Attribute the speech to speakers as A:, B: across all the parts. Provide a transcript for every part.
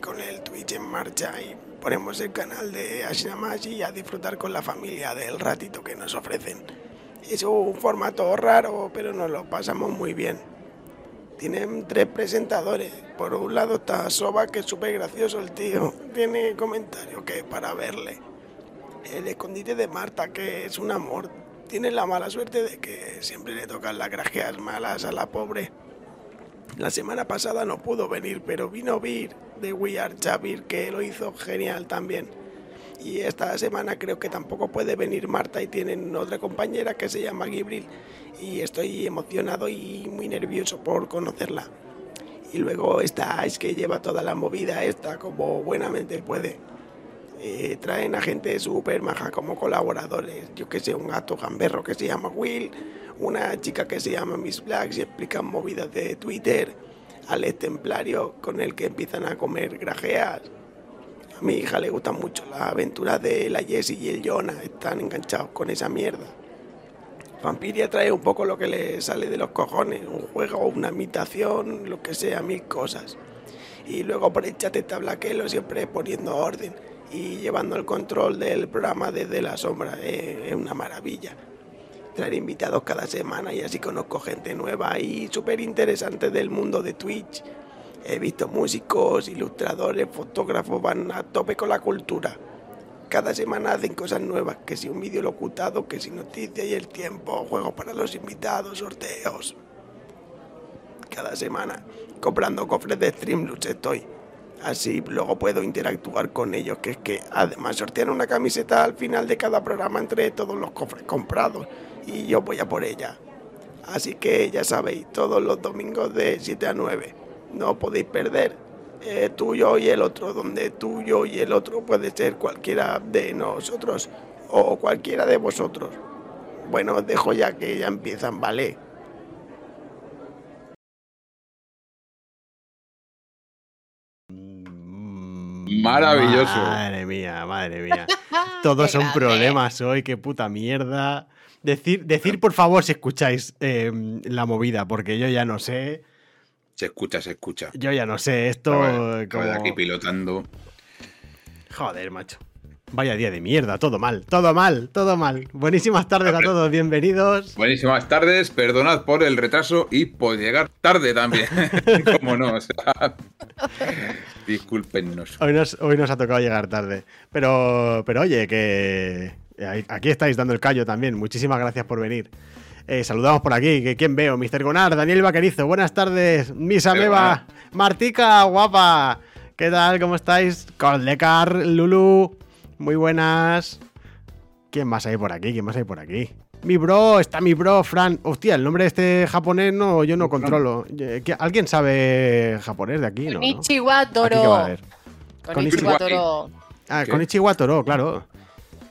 A: con el Twitch en marcha y ponemos el canal de Ashinamashi a disfrutar con la familia del ratito que nos ofrecen. Es un formato raro, pero nos lo pasamos muy bien. Tienen tres presentadores. Por un lado está Soba, que es súper gracioso el tío. Tiene comentarios que para verle. El escondite de Marta, que es un amor. Tiene la mala suerte de que siempre le tocan las grajeas malas a la pobre. La semana pasada no pudo venir, pero vino Vir de We Are Javir, que lo hizo genial también. Y esta semana creo que tampoco puede venir Marta y tienen otra compañera que se llama Gibril. Y estoy emocionado y muy nervioso por conocerla. Y luego está es que lleva toda la movida esta como buenamente puede. Eh, traen a gente súper maja como colaboradores. Yo que sé, un gato gamberro que se llama Will, una chica que se llama Miss Black, se explican movidas de Twitter, al Templario con el que empiezan a comer grajeas. A mi hija le gustan mucho las aventuras de la Jessie y el Jonah, están enganchados con esa mierda. Vampiria trae un poco lo que le sale de los cojones, un juego, una imitación, lo que sea, mil cosas. Y luego por el chat está Blaquelo siempre poniendo orden y llevando el control del programa desde la sombra. Eh, es una maravilla. Traer invitados cada semana y así conozco gente nueva y súper interesante del mundo de Twitch. He visto músicos, ilustradores, fotógrafos, van a tope con la cultura. Cada semana hacen cosas nuevas, que si un vídeo locutado, que si noticias y el tiempo, juegos para los invitados, sorteos. Cada semana, comprando cofres de Streamlux estoy así luego puedo interactuar con ellos, que es que además sortean una camiseta al final de cada programa entre todos los cofres comprados y yo voy a por ella. Así que ya sabéis, todos los domingos de 7 a 9, no podéis perder. Eh, tuyo y el otro, donde tuyo y el otro puede ser cualquiera de nosotros o cualquiera de vosotros. Bueno, os dejo ya que ya empiezan, ¿vale?
B: Mm, Maravilloso.
C: Madre mía, madre mía. Todos
D: Qué
C: son
D: grande. ¿eh?
C: problemas hoy, qué puta mierda. Decir, decir por favor si escucháis eh, la movida, porque yo ya no sé.
B: Se escucha, se escucha.
C: Yo ya no sé esto.
B: Estaba-
C: eh,
B: estaba
C: como-
B: aquí pilotando.
C: Joder, macho. Vaya día de mierda, todo mal, todo mal, todo mal. Buenísimas tardes a
B: Hombre.
C: todos, bienvenidos.
B: Buenísimas tardes, perdonad por el retraso y por llegar tarde también. Como no, o sea, discúlpennos.
C: Hoy nos, hoy nos ha tocado llegar tarde. Pero, pero oye, que ahí- aquí estáis dando el callo también. Muchísimas gracias por venir. Eh, saludamos por aquí. que ¿Quién veo? Mister Gonar, Daniel Vaquerizo. Buenas tardes. Misa
B: Pero
C: Beba.
B: Gonar.
C: Martica, guapa. ¿Qué tal? ¿Cómo estáis? Coldecar, Lulu. Muy buenas. ¿Quién más hay por aquí? ¿Quién más hay por aquí? Mi bro, está mi bro, Fran. Hostia, el nombre de este japonés no, yo no
B: Fran.
C: controlo. Eh, ¿qué- ¿Alguien sabe japonés de aquí? No, ¿no? ¿Aquí
D: Konnichiwa,
C: qué
D: Toro.
C: va a haber?
D: Konnichiwa,
B: Konnichiwa.
D: Toro.
C: Ah,
B: ¿Qué?
C: con Ichiwa Toro, claro.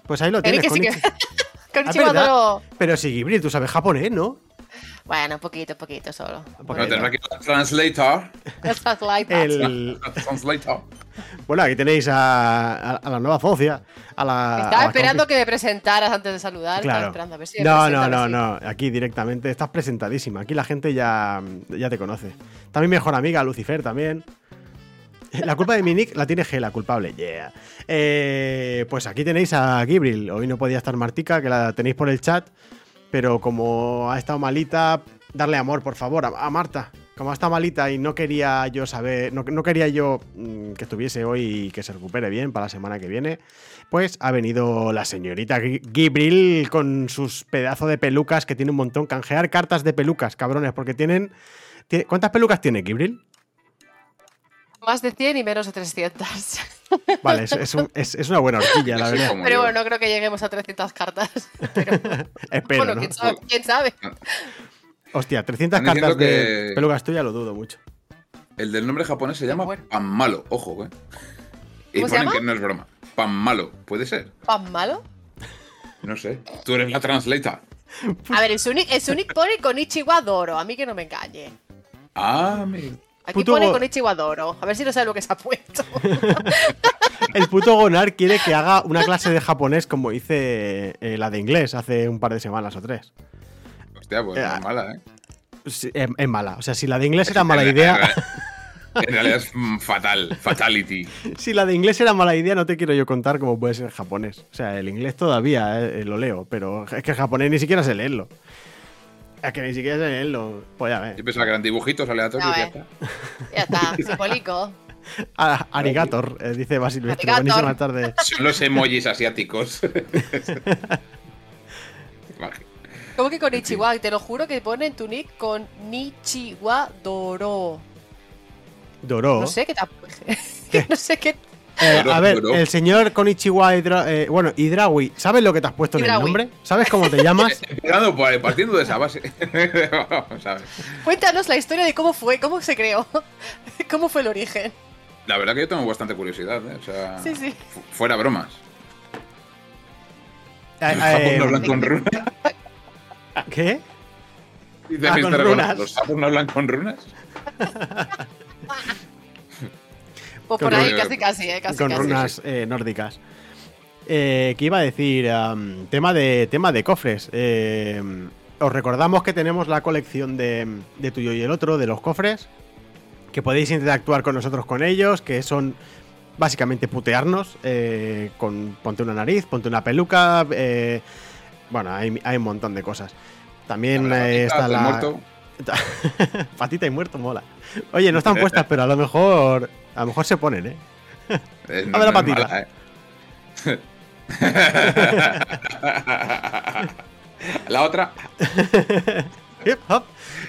C: Pues ahí lo
D: Pero
C: tienes.
D: que sí que...
C: Konichi-
D: Konnichiwa,
C: Ah, ¿verdad?
D: Toro.
C: Pero si Gibril, tú sabes japonés, ¿no?
D: Bueno, poquito, poquito solo.
C: Poquito.
B: No tendrá que ir al translator.
D: Estas laitas.
C: El-
B: al translator.
C: Bueno, aquí tenéis a, a- a la nueva socia. A la,
D: Estaba esperando que me presentaras antes de saludar. Estaba
C: ah, Claro.
D: esperando a ver si me
C: no,
D: presenta,
C: no,
D: a ver
C: no,
D: si-
C: no. Aquí directamente estás presentadísima. Aquí la gente ya, ya te conoce. Está mi mejor amiga, Lucifer, también. La culpa de mi nick la tiene G, la culpable. Yeah. Eh, pues aquí tenéis a Gibril. Hoy no podía estar Martica, que la tenéis por el chat. Pero como ha estado malita, darle amor, por favor, a, a Marta. Como ha estado malita y no quería yo saber, no, no quería yo mm, que estuviese hoy y que se recupere bien para la semana que viene, pues ha venido la señorita Gui- Gibril con sus pedazos de pelucas que tiene un montón. Canjear cartas de pelucas, cabrones, porque tienen. tie- ¿Cuántas pelucas tiene Gibril?
D: Más de 100 y menos de 300.
C: Vale, es, es un- es- es una buena horquilla, la
B: Yo soy
C: verdad.
B: como
D: Pero
B: yo.
D: bueno, no creo que lleguemos a 300 cartas. Pero,
C: Espero,
D: bueno,
C: ¿no?
D: quién sabe. ¿Quién sabe?
C: Hostia, 300
B: Están
C: cartas
B: diciendo
C: de
B: que-
C: pelucas tuyas lo dudo mucho.
B: El del nombre japonés se llama
D: Bueno.
B: Pan Malo, ojo, eh. Y
D: ¿Cómo se
B: ponen
D: llama?
B: que no es broma. Pan Malo, puede ser.
D: ¿Pan malo?
B: No sé. Tú eres la translator.
D: A ver, el Sonic, el Sonic pone Konnichiwa, Doro. A mí que no me engañe.
B: Ah, amigo.
D: Aquí
C: Puto
D: pone
C: go-
D: Konnichiwa, Doro. A ver si no sabe lo que se ha puesto.
C: El puto Gonar quiere que haga una clase de japonés como hice eh, la de inglés hace un par de semanas o tres.
B: Hostia, pues
C: Eh,
B: no es mala, eh.
C: Sí, es, es mala. O sea, si la de inglés era mala idea,
B: En realidad es mm, fatal, fatality.
C: Si la de inglés era mala idea, no te quiero yo contar cómo puede ser japonés. O sea, el inglés todavía eh, lo leo, pero es que el japonés ni siquiera sé leerlo. Es que ni siquiera sé leerlo. Pues ya
B: Yo
C: ves.
B: pensaba que eran dibujitos aleatorios
D: No,
B: y ya
D: eh.
B: está.
D: Ya está, simbólico.
C: Ah, arigator, eh, dice Basil Silvestre.
D: Arigator.
C: Buenísima tarde.
B: Son los emojis asiáticos. Vale.
D: ¿Cómo que con Ichiwa? Te lo juro que ponen tu nick con Nichiwa Doro.
C: Doró.
D: No sé qué ta- No sé qué.
C: Eh,
B: Doró,
C: a ver,
B: doró.
C: el señor Konichiwa Hidra- eh, bueno, Hidrawi, ¿sabes lo que te has puesto en el
D: Hidrawi.
C: nombre? ¿Sabes cómo te llamas? Eh,
B: Empezando por- partiendo de esa base. Vamos a ver.
D: Cuéntanos la historia de cómo fue, cómo se creó, cómo fue el origen.
B: La verdad que yo tengo bastante curiosidad, ¿eh? O sea,
D: Sí, sí.
B: fu- fuera bromas.
C: Eh,
B: Los sapos
C: eh,
B: no hablan con runas.
C: ¿Qué?
B: Dice
C: Ah, con
B: Mr. Ronald,
C: runas.
B: ¿Los sapos no hablan con runas?
D: Pues
C: Con
D: por ahí,
B: ru-
D: casi, casi, eh, casi,
C: Con
D: casi.
C: runas eh, nórdicas. Eh, que iba a decir, am, tema, de, tema de cofres. Eh, os recordamos que tenemos la colección de, de tuyo y el otro, de los cofres, que podéis interactuar con nosotros con ellos, que son básicamente putearnos, eh, con ponte una nariz, ponte una peluca, eh, bueno, hay, hay un montón de cosas. También
B: Hablan
C: eh,
B: patitas,
C: está
B: el
C: la...
B: muerto.
C: Patita y muerto mola. Oye, no están puestas, pero a lo mejor... A lo mejor se ponen, ¿eh?
B: Eh,
C: A ver la
B: no es
C: patita.
B: mala, ¿eh? ¿eh? la otra.
C: Hip hop.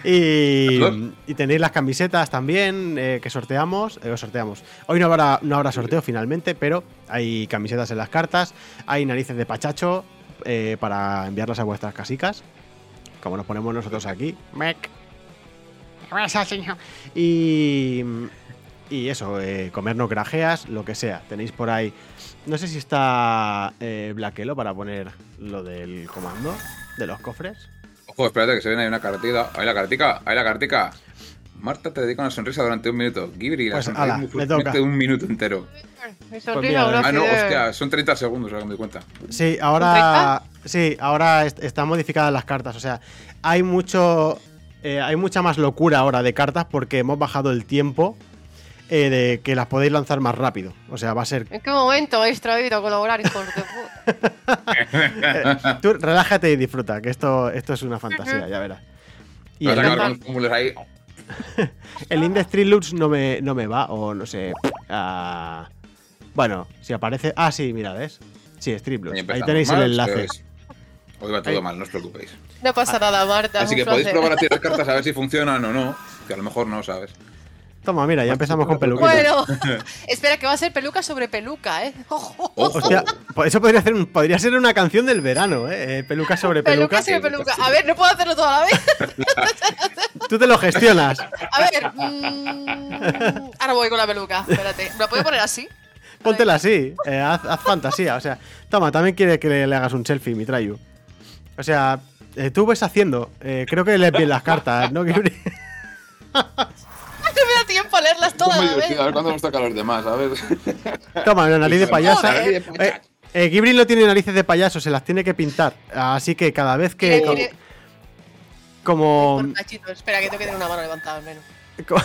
C: Y,
B: Saludos.
C: y tenéis las camisetas también eh, que sorteamos. eh, os sorteamos. Hoy no habrá, no habrá sorteo finalmente, pero hay camisetas en las cartas. Hay narices de pachacho eh, para enviarlas a vuestras casicas. Como nos ponemos nosotros aquí. Mec. Y, y eso, eh, comernos grajeas, lo que sea. Tenéis por ahí. No sé si está eh, Blaquelo para poner lo del comando de los cofres.
B: Ojo, espérate que se viene ahí una cartita. Ahí la cartica, ahí la cartica. Marta te dedica una sonrisa durante un minuto. Gibri, la
C: Pues,
B: sonrisa
C: ala,
B: es muy
C: le
B: fuerte,
C: toca.
B: de un minuto entero.
D: Mi
C: Pues mira,
D: sobrino, una
B: Ah, no,
D: fidel-
B: hostia, son 30 segundos, ahora que me doy cuenta.
C: Sí, ahora. Sí, ahora est- están modificadas las cartas. O sea, hay mucho. eh, hay mucha más locura ahora de cartas porque hemos bajado el tiempo eh, de que las podéis lanzar más rápido. O sea, va a ser.
D: ¿En qué momento habéis traído a colaborar, hijos de puta?
B: Ah.
C: Tú relájate y disfruta, que esto, esto es una fantasía, ya verás. Y
B: Vas a
C: el,
B: acabar con los cúmulos ahí.
C: el Industry Loots no me, no me va, o no sé. ah, bueno, si aparece. Ah, sí, mira, ¿ves? Sí, Strip Loots.
B: Ahí
C: Ahí
B: empezamos pues.
C: tenéis el
B: mal,
C: enlace.
B: pero es- Hoy va todo
C: Ahí.
B: mal, no os preocupéis.
D: No pasa nada, Marta.
B: Así
D: un
B: que podéis
D: placer.
B: probar a tirar cartas a ver si funcionan o no. Que a lo mejor no, ¿sabes?
C: Toma, mira, ya empezamos con peluquitas.
D: Bueno, espera, que va a ser peluca sobre peluca, ¿eh? Ojo.
B: Ojo.
C: Hostia, pues eso podría ser, un- podría ser una canción del verano, ¿eh? Eh, Peluca sobre peluca.
D: Peluca sobre peluca. A ver, no puedo hacerlo toda la vez.
C: Tú te lo gestionas.
D: A ver. mm, ahora voy con la peluca. Espérate. ¿Me la puedo poner así?
C: Póntela así. eh, haz, haz fantasía. O sea, toma, también quiere que le, le hagas un selfie, Mitrayu. O sea, eh, tú ves haciendo. eh, creo que lees bien las cartas, ¿no? Gibri?
D: Ay, No me da tiempo a leerlas
B: Es
D: todas a
B: muy
D: la vez.
B: divertido, a ver cuándo nos toca a los demás, a ver.
C: toma, una nariz de payasa.
D: Joder.
C: Eh, eh, Gibri no tiene narices de payaso, se las tiene que pintar. Así que cada vez que.
D: Tiene-
C: co-
D: tiene-
C: Como.
D: Cortachito. eh, Espera, que tengo que tener una mano levantada al menos.
C: co-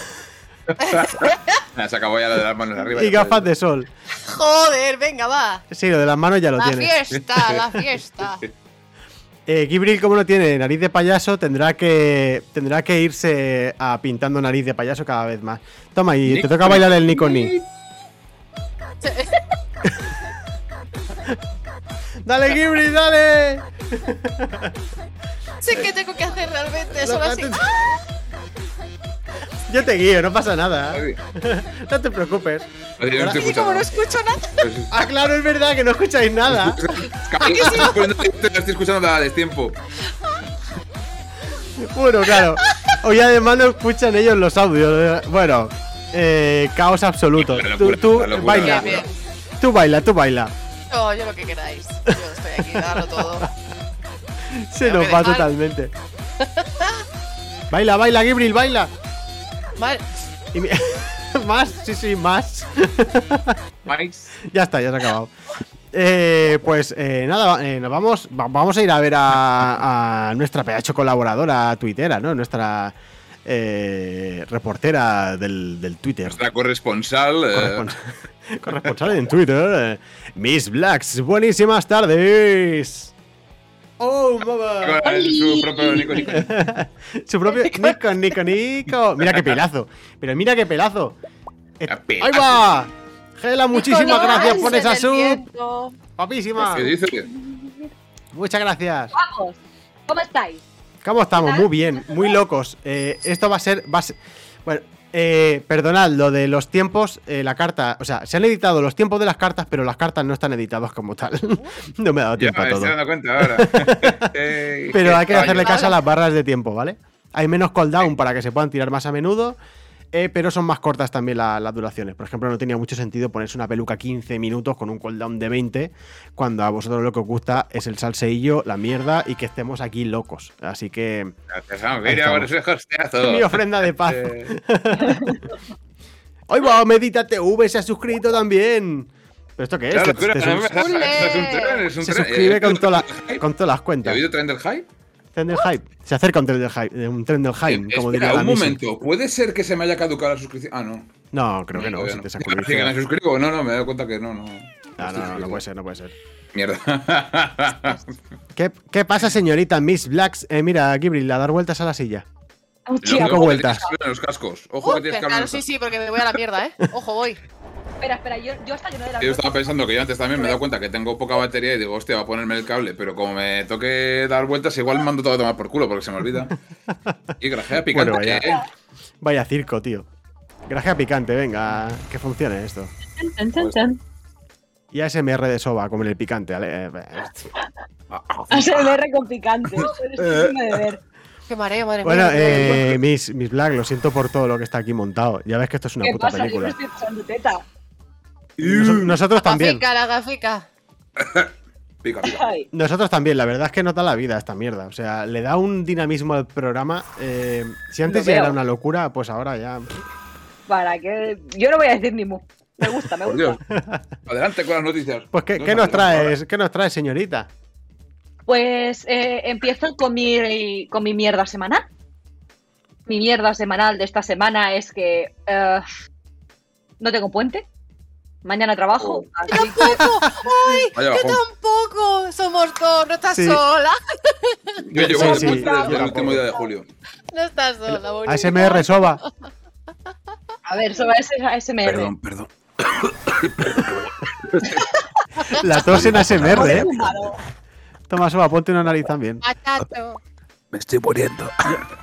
B: Nada, se acabó ya la de las manos arriba.
C: y gafas de sol.
D: Joder, venga, va.
C: Sí, lo de las manos ya lo
D: La
C: tienes.
D: fiesta, la fiesta.
C: Eh, Gibril, como no tiene nariz de payaso, tendrá que, tendrá que irse a pintando nariz de payaso cada vez más. Toma, y te toca bailar el Nico Ni. ¡Dale, Gibril, dale!
D: sé qué tengo que hacer realmente. Solo así.
C: Lógate- Yo te guío, no pasa nada.
B: Ay,
C: No te preocupes.
B: yo no estoy
D: Y como
B: escuchando.
D: no escucho nada.
C: Ah, claro, es verdad que no escucháis nada.
B: Cabrón, estoy poniendo- te la estoy escuchando a destiempo.
C: Bueno, claro. Hoy además no escuchan ellos los audios. Bueno, eh, caos absoluto.
B: La
C: Tú,
B: locura,
C: tú
B: la locura,
C: baila.
B: la
D: Bien,
B: locura.
C: Tú baila, tú baila.
D: No, yo lo que queráis. Yo estoy aquí, darlo todo.
C: Se
D: Tengo
C: nos
D: que
C: va
D: dejar.
C: totalmente. Baila, baila, Gibril, baila.
D: Vale.
C: Y mi- más, sí, sí, más.
B: Maíz.
C: ya está, ya se ha acabado. Eh, pues eh, nada, eh, nos vamos, va- vamos a ir a ver a, a nuestra PH colaboradora tuitera, ¿no? Nuestra eh, reportera del, del Twitter.
B: Nuestra corresponsal. eh,
C: Correspons- corresponsal en Twitter. eh, Miss Blacks, buenísimas tardes. Oh, mamá.
B: con el- su propio Nico Nico.
C: Su propio Nico, Nico, Nico. Mira qué pelazo. Pero mira qué pelazo. Eh,
B: Mira,
C: Ahí
B: pelazo.
C: va. Gela, muchísimas
D: Nicolás,
C: gracias por
D: en
C: esa
D: el
C: sub.
D: viento.
C: Papísima.
B: ¿Qué dice?
C: Muchas gracias.
E: Vamos. ¿Cómo estáis?
C: ¿Cómo estamos? Muy bien, muy locos. Eh, esto va a ser. Va a ser- bueno, eh, perdonad, lo de los tiempos, eh, la carta. O sea, se han editado los tiempos de las cartas, pero las cartas no están editadas como tal. no me ha dado
B: Ya
C: tiempo
B: me
C: a todo.
B: estoy dando cuenta ahora. Eh,
C: Pero hay que
B: caballo.
C: hacerle
D: Vale.
C: caso a las barras de tiempo, ¿vale? Hay menos cooldown para que se puedan tirar más a menudo. eh, pero son más cortas también la- las duraciones. Por ejemplo, no tenía mucho sentido ponerse una peluca 15 minutos con un cooldown de 20, cuando a vosotros lo que os gusta es el salseillo, la mierda y que estemos aquí locos. Así que
B: Gracias, vamos,
C: Ahí
B: mira,
C: estamos.
B: con ese hosteazo.
C: mi ofrenda de paz.
B: Eh,
C: ¡Ay, va! Medita TV se ha suscrito también. ¿Pero esto qué este es?
B: claro,
C: ¿Te-
B: pero
C: te
B: no me
C: sus-
B: vas a-
D: ¡Ole!
B: esto es un tren, es un
C: se
B: tren.
C: suscribe
B: Eh,
C: con, toda la-
B: hype?
C: con todas las
B: ¿Te ha
C: cuentas.
B: habido tren del hype?
C: Tren del hype. Se acerca un tren del hype. eh, Un tren del hype,
B: Eh,
C: como
B: espera,
C: diría la
B: un
C: misa.
B: momento. ¿Puede ser que se me haya caducado la suscripción? Ah, no.
C: No, creo que no.
B: todavía
C: Si te
B: Sí,
C: sacudes-
B: que me suscribo. No, no, me he dado cuenta que no, no.
C: Ah, no, no, no
B: Suscribo.
C: puede ser, no puede ser.
B: Mierda.
C: ¿Qué, qué pasa, señorita Miss Blacks? Eh, mira, Gibril, a dar vueltas a la silla.
E: Hostia,
C: Loco.
B: Ojo que
C: vueltas.
B: tienes que hablar en los cascos. Ojo
D: Uh,
B: que tienes que hablar en
D: claro,
B: los
D: sí,
B: cascos.
D: sí, porque me voy a la mierda, ¿eh? Ojo, voy.
E: Espera, espera, yo, yo hasta que no de la
B: Yo estaba pensando que yo antes también me he dado cuenta que tengo poca batería y digo, hostia, va a ponerme el cable, pero como me toque dar vueltas, igual mando todo a tomar por culo porque se me olvida. Y grajea picante.
C: Bueno, vaya.
B: eh.
C: Vaya circo, tío. Grajea picante, venga, que funcione esto.
E: Chan, chan, chan.
C: Y ASMR de soba, como en el picante. ale- eh, eh.
E: ASMR con picante. Eso es digno de ver.
D: Qué mareo, madre
C: Bueno,
D: mía.
C: eh, Miss, Miss Black, lo siento por todo lo que está aquí montado. Ya ves que esto es una
E: ¿Qué
C: puta
E: pasa?
C: película.
E: Yo no estoy echando teta.
C: Noso- nosotros también.
D: Gafica, la gafica.
B: Pica, pica.
E: Ay,
C: Nosotros también, la verdad es que nota la vida esta mierda. O sea, le da un dinamismo al programa. eh, si antes
E: Lo
C: ya era
E: veo.
C: una locura, pues ahora ya.
E: para que. Yo no voy a decir ni mu. Me gusta, me
B: Por
E: gusta.
B: Dios. Adelante con las noticias.
C: Pues, ¿qué,
B: No,
C: qué
B: no,
C: nos
B: no,
C: traes? ¿Qué nos traes, señorita?
E: Pues eh, empiezo con mi, con mi mierda semanal. Mi mierda semanal de esta semana es que eh, no tengo puente. Mañana
B: Oh.
E: trabajo. así que-
D: ¡Ay!
B: Vaya
D: ¡Yo
B: bajón.
D: tampoco! Somos dos, no estás
C: Sí.
D: sola.
B: Yo llevo
C: Sí,
B: el
C: sí,
B: puente
C: yo
B: desde el
C: tampoco.
B: último día de julio.
D: No estás sola, bonita.
C: ASMR soba.
E: A ver, sobre ese ASMR.
B: Perdón, perdón.
C: La tos en ASMR,
E: Joder,
C: eh.
E: fumado.
C: Toma, soba, ponte una nariz también.
D: Machacho.
A: Me estoy muriendo.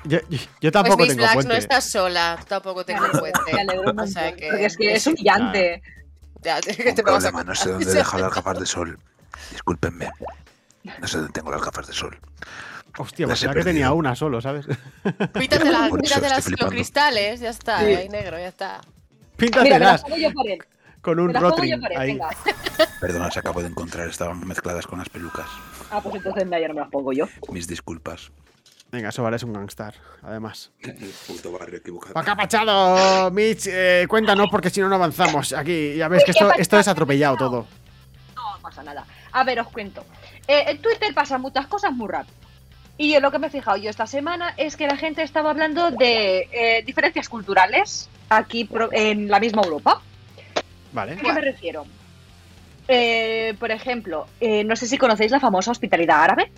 C: Yo, yo- yo tampoco
D: pues Miss
C: tengo
D: Blacks no
C: puente.
D: estás sola, tú tampoco tengo
E: Me
D: puente.
E: alegro un
D: O sea
E: montón,
D: que-
E: Porque es que es humillante.
D: Ya, ¿qué
A: Un
D: te vas a
A: problema, no sé
D: contar?
A: dónde he dejado las gafas de sol. Discúlpenme. No sé dónde tengo las gafas de sol.
C: Hostia,
A: Las
C: pues
A: he
C: será que
A: perdido.
C: tenía una solo, ¿sabes?
D: Pítatela-
A: Por eso
D: pítatela
A: estoy
D: los
A: flipando.
D: cristales, ya está,
E: Sí.
D: ahí negro, ya está.
E: Mira, me las
C: Píntatelas
E: pongo yo por él.
C: con un
E: Me las pongo yo
C: rotring
E: por él,
C: ahí.
E: venga.
A: Perdona, las acabo de encontrar. Estaban mezcladas con las pelucas.
E: Ah, pues entonces ya no me las pongo yo.
A: Mis disculpas.
C: Venga, soba, eres un gangstar, además.
A: El puto barrio equivocado.
C: Paca Pachado, Mitch, eh, cuéntanos porque si no, no avanzamos aquí. Ya ves que esto, esto es atropellado todo.
E: No pasa nada. A ver, os cuento. Eh, en Twitter pasan muchas cosas muy rápido. Y yo lo que me he fijado yo esta semana es que la gente estaba hablando de eh, diferencias culturales aquí pro- en la misma Europa.
C: Vale.
E: ¿A qué me refiero? Eh, por ejemplo, eh, no sé si conocéis la famosa hospitalidad árabe.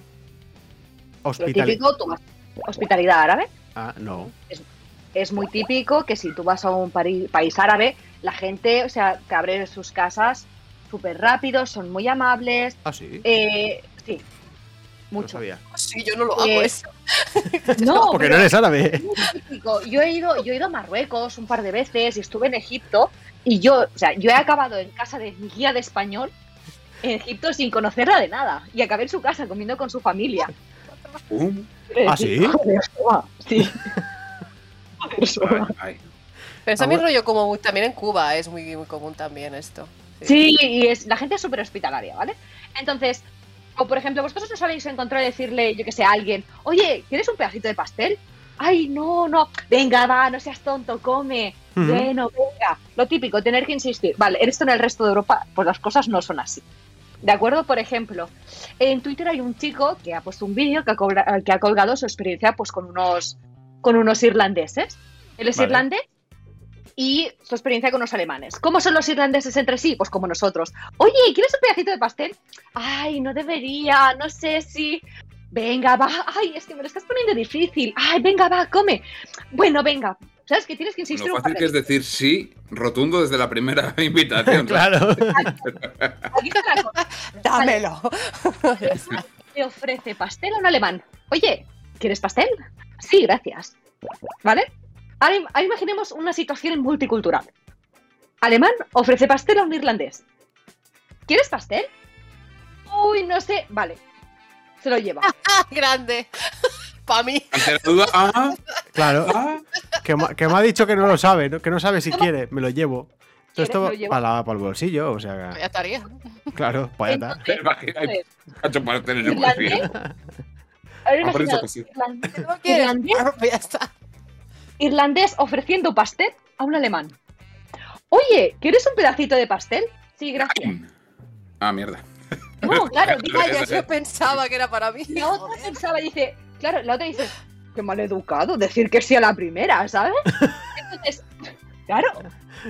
E: Lo
C: Hospital.
E: típico, tú vas- hospitalidad árabe.
C: Ah, no.
E: es muy típico que si tú vas a un pari- país árabe, la gente, o sea, te abre sus casas súper rápido, son muy amables.
C: Ah, sí.
E: eh, sí,
C: No
E: mucho.
C: sabía.
D: Oh, Sí, yo no lo hago
E: Eh,
D: eso.
C: Porque
E: No,
C: no
E: pero
C: eres árabe.
E: es muy típico. Yo he ido, yo he ido a Marruecos un par de veces y estuve en Egipto y yo, o sea, yo he acabado en casa de mi guía de español en Egipto sin conocerla de nada y acabé en su casa comiendo con su familia.
B: Pum.
C: ¿Ah, sí?
E: Joder, Soa, sí. Joder, Soa.
B: Ay,
D: Pero
C: Ah,
D: también
C: bueno.
D: rollo como también en Cuba es muy, muy común también esto.
E: Sí, y es, la gente es súper hospitalaria, ¿vale? Entonces, o por ejemplo, vosotros os habéis encontrado y decirle, yo que sé, a alguien, oye, ¿quieres un pedacito de pastel? Ay, no, no, venga, va, no seas tonto, come,
C: Ujú.
E: bueno, venga. Lo típico, tener que insistir. Vale, esto en el resto de Europa, pues las cosas no son así. ¿De acuerdo? Por ejemplo, en Twitter hay un chico que ha puesto un vídeo que ha, colga- que ha colgado su experiencia pues con unos con unos irlandeses. Él es
C: Vale.
E: irlandés y su experiencia con los alemanes. ¿Cómo son los irlandeses entre sí? Pues como nosotros. Oye, ¿quieres un pedacito de pastel? Ay, no debería, no sé si... Venga, va. Ay, es que me lo estás poniendo difícil. Ay, venga, va, come. Bueno, venga. ¿Sabes que tienes que insistir
B: Lo
E: un par
B: fácil
E: de
B: que es decir sí, rotundo desde la primera invitación.
C: Claro.
E: Aquí está la cosa.
D: Dámelo.
E: te ofrece pastel a un alemán. Oye, ¿quieres pastel? Sí, gracias. ¿Vale? Ahora, im- ahora imaginemos una situación multicultural. Alemán ofrece pastel a un irlandés. ¿Quieres pastel? Uy, no sé. Vale. Se lo lleva.
D: Grande. Para mí.
B: Ante la duda, ah,
C: Claro.
B: ah,
C: Que, me- que me ha dicho que no lo sabe, ¿no? que no sabe si quiere, me lo llevo. Todo
E: ¿Quieres?
C: esto
E: Me lo llevo.
C: para, para el bolsillo, o sea,
D: Ya estaría.
C: claro, pues ya está.
E: Entonces,
B: Imagina, hay
E: entonces,
B: cacho para tener el
E: irlandés-
B: perfil.
E: ahora
B: Ah, por eso
E: imaginaos,
B: que sí.
E: irlandés-
D: ¿No quieres?
E: Irlandés.
D: Ah, pues ya está.
E: irlandés ofreciendo pastel a un alemán. Oye, ¿quieres un pedacito de pastel? Sí, gracias.
B: Ah, mierda.
E: No, claro, digo,
D: Vaya, yo pensaba que era para mí.
E: La otra pensaba, dice, claro, la otra dice, qué mal educado decir que sí a la primera, ¿sabes? Entonces, claro,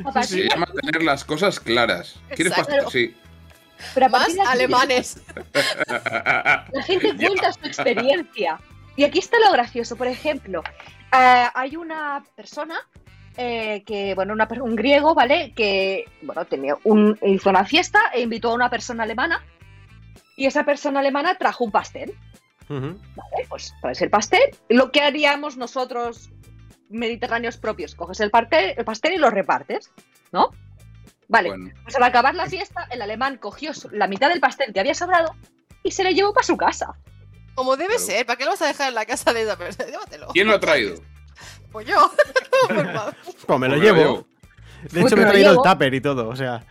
E: a partir
B: Se
E: de-
B: llama tener las cosas claras. ¿Quieres
D: Exacto.
B: pastel? Sí.
E: pero a
D: Más
E: partir de aquí,
D: alemanes.
E: La gente cuenta su experiencia. Y aquí está lo gracioso, por ejemplo, ah, hay una persona eh, que, bueno, una per- un griego, ¿vale? Que, bueno, tenía un, hizo una fiesta e invitó a una persona alemana y esa persona alemana trajo un pastel.
C: Ujú.
E: ¿eh? pues traes el pastel. Lo que haríamos nosotros, mediterráneos propios, coges el, parte- el pastel y lo repartes, ¿no? Vale,
B: Bueno,
E: pues al acabar la fiesta, el alemán cogió su- la mitad del pastel que había sobrado y se lo llevó para su casa.
D: Como debe
B: Claro.
D: ser, ¿para qué lo vas a dejar en la casa de esa persona? Llévatelo.
B: ¿Quién lo ha traído?
D: Pues yo. Por favor.
C: Pues me lo
B: Pues
C: llevo. De
E: Pues
C: hecho, me
E: me
C: he
E: lo
C: traído el
E: llevo.
C: tupper y todo, o sea,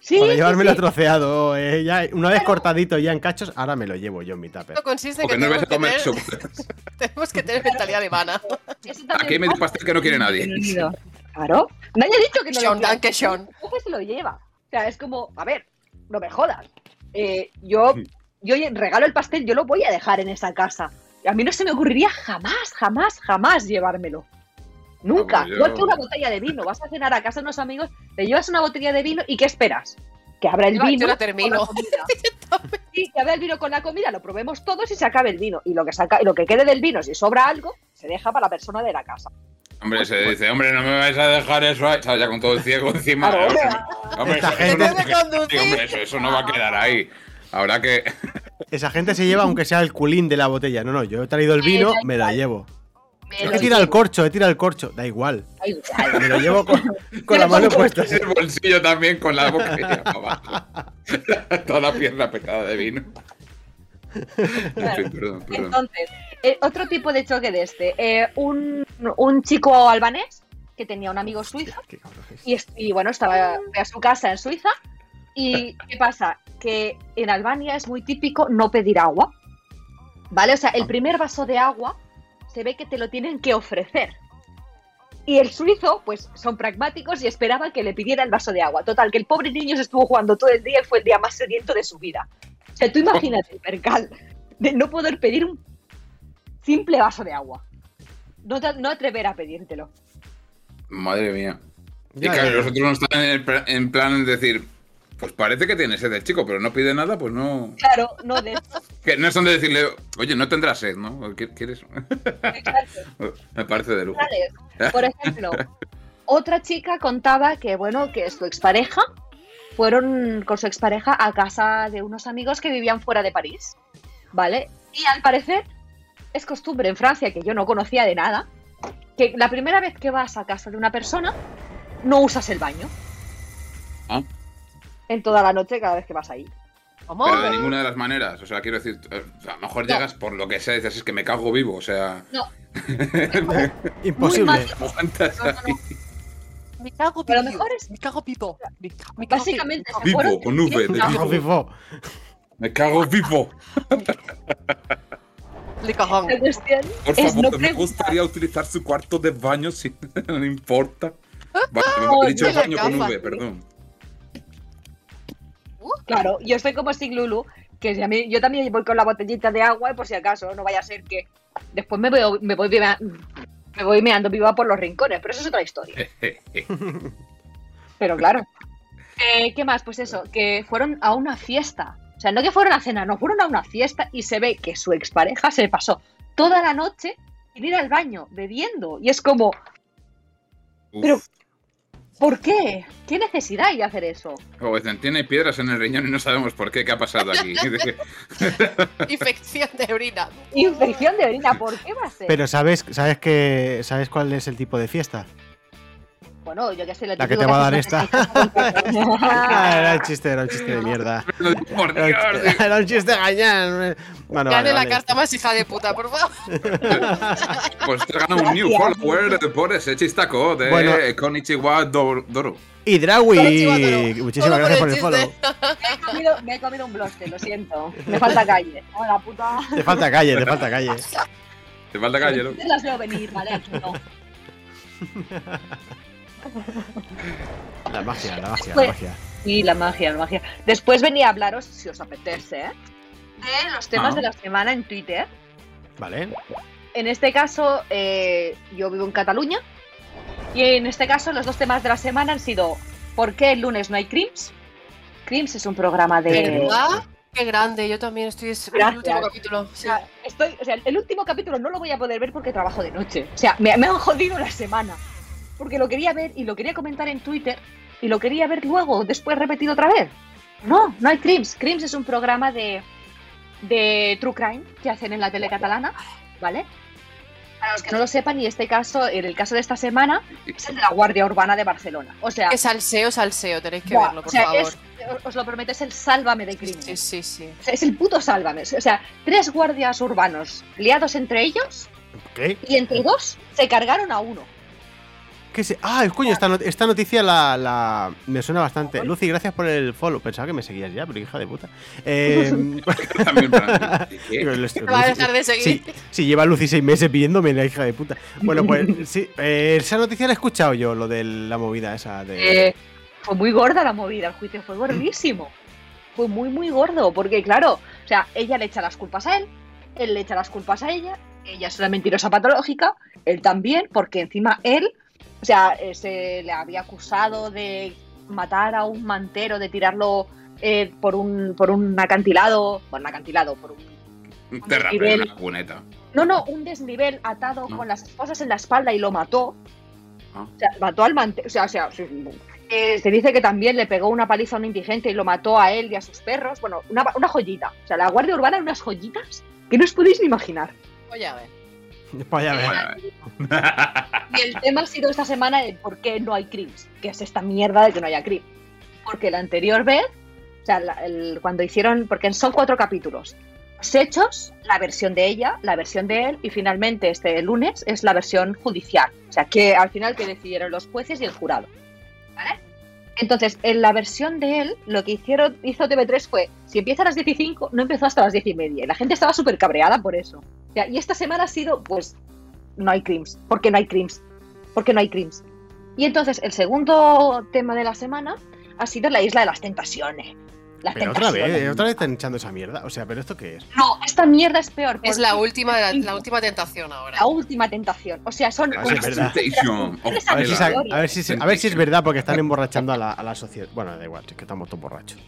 E: Sí,
C: para
E: sí,
C: llevármelo
E: sí.
C: troceado, eh, ya, una vez
E: Claro.
C: cortadito ya en cachos, ahora me lo llevo yo en mi tupper.
D: Esto consiste en que,
B: Porque no vais
D: tenemos,
B: a comer
D: que tener,
B: chocolate.
D: tenemos que tener mentalidad alemana.
E: Eso también
B: Aquí hay medio
E: pasa.
B: pastel que no quiere nadie.
E: Bienvenido. Claro. Nadie ha dicho que no
D: Sean,
E: lo quiera.
D: danke schön.
E: Coge y se lo lleva. O sea, es como, a ver, no me jodas. Eh, yo, yo regalo el pastel, yo lo voy a dejar en esa casa. A mí no se me ocurriría jamás, jamás, jamás llevármelo. Nunca.
B: Vamos, yo-
E: Igual que una botella de vino. Vas a cenar a casa de unos amigos, te llevas una botella de vino y ¿qué esperas? Que abra el
D: Yo la- yo
E: vino.
D: la
E: con
D: termino.
E: la comida. sí, que abra el vino con la comida, lo probemos todos y se acabe el vino. Y lo que, saca, y lo que quede del vino, si sobra algo, se deja para la persona de la casa.
B: Hombre, se dice, hombre, no me vais a dejar eso ahí. ¿sabes? Ya con todo el ciego encima.
E: Claro,
B: Hombre, hombre,
C: Esta
B: eso,
C: gente-
B: eso no-
D: Debe conducir.
B: hombre, eso- eso no va a quedar ahí. Habrá que.
C: Esa gente se lleva aunque sea el culín de la botella. No, no, yo he traído el vino, me lo llevo.
E: Me
C: Es
E: lo
C: que tira el corcho, he tirado el corcho. Da igual.
E: Da igual.
C: Me lo llevo con, con la mano puesta.
B: el bolsillo también con la boca ya para abajo. Toda la pierna pecada de vino. En fin, perdón, perdón.
E: Entonces, eh, otro tipo de choque de este. eh, un, un chico albanés que tenía un amigo suizo
C: Qué cabrón es.
E: y, es- y, bueno, estaba fue a su casa en Suiza. ¿Y qué pasa? Que en Albania es muy típico no pedir agua. ¿Vale? O sea, el primer vaso de agua se ve que te lo tienen que ofrecer. Y el suizo, pues son pragmáticos y esperaba que le pidiera el vaso de agua. Total, que el pobre niño se estuvo jugando todo el día y fue el día más sediento de su vida. O sea, tú imagínate el percal de no poder pedir un simple vaso de agua. No, te- no atrever a pedírtelo.
B: Madre mía. Y
C: Ya,
B: claro,
C: ya.
B: los otros no están en, el pla- en plan es decir, pues parece que tiene sed el chico, pero no pide nada, pues no.
E: Claro, no de
B: Que no son de decirle, oye, no tendrás sed, ¿no? ¿O qué- ¿Quieres?
E: Exacto.
B: Me parece de lujo.
E: Morales. Por ejemplo, otra chica contaba que, bueno, que su expareja fueron con su expareja a casa de unos amigos que vivían fuera de París, ¿vale? Y al parecer es costumbre en Francia, que yo no conocía de nada, que la primera vez que vas a casa de una persona no usas el baño.
B: Ah.
E: En toda la noche, cada vez que vas ahí.
D: ¿Cómo?
B: Pero de ninguna de las maneras. O sea, quiero decir, eh, a lo mejor
E: No.
B: llegas por lo que sea y dices, es que me cago vivo. O sea,
C: Imposible.
E: mal.
B: aguantas
E: No, no, no.
B: ahí.
D: Me cago
E: Pero
D: pito.
E: a lo mejor es-
D: Me cago pito. Me ca- me cago
E: Básicamente,
D: pito.
E: se
B: Vivo,
E: fueron-
B: con V, de
E: No,
C: Fijo, fijo.
B: Me cago vivo.
D: Le cajón.
E: La cuestión
B: Por
E: es
B: favor,
E: no
B: me
E: preguntar.
B: gustaría utilizar su cuarto de baño si no importa. Vale,
E: Oh,
B: me he dicho
D: de la
B: baño con
D: cama.
B: V, perdón.
E: Claro, yo estoy como sin Lulu, que si a mí- yo también voy con la botellita de agua, por si acaso, no vaya a ser que después me, veo- me voy beba- Me voy meando viva por los rincones, pero eso es otra historia. Pero claro. Eh, ¿Qué más? Pues eso, que fueron a una fiesta. O sea, no que fueron a cenar, no, fueron a una fiesta y se ve que su expareja se pasó toda la noche sin ir al baño, bebiendo. Y es como, Pero-
B: Uf.
E: ¿por qué? ¿Qué necesidad hay de hacer eso?
B: O dicen, Oh, tiene piedras en el riñón y no sabemos por qué, qué ha pasado aquí.
D: Infección de orina.
E: Infección de orina, ¿por qué va a ser?
C: Pero ¿sabes, sabes, que, ¿sabes cuál es el tipo de fiesta?
E: bueno, yo que sé, lo
C: La que
E: típico
C: te va a dar
E: haces
C: esta. Ah, era un chiste, era un chiste de mierda.
B: por
C: Era un
B: Dios, digo.
C: chiste, era un chiste gañán. Bueno,
D: Gane
C: vale,
D: la
C: vale.
D: carta más hija de puta, por favor.
B: Pues te gana un new follower eh, por ese chistaco de
C: Bueno.
B: Konichiwa Dor- Doru.
C: Y Drawi,
D: Solo
C: muchísimas
D: por
C: gracias
D: el
C: por el
D: chiste.
C: follow.
E: Me he comido- me he comido un bloste, lo siento. Me falta calle. Hola, puta.
C: Te falta calle, te falta calle.
B: Te falta calle, ¿no?
E: Yo las veo venir, ¿vale? Tú no.
C: La magia, la magia, la
E: Pues-
C: magia.
E: Sí, la magia, la magia. Después venía a hablaros, si os apetece, ¿eh? de los temas
B: Ah.
E: de la semana en Twitter.
C: Vale.
E: En este caso, eh, yo vivo en Cataluña. Y en este caso, los dos temas de la semana han sido ¿Por qué el lunes no hay crims? Crims es un programa de...
C: Crims?
D: ¿Verdad? Qué grande, yo también estoy es en el
E: Gracias.
D: último capítulo.
E: O
D: sí.
E: sea, estoy, o sea, el último capítulo no lo voy a poder ver porque trabajo de noche. O sea, me, me han jodido la semana. Porque lo quería ver y lo quería comentar en Twitter y lo quería ver luego, después repetido otra vez. No, no hay Crims. Crims es un programa de, de True Crime que hacen en la tele catalana, ¿vale? Para los que no lo sepan, y este caso, en el caso de esta semana, es el de la Guardia Urbana de Barcelona. O sea,
D: Qué salseo, salseo, tenéis que
E: buah,
D: verlo, por
E: o sea,
D: favor.
E: es- os lo prometo, es el sálvame de Crims.
D: Sí, sí, sí.
E: O sea, es el puto sálvame. O sea, tres guardias urbanos liados entre ellos
C: ¿Qué?
E: y entre dos se cargaron a uno.
C: ¿Qué se... Ah, coño, esta, not- esta noticia la, la- me suena bastante. Lucy, gracias por el follow. Pensaba que me seguías ya, pero hija de puta. Eh,
B: También, para-
C: digo,
B: ¿Qué?
C: lo- Lucy-
D: Te va a dejar de
C: Sí,
D: seguir.
C: sí, lleva Lucy seis meses pidiéndome la hija de puta. Bueno, pues sí, eh, esa noticia la he escuchado yo, lo de la movida esa de...
E: Eh, fue muy gorda la movida, el juicio fue gordísimo. Fue muy, muy gordo, porque claro, o sea, ella le echa las culpas a él, él le echa las culpas a ella, ella es una mentirosa patológica, él también, porque encima él, o sea, eh, se le había acusado de matar a un mantero, de tirarlo eh, por, un, por un acantilado, por un acantilado, por un
B: Un terrapel, una cuneta.
E: No, no, un desnivel atado
B: No.
E: con las esposas en la espalda y lo mató.
B: Ah.
E: O sea, mató al mante... O sea, o sea, sí, sí, sí. Eh, se dice que también le pegó una paliza a un indigente y lo mató a él y a sus perros. Bueno, una, una joyita. O sea, la Guardia Urbana unas joyitas que no os podéis ni imaginar.
D: Oye, a ver.
C: Pues ya ves.
B: Bueno, a ver.
E: Y el tema ha sido esta semana el por qué no hay crims, que es esta mierda de que no haya crims. Porque la anterior vez, o sea, la- el- cuando hicieron, porque son cuatro capítulos, los hechos, la versión de ella, la versión de él y finalmente este lunes es la versión judicial. O sea, que al final que decidieron los jueces y el jurado. ¿Vale? Entonces, en la versión de él, lo que hicieron, hizo TV3 fue, si empieza a las 15, no empezó hasta las 10 y media. Y la gente estaba súper cabreada por eso. O sea, y esta semana ha sido, pues, no hay crims. ¿Por qué no hay crims? porque no hay crims. Y entonces el segundo tema de la semana ha sido la isla de las tentaciones. Las
C: Pero otra vez,
E: tentaciones.
C: eh, otra vez están echando esa mierda. O sea, ¿pero esto qué es?
E: No, esta mierda es peor.
D: Es
E: porque
D: la última, la, la última tentación ahora.
E: la última tentación. O sea, son
C: Ah, sí,
E: unas
C: es verdad.
B: Temptation of
E: mujeres
C: A ver, si, sa-
E: aleatorias.
C: a ver si se- a ver si es verdad porque están emborrachando a la, a la sociedad. Bueno, da igual, es que estamos todos borrachos.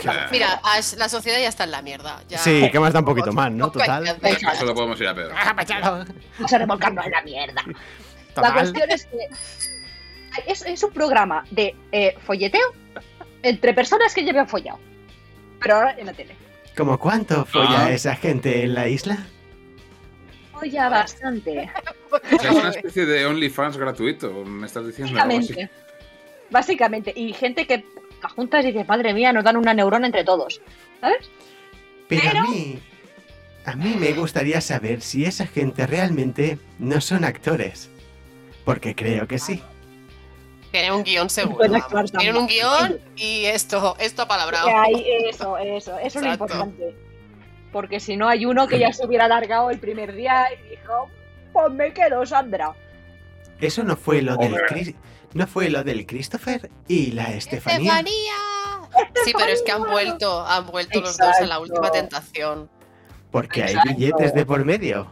B: Claro.
D: Mira, as- la sociedad ya está en la mierda. ya.
C: Sí, que más da un poquito más, ¿no?
D: Tampoco hay
C: Total.
D: que
B: En
D: hacer
B: este caso lo podemos ir a peor.
E: Vamos a revolcarnos en la mierda. La
C: Total.
E: cuestión es que es, es un programa de eh, folleteo entre personas que ya habían follado. Pero ahora en la tele.
C: ¿Cómo cuánto folla
B: Ah.
C: esa gente en la isla?
E: Folla bastante.
B: O sea, es una especie de OnlyFans gratuito, me estás diciendo. algo así.
E: Básicamente. Básicamente. Y gente que la juntas y dices, madre mía, nos dan una neurona entre todos. ¿Sabes?
F: Pero a mí, a mí me gustaría saber si esa gente realmente no son actores. Porque creo que sí.
D: Tienen un guión seguro.
E: Pueden
D: vamos.
E: actuar también.
D: Tienen un guión y esto, esto apalabrado.
E: Que hay- eso, eso, eso es lo
D: Exacto.
E: importante. Porque si no, hay uno que ya se hubiera alargado el primer día y dijo, pues me quedo, Sandra.
F: Eso no fue lo del
B: Hombre.
F: Cris- no fue lo del Christopher y la Estefanía.
D: ¡Estefanía! Sí, pero es que han vuelto, han vuelto los dos en la
E: Exacto.
D: última tentación.
F: Porque hay
E: Exacto.
F: billetes de por medio.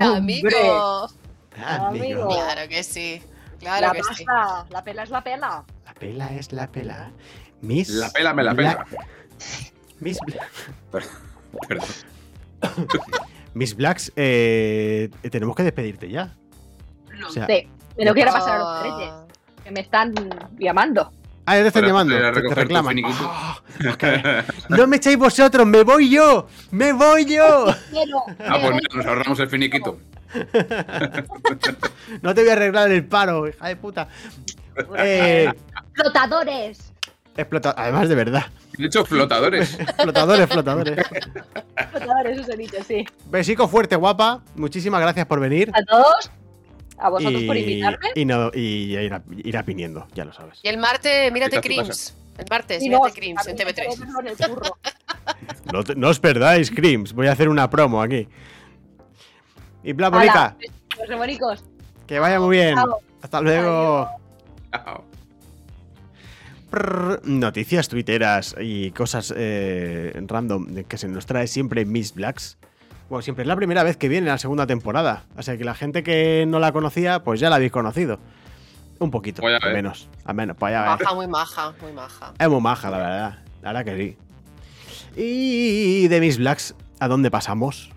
E: ¡Hombre!
D: Amigos,
C: Ah,
F: está, amigo.
E: Amigo.
D: Claro que sí. Claro
E: La
D: que sí.
E: pasta, la pela es la pela.
F: La pela es la pela. Miss.
B: La pela me la pela.
F: Black- Miss, Bla-
B: Perdón.
C: Miss Blacks, eh, tenemos que despedirte ya.
E: Lo
C: O sea,
E: sé. Me lo quiero pasar a los ¿eh? reyes,
D: Ah,
E: que me están llamando.
C: Ah, ya te están
B: Para
C: llamando.
B: poder
C: Te, te
B: recoger tu
C: reclaman.
B: finiquito.
C: Ah, os cagáis. no me echáis vosotros, me voy yo. Me voy yo.
E: Quiero.
B: Ah, pues mira, nos ahorramos el finiquito.
C: No te voy a arreglar el paro, hija de puta. Eh,
E: Flotadores.
C: explota- Además, de verdad.
B: De hecho, flotadores.
C: Flotadores, flotadores.
E: Flotadores, eso he dicho, sí.
C: Besico fuerte, guapa. Muchísimas gracias por venir.
E: A todos. A vosotros por invitarme.
C: Y, no, y ya irá- irá viniendo, ya lo sabes.
D: Y el martes,
B: Vete
D: mírate
B: a tu
D: Crims. El martes,
E: Y
D: mírate
E: luego,
D: Crims en
E: a mí me
D: TV3.
E: tengo que poner el curro.
C: No, te- no os perdáis, Crims. Voy a hacer una promo aquí. Y bla, Mónica,
E: Hala, Los demonicos.
C: que vaya muy bien.
E: Chao.
C: Hasta luego.
B: Chao.
C: Prrr, noticias tuiteras y cosas eh, random que se nos trae siempre Miss Blacks. Bueno, siempre es la primera vez que viene la segunda temporada. O sea que la gente que no la conocía, pues ya la habéis conocido. Un poquito,
B: Pues ya
C: al
B: ves.
C: menos. Al menos, pues ya ves.
D: Maja, muy maja, muy maja.
C: Es muy maja, la verdad. La verdad que sí. Y de Miss Blacks, ¿a dónde pasamos?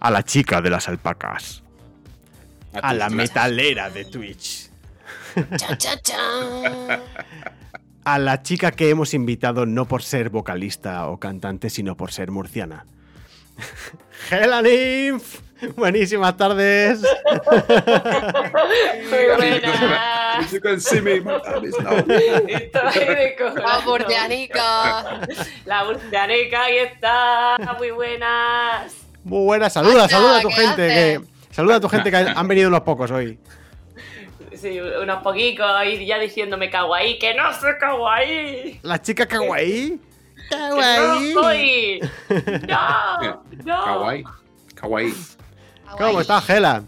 C: A la chica de las alpacas. A la metalera de Twitch.
D: Cha, cha, cha.
C: A la chica que hemos invitado no por ser vocalista o cantante, sino por ser murciana. Hela Nymph. Buenísimas tardes.
G: buenas.
B: You can see me, my dad is now.
G: Estoy de
D: La
G: corazón.
D: bordeanica.
G: La burcianeca, ahí está. Muy buenas.
C: Muy buenas. Saluda,
D: Anda,
C: saluda a tu
D: ¿qué
C: gente.
D: haces?
C: que- saluda a tu gente que han han venido unos pocos hoy.
G: Sí, unos poquicos y ya diciéndome kawaii, que no soy kawaii.
C: La chica kawaii.
G: que No soy. No, no.
B: Kawaii. Kawaii.
C: ¿Cómo estás, Hela?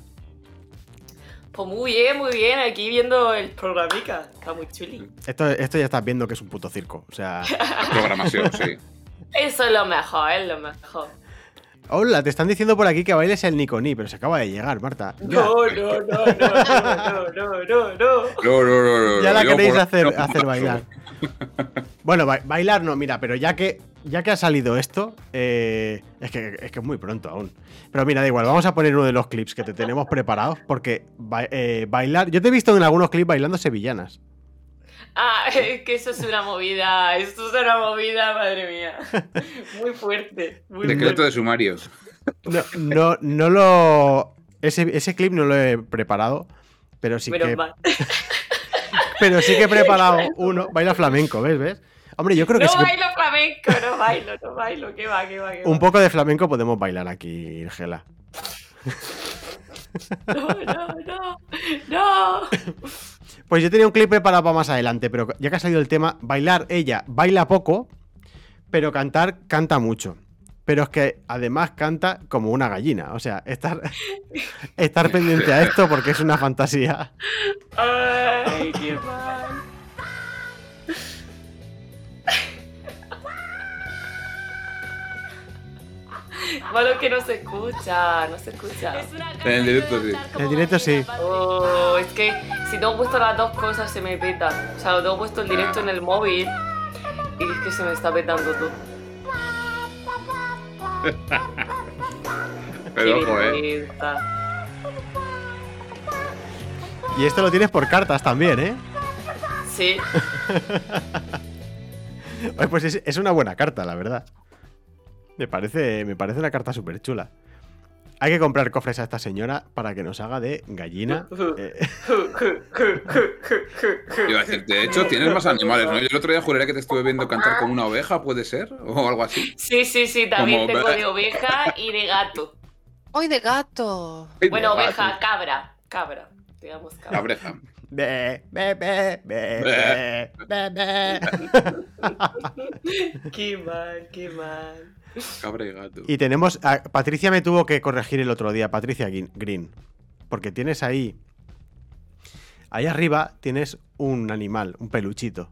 G: Pues muy bien, muy bien. Aquí viendo el programica. Está muy chuli.
C: Esto, esto ya estás viendo que es un puto circo. O sea.
B: La programación, sí.
G: Eso es lo mejor, es lo mejor.
C: Hola, te están diciendo por aquí que bailes el Niconí, pero se acaba de llegar, Marta. Ya,
G: No, no, no, no, no, no, no, no.
B: No, no, no, no,
C: ya la
B: yo
C: queréis
B: por-
C: hacer,
B: yo por-
C: hacer bailar. Bueno, ba- bailar no, mira, pero ya que, ya que ha salido esto, eh, es, que, es que es muy pronto aún. Pero mira, da igual, vamos a poner uno de los clips que te tenemos preparados, porque ba- eh, bailar. Yo te he visto en algunos clips bailando sevillanas.
G: Ah, es que eso es una movida, eso es una movida, madre mía. Muy fuerte, muy
B: Decreto
G: fuerte.
B: de sumarios.
C: No, no, no lo. Ese, ese clip no lo he preparado, pero sí
G: Menos
C: que
G: mal.
C: Pero sí que he preparado uno. Baila flamenco, ¿ves? ¿Ves? Hombre, yo creo que
G: No
C: sí que
G: bailo flamenco, no bailo, no bailo, que va, que va, que va.
C: un poco de flamenco podemos bailar aquí, Gela.
G: No, no, no, no.
C: Pues yo tenía un clip preparado para más adelante, pero ya que ha salido el tema, bailar ella baila poco, pero cantar canta mucho. Pero es que además canta como una gallina. O sea, estar, estar pendiente a esto porque es una fantasía.
G: Ay, qué mal. Malo que no se escucha, no se escucha.
B: En el directo, sí.
C: En el directo sí.
G: Oh, es que si tengo puesto las dos cosas se me peta. O sea, lo tengo puesto el directo en el móvil y es que se me está petando todo.
B: Pero
G: Qué
B: ojo, eh.
G: vergüenza.
C: Y esto lo tienes por cartas también, ¿eh?
G: Sí,
C: Oye, Pues es, es una buena carta, la verdad. Me parece, me parece una carta súper chula. Hay que comprar cofres a esta señora para que nos haga de gallina. eh,
B: Iba a decir, de hecho, tienes más animales, ¿no? Yo el otro día juraría que te estuve viendo cantar como una oveja, ¿puede ser? O algo así.
G: sí, sí, sí, también
B: Como
G: tengo
B: ve-
G: de oveja y de gato.
D: Hoy de gato.
G: Bueno,
B: Ay,
G: oveja, cabra, cabra, digamos cabra.
B: La oveja.
C: be, be, be, be, be, be, be.
G: Qué mal, qué mal.
B: Cabra y gato.
C: Y tenemos. a- Patricia me tuvo que corregir el otro día, Patricia Gui- Green. Porque tienes ahí. Ahí arriba tienes un animal, un peluchito.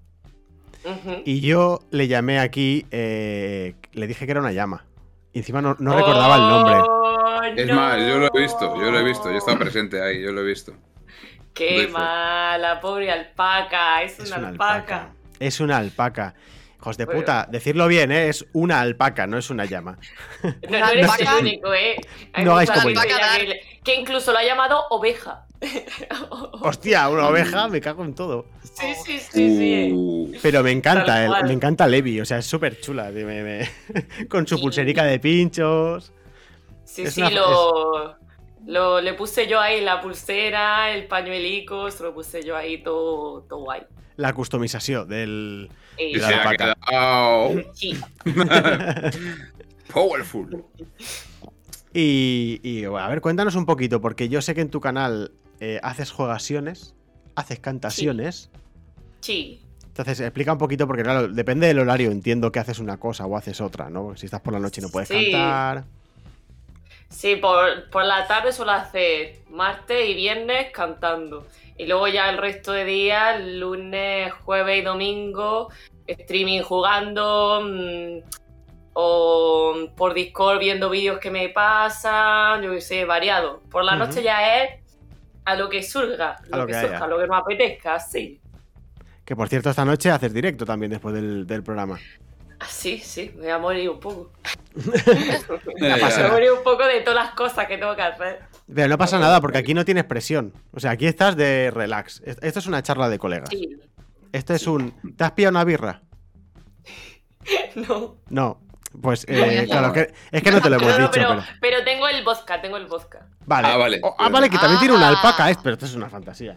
G: Ujú.
C: Y yo le
G: Oh,
C: llamé aquí. eh, le dije que era una llama. Y encima no, no recordaba el nombre.
G: ¡Ay,
B: Es
G: no.
B: más, yo lo he visto, yo lo he visto, yo estaba presente ahí, yo lo he visto. Doy
G: Qué
B: fe.
G: mala, pobre alpaca. Es, una, alpaca.
A: Es una alpaca. Hijos de
G: Bueno.
A: puta, decirlo bien, ¿eh? es una alpaca, no es una llama.
G: No, no eres
D: alpaca.
G: el único, ¿eh? Hay
A: No hagáis
G: mucha
A: como yo.
G: gente ya que, le- que incluso lo ha llamado oveja.
A: Hostia, una oveja, me cago en todo.
G: Sí, sí, sí, sí.
B: Uh,
A: Pero me encanta,
G: Tal
A: el-
G: cual.
A: me encanta Levi, o sea, es súper chula. tío, me- me- Con su pulserica de pinchos.
G: Sí,
A: Es
G: sí,
A: una-
G: lo, lo- Le puse yo ahí la pulsera, el pañuelico, se lo puse yo ahí todo, todo guay.
A: La customización del.
G: Eh,
B: y
A: La
B: se ha
A: alpaca.
B: quedado
G: sí.
B: powerful.
A: Y, y, bueno, a ver, cuéntanos un poquito, porque yo sé que en tu canal eh, haces juegaciones, haces cantaciones.
G: Sí.
A: Entonces, explica un poquito, porque claro, depende del horario, entiendo que haces una cosa o haces otra, ¿no? Si estás por la noche no puedes
G: Sí.
A: cantar.
G: Sí, por, por la tarde suelo hacer martes y viernes cantando. Y luego ya el resto de días, lunes, jueves y domingo, streaming jugando mm, o por Discord viendo vídeos que me pasan, yo qué sé, variado. Por la
A: Ujú.
G: noche ya es a lo que surga,
A: A
G: a
A: lo
G: lo que
A: que
G: surja,
A: haya.
G: a lo que me apetezca, sí.
A: Que por cierto, esta noche haces directo también después del, del programa.
G: Así, sí, me voy a morir un poco.
B: Ya
G: me voy
B: pasará.
G: a morir un poco de todas las cosas que tengo que hacer.
A: Pero no pasa nada, porque aquí no tienes presión. O sea, aquí estás de relax. Es- Esto es una charla de colegas.
G: Sí,
A: Esto es un. ¿Te has pillado una birra?
G: no.
A: No. Pues,
B: No,
A: eh,
B: no.
A: claro, que- es que no te lo hemos
G: No, no,
A: dicho,
G: pero,
A: pero.
G: pero tengo el vodka, tengo el vodka.
A: Vale.
B: Ah, vale.
A: O- ah, vale, que también tiene una
D: Ah.
A: alpaca, es, pero esto es una fantasía.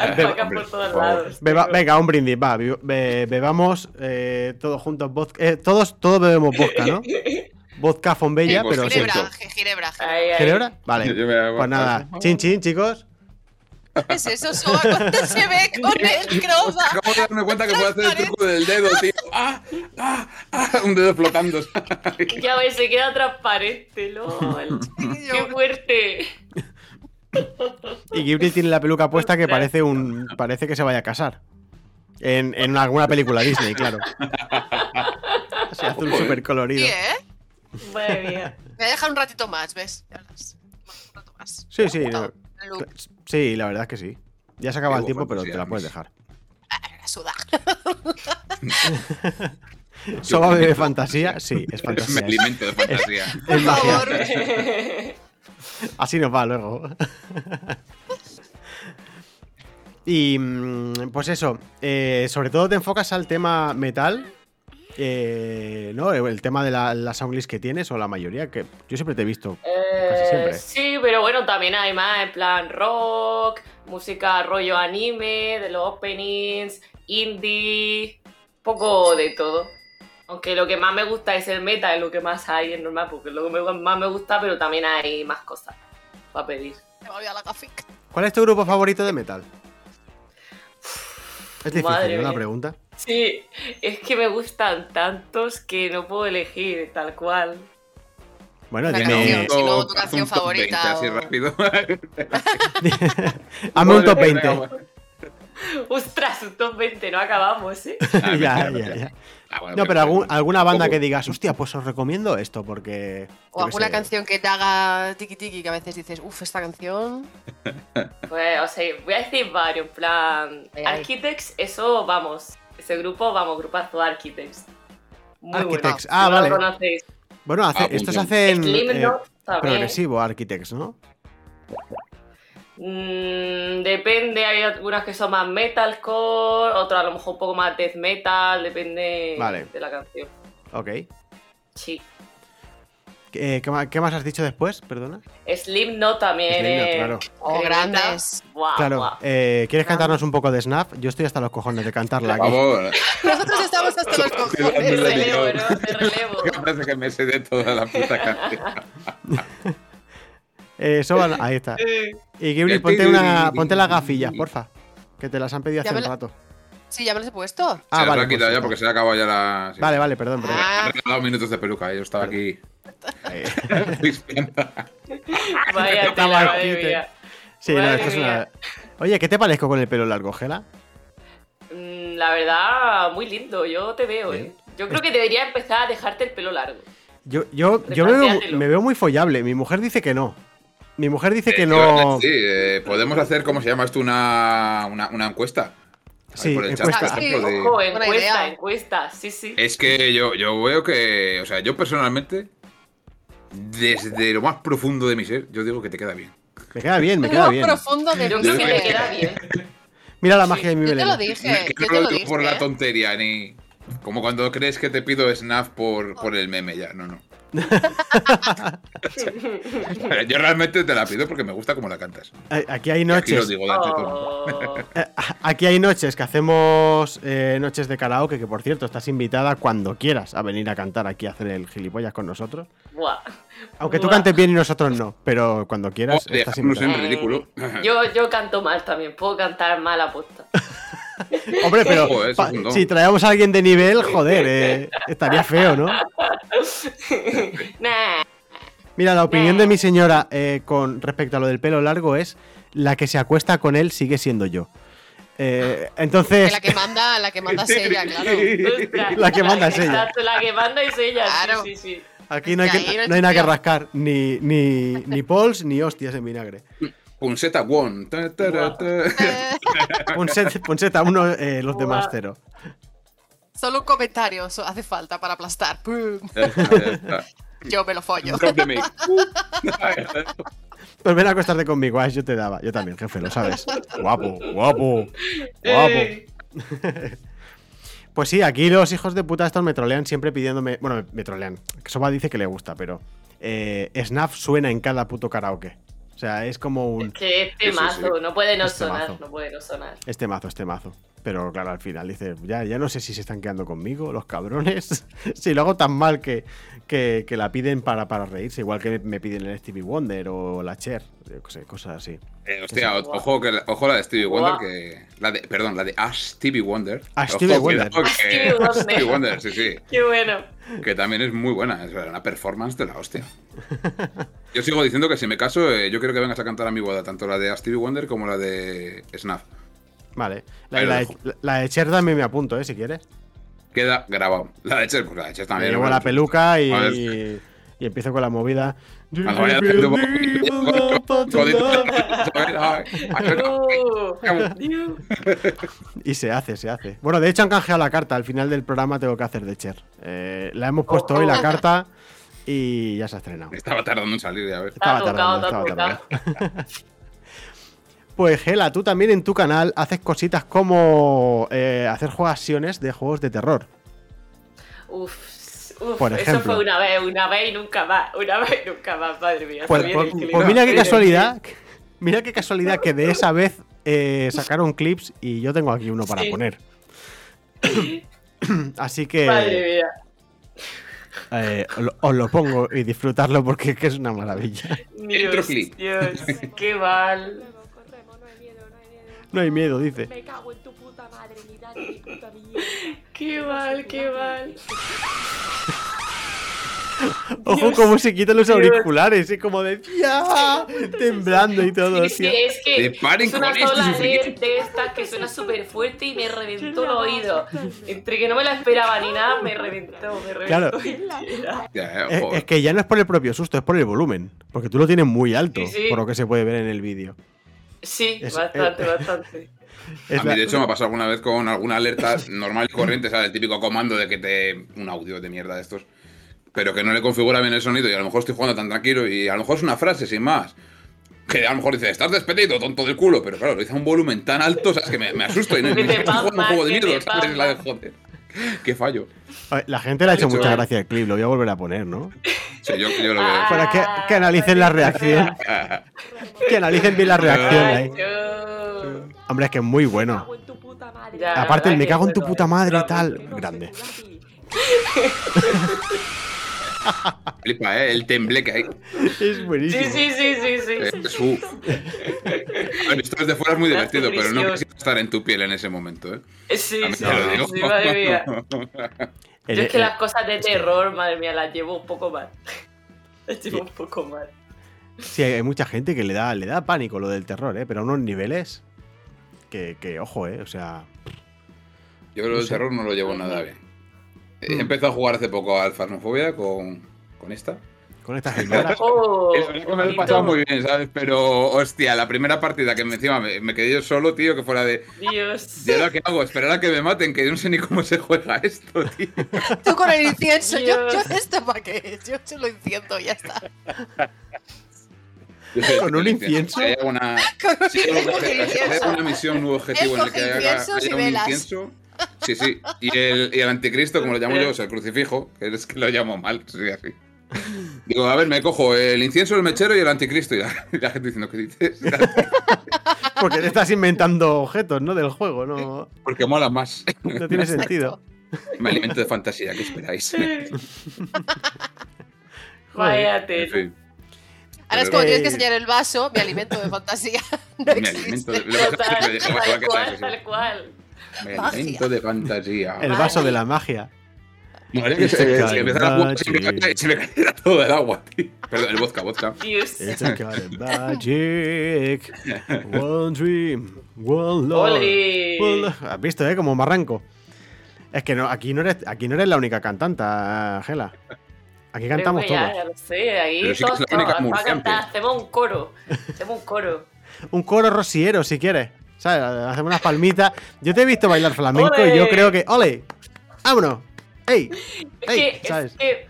G: Alpaca
B: Hombre,
G: por todos
B: por favor.
G: lados.
A: Beba-
G: tío.
A: venga, un brindis, va. bi- be- bebamos eh, todos juntos vodka. eh, todos, todos bebemos vodka, ¿no? Vodka Fonbella,
B: Sí,
A: pero
B: vodka.
A: sin
B: Ginebra.
A: alcohol.
B: siento.
D: Ginebra, ge- Ginebra, Ginebra.
G: Ay, ay.
A: ¿Ginebra? Vale.
B: Yo me hago-
A: Pues nada, chin chin, chicos.
D: ¿Qué es eso, Soa? ¿Cuánto se ve con el croma?
B: Acabo de darme cuenta que puedo hacer el truco del dedo, tío. ¡Ah! ¡Ah! ¡Ah! Un dedo flotando.
G: Ya ves, se queda transparente, LOL. ¡Qué fuerte!
A: Y Gibril tiene la peluca puesta que parece un. parece que se vaya a casar. En, en alguna película Disney, claro. Se hace un súper colorido.
D: Sí, ¿eh?
G: Madre mía.
D: Me voy a dejar un ratito más, ¿ves? Ya verás. Un rato más.
A: Sí, sí.
D: Ah,
A: no.
D: el look,
A: Sí, la verdad es que sí. Ya se acaba
B: Qué
A: el tiempo,
B: guapo,
A: pero
B: sí,
A: te la puedes
B: además.
A: dejar.
D: la suda.
A: ¿Soba bebe
B: alimento de
A: fantasía? Sí, es
B: Me
A: fantasía. es-
B: alimento de fantasía.
A: es
D: Por
A: magia.
D: favor.
A: Así nos va luego. y mm, pues eso, eh, sobre todo te enfocas al tema metal, eh, ¿no? El tema de la- las soundlists que tienes o la mayoría, que yo siempre te he visto. Casi siempre.
G: Eh, sí, pero bueno, también hay más en plan rock, música rollo anime, de los openings, indie, poco de todo. Aunque lo que más me gusta es el meta, es lo que más hay, es normal, porque es lo que me- más me gusta, pero también hay más cosas para pedir.
D: Me voy a la gafic.
A: ¿Cuál es tu grupo favorito de metal? Es difícil,
G: Madre
A: ¿no? La
G: mía.
A: pregunta.
G: Sí, es que me gustan tantos que no puedo elegir, tal cual.
A: Bueno,
D: Una
A: dime.
D: canción. si no, tu
B: Haz
D: canción
B: un top 20
D: favorita
B: Así
D: o-
B: rápido.
A: Hazme un top 20.
G: Ostras, un top 20, no acabamos, ¿eh?
B: Ah,
A: ya, ya, ya. No, pero algún- alguna banda que digas, hostia, pues os recomiendo esto porque.
D: O
A: yo qué
D: alguna
A: sé,
D: canción que te haga tiki tiki, que a veces dices, uff, esta canción.
G: Pues, o sea, voy a decir varios, en plan.
D: Ay, ay.
G: Architects, eso vamos. Ese grupo, vamos, grupazo Architects. Muy
A: Architects,
G: bueno.
A: ah,
G: Si no
A: vale.
G: Lo conocéis.
A: Bueno, hace-
B: Ah, muy
A: estos
B: bien.
A: hacen eh,
G: Slipknot también.
A: progresivo, Architects, ¿no?
G: Mm, depende, hay algunas que son más metalcore, otras a lo mejor un poco más death metal, depende
A: Vale.
G: de la canción.
A: Ok.
G: Sí.
A: Eh, ¿qué, ma- qué más has dicho después? Perdona.
G: Slipknot también.
A: Slipknot,
G: eh,
A: claro.
D: O
G: cremita.
D: grandes.
G: Guau,
A: claro.
G: guau.
A: eh, ¿Quieres cantarnos un poco de Snap? Yo estoy hasta los cojones de cantarla
B: Por
A: aquí.
B: favor.
D: Nosotros estamos hasta los
G: Te
B: Slipknot.
D: cojones. ¿eh?
G: relevo, ¿no? Te relevo.
B: Que parece que me sé de toda la puta
A: Ah,
B: canción.
A: Eh, Soban, ahí está.
G: Eh,
A: Y Gibril, ponte, una, ponte las gafillas, porfa. Que te las han pedido
D: Ya
A: hace
D: me
A: un
D: la-
A: rato.
D: Sí, ya me las he puesto.
B: se las ha
A: pues
B: quitado ya
A: está.
B: porque se le ha acabado ya la. sí.
A: Vale, vale, perdón, perdón.
D: Ah.
B: Me ha regalado minutos de peluca. Yo estaba aquí.
A: Eh,
B: chispeando.
G: Vaya
A: Estaba
G: tela,
A: aquí,
G: madre
A: te-
G: mía.
A: Sí, no,
G: Madre
A: esto es una.
G: mía.
A: Oye, ¿qué te parezco con el pelo largo, Gela?
G: Mm, La verdad, muy lindo, yo te veo,
A: Bien.
G: ¿eh? Yo creo que debería empezar a dejarte el pelo largo.
A: Yo, yo, yo me, veo,
G: Replantéatelo.
A: me veo muy follable. Mi mujer dice que no. Mi mujer dice que
B: Eh, tío,
A: no.
B: Sí, eh, podemos hacer, ¿cómo se llama esto? Una, una, una encuesta. Ahí
A: Sí,
B: por el chat,
A: encuesta.
B: por
D: Ah, sí,
B: ejemplo, de-
G: Ojo,
D: Buena
G: encuesta,
D: idea.
G: encuesta, sí, sí.
A: Eh,
B: Es que yo, yo veo que, o sea, yo personalmente, desde lo más profundo de mi ser, yo digo que te queda bien.
A: Me queda bien, me
D: Es
A: queda
D: lo
A: bien.
D: profundo de
G: Yo
D: mí.
G: creo
B: sí.
G: que me queda bien.
A: Mira la magia de mi
D: Yo te lo
A: Belén.
B: No,
D: dije,
B: que
D: yo
B: no
D: te
B: lo
D: lo
B: digo
D: dije.
B: por la
D: ¿eh?
B: tontería, ni. Como cuando crees que te pido snap por, por el meme, ya, no, no. yo realmente te la pido porque me gusta como la cantas.
A: Eh, Aquí hay
B: Aquí lo
A: noches.
B: digo delante de todo.
G: Oh.
A: eh, Aquí hay noches que hacemos eh, noches de karaoke, que por cierto, estás invitada cuando quieras a venir a cantar aquí a hacer el gilipollas con nosotros.
G: Buah.
A: Aunque tú
G: Buah.
A: cantes bien y nosotros no, pero cuando quieras
B: Joder,
A: estás
B: no sé,
A: invitada.
B: en ridículo.
G: Yo, yo canto mal también, puedo cantar mal aposta.
A: Hombre, pero
B: Joder, eso es
A: pa-
B: un don.
A: si traemos a alguien de nivel, joder, eh, estaría feo, ¿no?
G: Nah,
A: Mira, la opinión de mi señora eh, con respecto a lo del pelo largo es la que se acuesta con él sigue siendo yo. Eh,
D: Que
A: entonces,
D: la que manda, la que manda es ella, claro.
G: ostras,
A: La que manda es ella.
G: Exacto, la que manda es ella. sí,
D: Claro.
G: Sí, sí,
A: aquí no hay,
D: Ahí
A: que-
D: no
A: no hay nada que
D: existió.
A: rascar, ni, ni, ni pols ni hostias en vinagre.
B: Punseta One. ta, ta, ra, ta.
D: Eh,
A: Ponset- Ponseta uno, eh, los demás
G: Buah.
A: cero.
D: solo un comentario so- hace falta para aplastar. Pum,
B: Ya está, ya está.
D: Yo me lo follo.
B: Drop the mic.
A: Pues ven a acostarte conmigo, ah, yo te daba. Yo también, jefe, lo sabes. Guapo, guapo, guapo.
G: Eh,
A: Pues sí, aquí los hijos de puta estos me trolean siempre pidiéndome. Bueno, me, me trolean. Soba dice que le gusta, pero. Eh, Snap suena en cada puto karaoke. O sea, es como un.
G: que este
B: Sí, sí,
G: mazo, no puede no
A: Este
G: sonar,
A: mazo.
G: no puede no sonar.
A: Este mazo, este mazo. Pero claro, al final dices, ya, ya no sé si se están quedando conmigo, los cabrones. si lo hago tan mal que, que, que la piden para, para reírse, igual que me piden el Stevie Wonder o la Cher, yo qué sé, cosas así.
B: Eh, hostia, o- ojo, que la, ojo la de Stevie Wonder, que. La de, perdón, la de Ash Stevie Wonder.
A: Ah,
B: Ojo,
A: Stevie Wonder.
B: cuidado,
G: Ah, Stevie
B: que-
G: Wonder.
B: Stevie Wonder, sí, sí.
G: Qué bueno.
B: Que también es muy buena, es una performance de la hostia. Yo sigo diciendo que si me caso, eh, yo quiero que vengas a cantar a mi boda, tanto la de A Stevie Wonder como la de Snap.
A: Vale. La,
B: Ahí lo
A: la-
B: dejo.
A: la- la de Cher también me apunto, ¿eh? Si quieres.
B: Queda grabado. La de Cher, pues la de Cher
A: Me
B: también.
A: llevo
B: bueno,
A: la peluca y,
B: A ver.
A: y empiezo con la movida.
B: Cuando vaya haciendo-
G: Uh,
A: eh,
G: Dios.
A: Y se hace, se hace. Bueno, de hecho han canjeado la carta. Al final del programa tengo que hacer de Cher. Eh, la hemos puesto hoy la carta y ya se ha estrenado.
B: Estaba tardando en salir, ya ves.
A: Estaba
G: tocado,
A: tardando,
G: está
A: estaba tardando. Pues Gela, tú también en tu canal haces cositas como eh, hacer jugaciones de juegos de terror.
G: Uf, uf,
A: Por
G: eso
A: ejemplo.
G: fue una vez, una vez y nunca más, una vez y nunca más, madre mía.
A: Pues,
G: se viene
A: pues-
G: el clima.
A: pues mira qué casualidad. Mira qué casualidad que de esa vez eh, sacaron clips y yo tengo aquí uno para
G: Sí.
A: poner. Así que...
G: Madre mía.
A: Eh, os lo- os lo pongo y disfrutarlo porque es que es una maravilla.
G: Dios,
B: Otro clip.
G: Dios, qué mal.
A: No hay miedo, dice.
H: Me cago en tu puta madre, mi date mi puta mierda.
G: Qué mal, qué mal.
A: Ojo
G: Dios,
A: cómo se quitan los
G: Dios.
A: auriculares, es como de ¡Ya! temblando y todo,
G: Sí, sí,
A: hostia.
G: es que
B: Que paren
G: es una
B: con este
G: sola de,
B: sufrimiento.
G: de estas que suena súper fuerte y me reventó el oído. Entre que no me la esperaba ni nada, me reventó, me
A: Claro.
G: reventó. entera.
B: Ya, eh,
A: Es,
B: ojo.
A: es que ya no es por el propio susto, es por el volumen. Porque tú lo tienes muy alto,
G: Sí, sí.
A: por lo que se puede ver en el vídeo.
G: Sí,
A: Es-
G: bastante,
A: eh,
G: bastante.
A: Es
B: a mí,
A: la-
B: de hecho, me ha pasado alguna vez con alguna alerta normal y corriente, ¿sabes? El típico comando de que te. Un audio de mierda de estos. Pero que no le configura bien el sonido y a lo mejor estoy jugando tan tranquilo y a lo mejor es una frase sin más. Que a lo mejor dice, estás despedido, tonto del culo. Pero claro, lo dice a un volumen tan alto, ¿sabes? Que me, me asusto y no
G: Que te
B: ni siquiera estoy jugando un
G: pamba,
B: juego de
G: que te
B: miedo, ¿sabes? La de
G: pamba.
B: joder. Qué fallo.
A: A ver, la gente le ha hecho
B: De hecho-
A: mucha gracia el clip, lo voy a volver a poner, ¿no?
B: Sí, yo, yo lo
G: Ah.
B: veo.
A: Para que, que analicen la reacción. Que analicen bien la reacción
G: Ay,
A: ahí.
G: yo-
A: Hombre, es que es muy bueno.
H: Cago en tu puta madre.
G: Ya, la
A: Aparte, el
G: verdad
A: me
G: que
A: cago en
G: es
A: tu
G: bueno,
A: puta
G: es
A: madre y
G: bravo.
A: tal. Grande.
B: Flipa, ¿eh? El temble que hay.
A: Es buenísimo.
G: Sí, sí, sí, sí, sí.
B: Eh, Es su. Visto desde fuera es muy
G: Gracias,
B: divertido, pero no
G: Cristian.
B: quisiera estar en tu piel en ese momento, ¿eh?
G: Sí,
B: También
G: sí,
B: te lo
G: sí,
B: digo.
G: sí, madre mía.
A: El- e-
G: Yo es que
A: el-
G: las cosas de terror, madre mía, las llevo un poco mal. Las llevo un poco mal.
A: Sí, hay hay mucha gente que le da, le da pánico lo del terror, ¿eh? Pero a unos niveles que, que, ojo, ¿eh? O sea,
B: Yo creo que el terror no lo llevo nada bien. He empezado a jugar hace poco al Phasmophobia con, con esta.
A: Con estas señoras.
G: Oh,
B: Eso es que me lo he
G: bonito.
B: pasado muy bien, ¿sabes? Pero, hostia, la primera partida que me, encima me, me quedé yo solo, tío, que fuera de.
G: Dios.
B: ¿Y ahora qué hago? Esperar a que me maten, que yo no sé ni cómo se juega esto, tío.
D: Tú con el incienso, yo, yo
G: Dios.
D: esto para qué es, yo solo incienso y ya está.
B: Yo sé,
A: ¿Con un
B: si
A: incienso?
B: hay alguna-
D: Con
B: Sí, tengo que
D: con
B: hacer- hacer
D: incienso.
B: una misión, un nuevo objetivo en el que
D: coge
B: haya,
D: inciensos y
B: haya un
D: velas.
B: incienso. Sí, sí. Y el, y el anticristo, como lo llamo yo, o sea, el crucifijo, que es que lo llamo mal, soy así. Digo, a ver, me cojo el incienso, el mechero y el anticristo. Y la, y la gente diciendo, ¿qué dices?
A: Porque te estás inventando objetos, ¿no? Del juego, no,
B: Porque mola más.
A: no tiene sentido.
B: Me alimento de fantasía, ¿qué esperáis?
G: Vaya
B: En
G: tela.
B: fin,
D: Ahora es
B: Pero-
D: como tienes que
A: Eh.
D: enseñar el vaso, mi alimento de fantasía. No
B: me alimento de,
D: existe.
B: lo que pasa es que me- me
G: Total,
B: va a
G: tal
B: quedar
G: cual,
B: así.
G: tal cual.
B: Me
D: Magia.
B: alimento de fantasía.
A: El
D: Ah.
A: vaso de la magia.
B: No, era que
A: Este
B: se, se empezara a jugar, se me,
A: caimán,
B: caía, se me caía todo el agua, tío. Perdón, el vodka, vodka.
G: Dios.
A: It's a kind of magic. One dream, one love.
G: Oli.
A: One love. Has visto, ¿eh? Como marranco. Es que no, aquí, no eres, aquí no eres la única cantanta, Gela. Aquí cantamos
G: Creo que
A: todos.
G: Ya, ya lo sé, ahí
B: Pero sí que es la
G: todos,
B: única
G: todos, va a
B: murciante.
G: cantar, hacemos un coro. Hacemos un coro.
A: Un coro rociero, si quieres. ¿Sabes? Hacemos unas palmitas. Yo te he visto bailar flamenco y yo
G: Ole.
A: creo que. ¡Ole! ¡Vámonos! ¡Ey!
G: Es
A: ¡Ey!
G: que,
A: ¿Sabes?
G: es que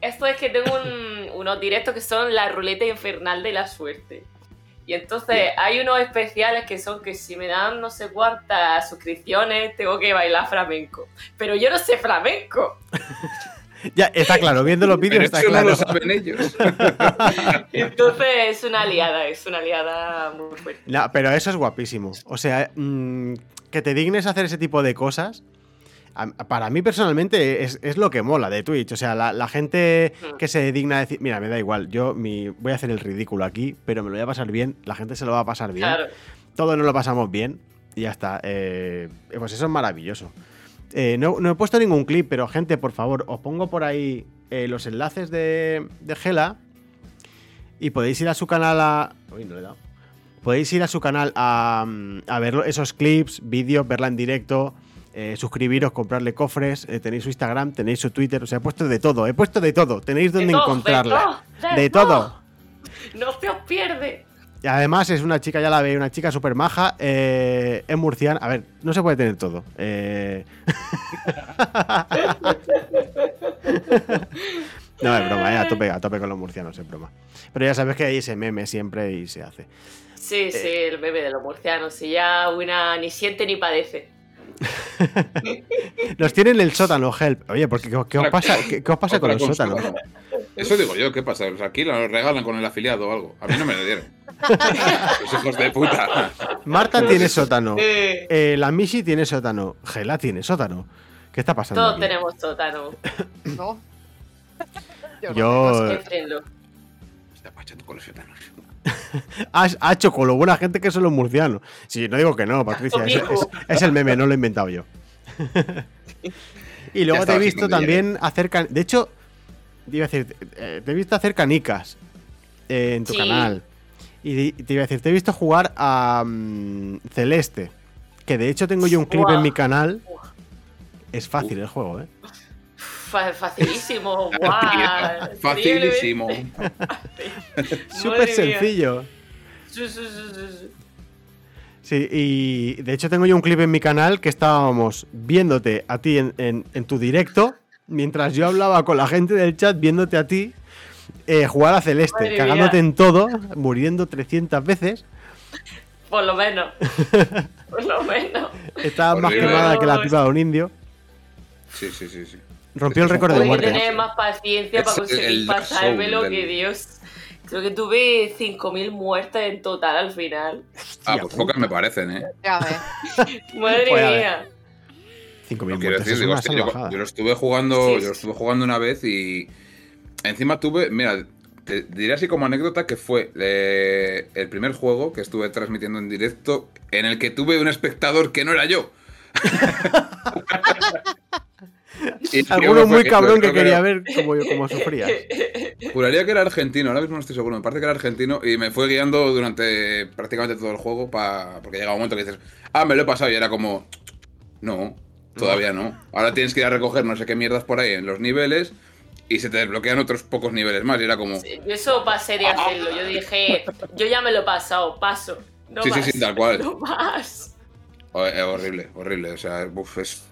G: esto es que tengo un- unos directos que son la ruleta infernal de la suerte. Y entonces hay unos especiales que son que si me dan no sé cuántas suscripciones tengo que bailar flamenco. Pero yo no sé flamenco.
A: Ya, está claro, viendo los vídeos
B: Pero
A: está
B: eso no
A: claro.
B: lo saben ellos.
G: Entonces es una aliada, es una aliada muy fuerte.
A: No, pero eso es guapísimo. O sea, mm, que te dignes a hacer ese tipo de cosas, a- para mí personalmente es, es lo que mola de Twitch. O sea, la, la gente que se digna a decir, mira, me da igual, yo mi, voy a hacer el ridículo aquí, pero me lo voy a pasar bien, la gente se lo va a pasar bien,
G: Claro.
A: todos nos lo pasamos bien y ya está. Eh, pues eso es maravilloso. Eh, no, no he puesto ningún clip, pero gente, por favor, os pongo por ahí eh, los enlaces de, de Gela y podéis ir a su canal a... Uy, no le he dado. Podéis ir a su canal a, mm, a ver esos clips, vídeos, verla en directo, eh, suscribiros, comprarle cofres, eh, tenéis su Instagram, tenéis su Twitter, o sea, he puesto de todo, he puesto de todo, tenéis
G: De
A: dónde
G: todo,
A: encontrarla.
G: de todo,
A: De
G: de
A: todo.
G: No se os pierde.
A: Y además es una chica, ya la veis, una chica súper maja, eh, es murciana, a ver, no se puede tener todo. eh. No, es broma, eh, a, tope, a tope con los murcianos, es broma. Pero ya sabes que hay ese meme siempre y se hace.
G: Sí, sí, el bebé de los murcianos. Si ya una ni siente ni padece.
A: Nos tienen el sótano, help. Oye, porque ¿qué, qué os pasa, qué, qué os pasa con
B: Otra
A: el
B: consulta.
A: sótano?
B: Eso digo yo, ¿qué pasa? O sea, aquí lo regalan con el afiliado o algo. A mí no me lo dieron. Los hijos de puta.
A: Marta tiene sótano.
G: Eh,
A: eh, la Mishi tiene sótano. Gela tiene sótano. ¿Qué está pasando?
G: todos
A: aquí?
G: tenemos sótano.
A: Eh.
D: No. Yo no
A: Yo.
G: Entrenlo.
B: Está pachando con los sótanos.
A: Ha, ha hecho con ah, lo buena gente que son los murcianos. Sí, no digo que no, Patricia. Es, es- es el meme, no lo he inventado yo. y luego te
B: Ya ¿eh?
A: he
B: estaba
A: visto
B: haciendo
A: también hacer. can- De hecho, te iba a decir, eh, te he visto hacer canicas eh, en tu
G: Sí.
A: canal. Y di- te iba a decir, te he visto jugar a mm, Celeste. Que de hecho tengo yo un clip en
G: Buah.
A: mi canal.
G: Buah.
A: Es fácil el juego, ¿eh?
G: Fa- facilísimo, guau.
B: Facilísimo.
A: Súper sencillo. Sí, y de hecho tengo yo un clip en mi canal que estábamos viéndote a ti en, en- en tu directo, mientras yo hablaba con la gente del chat, viéndote a ti eh, jugar a Celeste,
G: Madre
A: cagándote
G: mía.
A: en todo, muriendo 300 veces.
G: Por lo menos. Por lo menos.
A: Estaba más
B: Horrible.
A: quemada que la pipa de un indio.
B: Sí, sí, sí, sí.
A: Rompió el récord de
G: Voy a
A: muerte.
G: tener más paciencia para
B: Es el- el
G: conseguir
B: Dark
G: pasármelo
B: Soul del-
G: que Dios. Creo que tuve 5.000 muertes en total al final.
B: Ah, pues pocas me parecen, ¿eh?
D: Ya ves.
G: Madre
A: Pues a ver.
G: mía.
A: 5.000
B: Lo quiero
A: muertes,
B: decir,
A: es
B: digo,
A: una
B: hostia, yo,
A: salvajada.
B: yo lo estuve jugando,
G: Sí,
B: yo lo
G: sí.
B: estuve jugando una vez y encima tuve, mira, te diré así como anécdota que fue eh, el primer juego que estuve transmitiendo en directo en el que tuve un espectador que no era yo. Y el primero
A: Alguno
B: fue
A: muy cabrón
B: yo
A: que
B: creo
A: quería
B: era-
A: ver cómo, cómo
G: eh,
A: sufrías.
B: Juraría que era argentino, ahora mismo no estoy seguro, me parece que era argentino y me fue guiando durante prácticamente todo el juego pa- porque llega un momento que dices, ah, me lo he pasado y era como, no, todavía no. Ahora tienes que ir a recoger no sé qué mierdas por ahí en los niveles y se te desbloquean otros pocos niveles más. Y era como. Sí,
G: Yo eso pasé de hacerlo. Yo dije, yo ya me lo he pasado, paso. No
B: sí, sí,
G: más.
B: tal cual.
G: No más.
B: O- eh, Horrible, horrible. O sea, uf, es.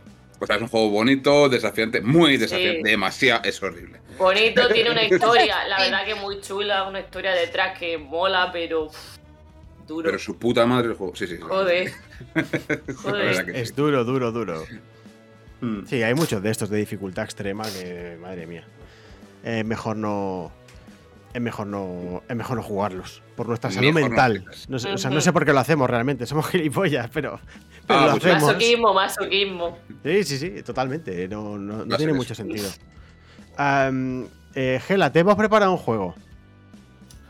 B: O sea, es un juego bonito, desafiante, muy desafiante, demasiado, es horrible.
G: Bonito, tiene una historia, la verdad que muy chula, una historia detrás que mola, pero uf, duro.
B: Pero su puta madre el juego. Sí, sí. sí.
G: Joder.
B: La verdad
G: Joder.
B: que sí.
A: Es duro, duro, duro.
B: Mm.
A: Sí, hay muchos de estos de dificultad extrema que, madre mía. Es mejor no. Es mejor no. Es mejor no jugarlos. Por nuestra salud
B: Mejor no
A: mental.
B: jugarlos.
A: No sé- o sea, no sé por qué lo hacemos realmente. Somos gilipollas, pero. pero
B: Ah,
A: lo
B: mucho.
A: hacemos.
G: Masoquismo, masoquismo.
A: Sí, sí, sí, totalmente. No, no- no
B: Va a
A: tiene
B: ser
A: mucho
B: eso.
A: sentido. Am, eh, Gela, te hemos preparado un juego.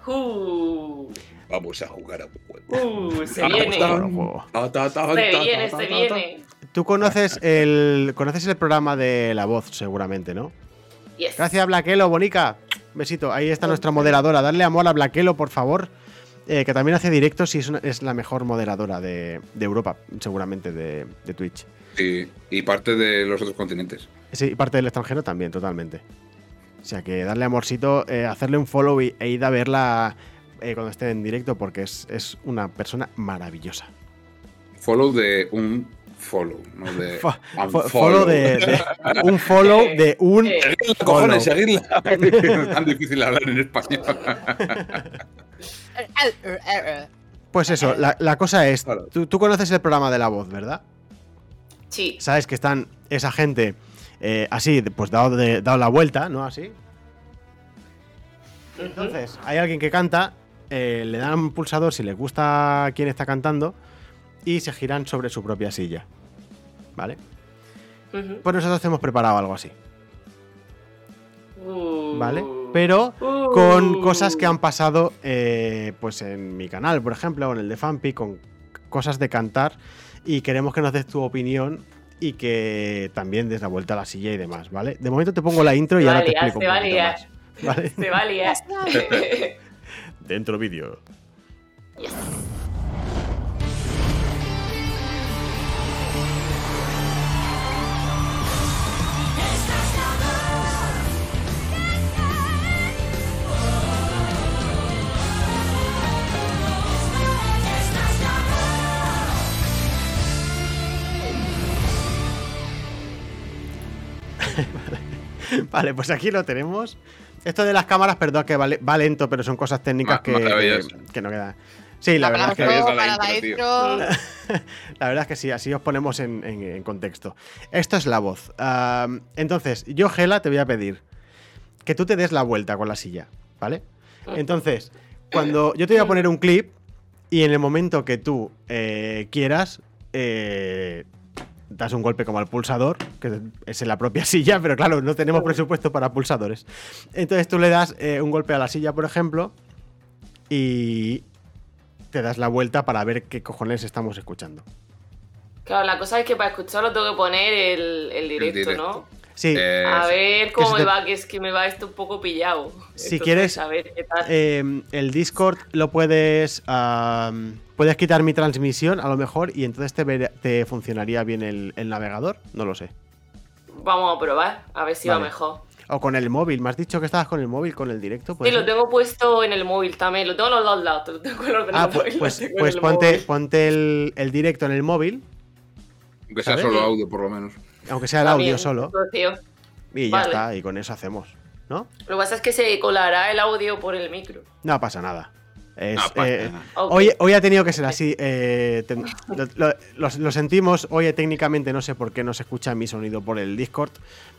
G: Uh,
B: Vamos a jugar a un juego.
G: uh, se
B: Ah,
G: viene.
B: está.
A: Un juego.
B: Ta, ta, ta, ta,
G: Se
B: ta,
G: viene,
B: ta,
G: se
B: ta,
G: viene.
A: Tú conoces el, conoces el programa de La Voz, seguramente, ¿no?
G: Yes.
A: Gracias, Blaquelo, bonica. Besito. Ahí está nuestra moderadora. Darle amor a Blaquelo, por favor. eh, que también hace directos y es, una- es la mejor moderadora de, de Europa, seguramente, de, de Twitch.
B: ta. Sí, y parte de los otros continentes.
A: Sí, y parte del extranjero también, totalmente. O sea que darle amorcito, eh, hacerle un follow y, e ir a verla eh, cuando esté en directo porque es, es una persona maravillosa.
B: Follow de un follow, no de
A: Fo-
B: un
A: fo- follow de, de- un follow de un
G: Eh,
B: Seguidla, cojones, seguidla. Es tan difícil hablar en español.
A: Pues eso, la, la cosa es,
B: Claro.
A: tú, tú conoces el programa de la voz, ¿verdad?
G: Sí,
A: Sabes que están esa gente eh, así, de- pues dado, de- dado la vuelta, ¿no? Así. Entonces, hay alguien que canta, eh, le dan un pulsador si les gusta quién está cantando y se giran sobre su propia silla. ¿Vale?
G: Ujú.
A: Pues nosotros hemos preparado algo así,
G: Uh,
A: ¿vale? Pero
G: uh.
A: con cosas que han pasado eh, pues en mi canal, por ejemplo, o en el de Fampi, con cosas de cantar y queremos que nos des tu opinión y que también des la vuelta a la silla y demás, ¿vale? De momento te pongo la intro y
G: Te va
A: ahora
G: a
A: te
G: liar,
A: explico
G: te va
A: un
G: a
A: poquito
G: liar.
A: más, ¿vale?
G: Se va a liar.
A: Dentro vídeo. Vale, pues aquí lo tenemos. Esto de las cámaras, perdón que vale- va, lento, pero son cosas técnicas
B: Ma-
A: que,
B: maravilloso.
A: que, que no quedan. Sí, la verdad, es
D: Aplauso
A: que,
B: abierta la
D: para la
B: intro,
D: intro.
A: la verdad es que sí, así os ponemos en, en- en contexto. Esto es la voz. Ah, entonces, yo, Gela, te voy a pedir que tú te des la vuelta con la silla, ¿vale? Entonces, cuando yo te voy a poner un clip y en el momento que tú eh, quieras, eh, das un golpe como al pulsador, que es en la propia silla, pero claro, no tenemos presupuesto para pulsadores. Entonces tú le das eh, un golpe a la silla, por ejemplo, y te das la vuelta para ver qué cojones estamos escuchando.
G: Claro, la cosa es que para escucharlo tengo que poner el, el directo,
B: directo.
G: ¿no?
A: Sí,
B: Eh,
G: A ver
A: que
G: cómo
A: se
G: me
A: te-
G: va, que es que me va esto un poco pillado.
A: Si
G: Entonces,
A: quieres,
G: A ver qué tal.
A: eh, el Discord lo puedes. am, puedes quitar mi transmisión, a lo mejor, y entonces te, ver- te funcionaría bien el, el navegador. No lo sé.
G: Vamos a probar, a ver si
A: vale.
G: va mejor.
A: O con el móvil. Me has dicho que estabas con el móvil, con el directo.
G: Sí,
A: ¿puede
G: lo
A: ser?
G: tengo puesto en el móvil también. Lo tengo en los dos lados. Lo tengo en el
A: Ah,
G: ordenador
A: pues,
G: y lo
A: pues,
G: tengo en
A: pues
G: el
A: ponte,
G: móvil.
A: ponte el, el directo en el móvil,
B: Que sea
A: ¿sabes?
B: solo audio, por lo menos.
A: aunque sea el
G: También, Pues,
A: audio solo,
G: socio.
A: y ya
G: vale.
A: está, y con eso hacemos, ¿no?
G: Lo que pasa es que se colará el audio por el micro.
A: No pasa nada. Es,
B: No pasa
A: eh,
B: nada.
G: Ok.
A: Hoy, hoy ha tenido que ser así. eh, ten- lo, lo- los- lo sentimos. Hoy eh, técnicamente no sé por qué no se escucha mi sonido por el Discord.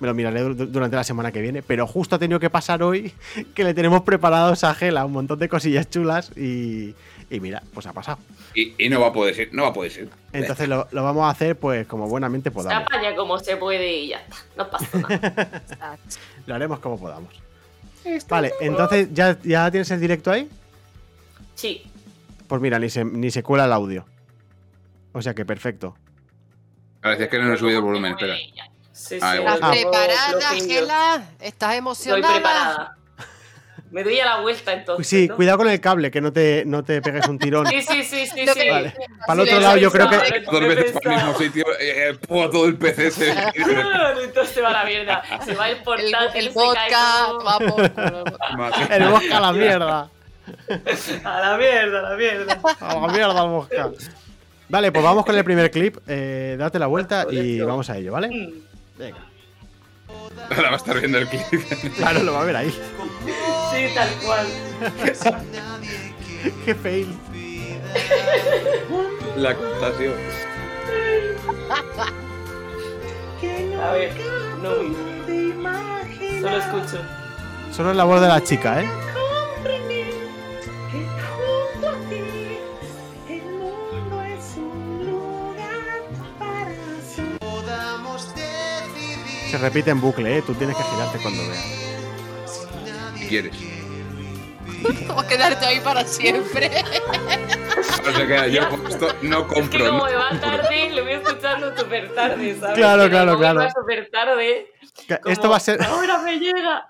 A: Me lo miraré du- durante la semana que viene. Pero justo ha tenido que pasar hoy que le tenemos preparados a Gela un montón de cosillas chulas y, y mira, pues ha pasado.
B: Y, y no va a poder ser, no va a poder ser.
A: Entonces lo, lo vamos a hacer pues como buenamente
G: Se
A: podamos.
G: apaña como se puede y ya está. No pasa nada.
A: Lo haremos como podamos. Vale, entonces ¿ya, ya tienes el directo ahí.
G: sí.
A: Pues mira, ni se, ni se cuela el audio. O sea que perfecto.
B: Ahora, si es que no le he subido el volumen, espera.
G: Sí, sí,
B: Ah,
G: lo
B: igual.
D: ¿Estás
G: tengo
D: preparada,
G: flojillo.
D: Gela? ¿Estás
G: Estoy
D: emocionada?
G: preparada. Me doy a la vuelta entonces.
A: Pues Sí,
G: ¿no?
A: cuidado con el cable, que no te, no te pegues un tirón.
G: Sí, sí, sí, sí.
D: Lo
G: sí.
D: que-
A: Vale. Para el otro lado, yo creo que.
B: Dos veces para el mismo sitio, eh, eh, pua, todo el PC se.
G: Entonces se va a la mierda. Se va el
D: El,
G: portátil,
D: el
G: se
D: vodka,
G: cae todo.
D: va por culo.
B: Madre.
A: El bosque a la mierda.
G: A la mierda, a la mierda.
A: A la mierda, el bosque. Vale, pues vamos con el primer clip. eh, date la vuelta y vamos a ello, ¿vale?
G: Mm.
A: Venga.
B: Ahora va a estar viendo el clip.
A: Claro, lo va a ver ahí.
G: Sí, tal cual.
A: Qué fail.
B: La contación.
G: A ver, no Solo escucho.
A: Solo es la voz de la chica, ¿eh? Se repite en bucle, ¿eh? Tú tienes que girarte cuando veas.
B: Si quieres.
D: Como quedarte ahí para siempre.
B: O sea que yo con esto no
G: Es que
B: compro.
G: como
B: no
G: me va
B: compro.
G: tarde, lo voy escuchando súper tarde, ¿sabes?
A: Claro,
G: Que
A: claro,
G: como
A: claro.
G: Me va súper tarde.
A: Que
G: como,
A: Esto va a ser,
G: Ahora me llega.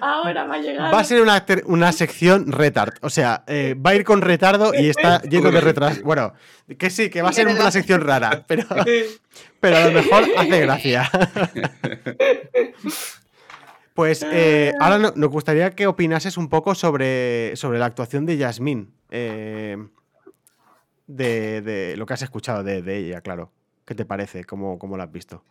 G: Ahora me ha llegado.
A: va a ser una, ter- una sección retard. O sea, eh, va a ir con retardo y está lleno de retraso. Bueno, que sí, que va a ser una sección rara, pero, pero a lo mejor hace gracia. Pues eh, ahora no- nos gustaría que opinases un poco sobre, sobre la actuación de Yasmín. eh, de, de lo que has escuchado de, de ella, claro. ¿Qué te parece? ¿Cómo, cómo la has visto?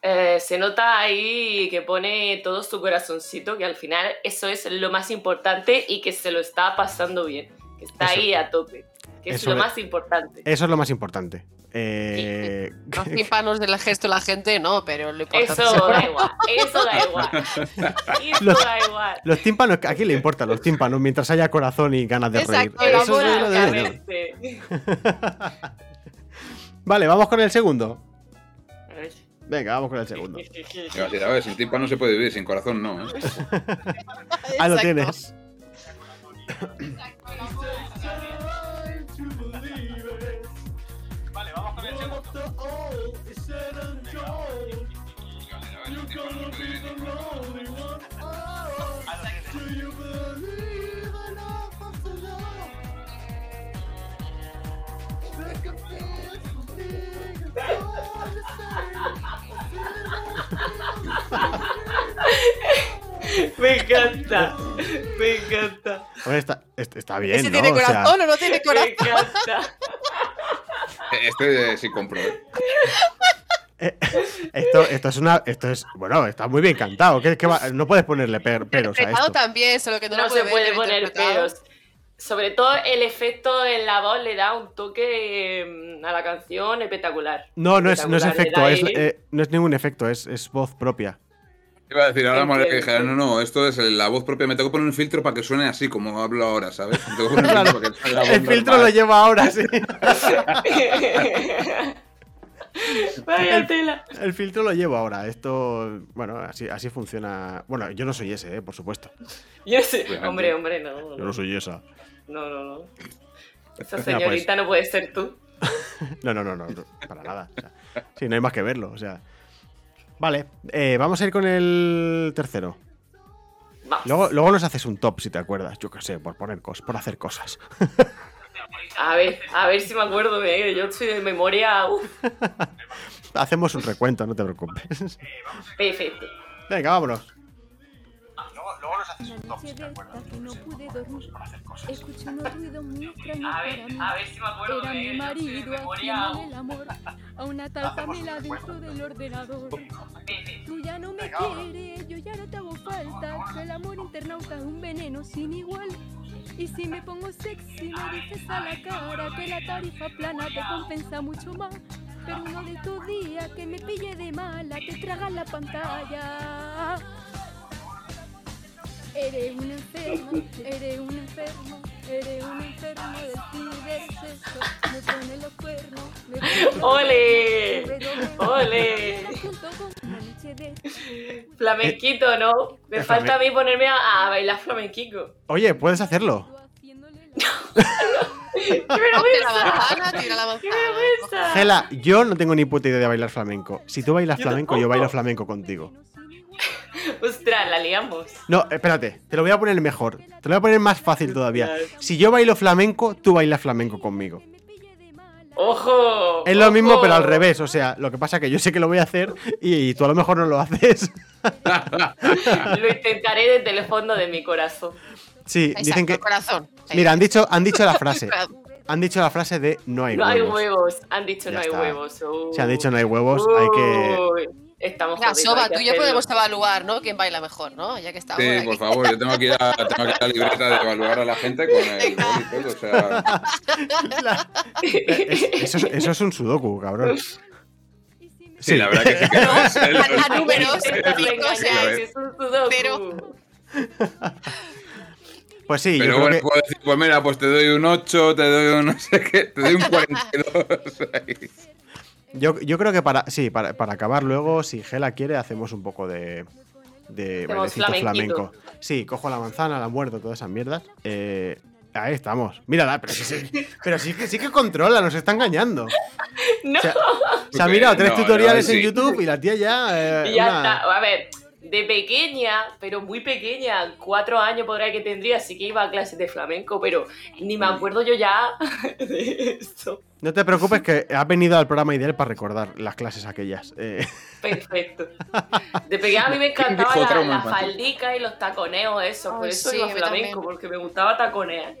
G: Eh, se nota ahí que pone todo su corazoncito, que al final eso es lo más importante y que se lo está pasando bien. Que está
A: Eso.
G: ahí a tope. Que
A: Eso
G: es
A: es.
G: lo más importante.
A: Eso es lo más importante. Eh,
D: No flipanos del gesto de la gente, no, pero lo importante
G: Eso
D: es-
G: da igual, eso da igual. Eso
A: Los-
G: da igual.
A: Los tímpanos, ¿a quién le importan los tímpanos mientras haya corazón y ganas de
D: Exacto,
A: reír?
D: la
A: Eso es lo de menos.
G: Exactamente.
A: Vale, vamos con el segundo. Venga, vamos con el segundo.
B: Iba a decir, a ver, sin tipa no se puede vivir, sin corazón no. ¿eh?
A: Ahí Ah, lo
D: Exacto.
A: tienes.
G: Me encanta, me encanta,
A: Hombre, Pues está, est- está bien,
D: ¿Ese
A: ¿no?
D: tiene
A: O sea,
D: corazón o no tiene
G: me
D: corazón?
G: encanta.
B: Este eh, sí compro. ¿eh?
A: esto, esto es una. Esto es. Bueno, está muy bien cantado. ¿Qué- qué va? No puedes ponerle per- peros a
D: Interpretado
A: esto.
D: Pues también, solo que no,
G: No,
D: lo
G: se
D: ver,
G: puede
D: pero
G: poner
D: interpretado.
G: pedos. Sobre todo el efecto en la voz le da un toque eh, a la canción espectacular.
A: No, no es, no es efecto,
G: Espectacular,
A: es,
G: le da ahí-
A: eh, no es ningún efecto, es, es voz propia.
B: Iba a decir ahora
G: Entiendo.
B: mal que dijera, no, no, esto es la voz propia, me tengo que poner un filtro para que suene así como hablo ahora, ¿sabes? Me tengo que poner un
A: Claro,
B: filtro para que suene la voz
A: el filtro lo
B: normal.
A: lleva ahora, sí.
G: Vaya tela.
A: eh, El filtro lo llevo ahora. Esto, bueno, así, así funciona. Bueno, yo no soy ese, eh, por supuesto.
G: Yo sé-
B: Obviamente.
G: Hombre, hombre, no.
A: Pues, Yo no
G: No,
A: soy esa.
G: no, no. no. Esa
A: pues.
G: señorita no puede ser tú.
A: No, no, no, no, no, para nada. O sea, sí, no hay más que verlo. O sea. Vale, eh, vamos a ir con el tercero.
G: Vamos.
A: Luego, luego nos haces un top, si te acuerdas. Yo qué sé, por poner cosas, por hacer cosas.
G: A ver, a ver si me acuerdo de Yo soy de memoria. uf,
A: Hacemos un recuento, no te preocupes.
G: perfecto.
A: Venga, vámonos.
I: Una noche de esta que no pude dormir, escuché unos ruidos muy extraños
G: A
I: para
G: ver,
I: mí.
G: a ver eh, si me acuerdo
I: Era
G: de
I: mi
G: él. Yo soy de
I: marido
G: memoria.
I: haciendo el amor a
G: Ah,
I: una tal Pamela dentro del ordenador. Tú ya no me quieres, yo ya no te hago falta. Que el amor internauta es un veneno sin igual. Y si me pongo sexy, me dices a la cara que la tarifa plana te compensa mucho más. Pero uno de tus días que me pille de mala, te tragas la pantalla. Eres un enfermo, eres un enfermo, eres un enfermo del cibersexo. Me pone los cuernos, me pone los
G: ¡Ole!
I: cuernos.
G: ¡Ole!
I: Una noche de
G: Flamenquito, ¿no? Me
A: Eh,
G: falta a mí ponerme a, a bailar flamenquico.
A: Oye, puedes hacerlo.
I: haciéndole
G: ¡Qué
D: Ponte la
G: vergüenza!
D: manzana, tira la
G: ¡Qué
D: manzana.
G: vergüenza!
A: Gela, yo no tengo ni puta idea de bailar flamenco. Si tú bailas
G: Yo
A: flamenco, yo
G: tampoco.
A: bailo flamenco contigo.
G: Ostras, la liamos.
A: No, espérate, te lo voy a poner mejor. Te lo voy a poner más fácil todavía. Si yo bailo flamenco, tú bailas flamenco conmigo.
G: ¡Ojo!
A: Es lo mismo,
G: ojo.
A: pero al revés. O sea, lo que pasa es que yo sé que lo voy a hacer y tú a lo mejor no lo haces.
G: Lo intentaré desde el fondo de mi corazón.
A: Sí, dicen que.
D: corazón.
A: Mira, han dicho, han dicho la frase. Han dicho la frase de no hay
G: no hay
A: huevos.
G: huevos. Han dicho
A: Ya
G: no hay
A: está.
G: huevos. Uh.
A: Se ha dicho no hay huevos, hay que.
G: Uy, Estamos
D: Mira,
G: jodidos,
D: Soba,
G: hay que
D: tú y yo
G: hacerlo.
D: podemos evaluar, ¿no? ¿Quién baila mejor, no? Ya que estamos
B: Sí,
D: aquí.
B: por favor, yo tengo aquí, la, tengo aquí la libreta de evaluar a la gente con el boli y todo, o sea,
A: Eso, es- eso es un sudoku, cabrón.
B: sí, la verdad que sí que lo es.
D: a-
B: lo es.
D: a números,
B: Sí, sí,
G: Intentas
B: sí,
D: cinco,
G: engañar,
B: sí,
D: seis,
B: lo
G: si
B: es.
G: es un sudoku.
D: Pero-
A: Pues sí, yo
B: Pero
A: creo
B: bueno,
A: que.
B: puedo decir, pues mira, pues te doy un 8, te doy un no sé qué, te doy un 42. ahí.
A: Yo, yo creo que para. Sí, para, para acabar luego, si Gela quiere, hacemos un poco de. De
G: Hacemos
A: bailecito
G: flamenquito.
A: flamenco. Sí, cojo la manzana, la muerto, todas esas mierdas. Eh, ahí estamos. Mírala, pero sí, sí. Pero sí, que- sí que controla, nos está engañando.
G: No,
A: O sea, se ha mirado tres
B: No, no,
A: tutoriales en
B: sí.
A: YouTube y la tía ya. eh,
G: ya
A: una-
G: está. A ver, de pequeña, pero muy pequeña, cuatro años por ahí que tendría, así que iba a clases de flamenco, pero ni me acuerdo yo ya de esto.
A: No te preocupes que has venido al programa ideal para recordar las clases aquellas. Eh,
G: Perfecto. De pequeña a mí me encantaba
B: dijo
G: la,
B: trauma
G: la
B: infantil?
G: faldica y los taconeos, eso. Por
D: Ay,
G: eso
D: sí,
G: iba a
D: a mí
G: flamenco,
D: también.
G: porque me gustaba taconear.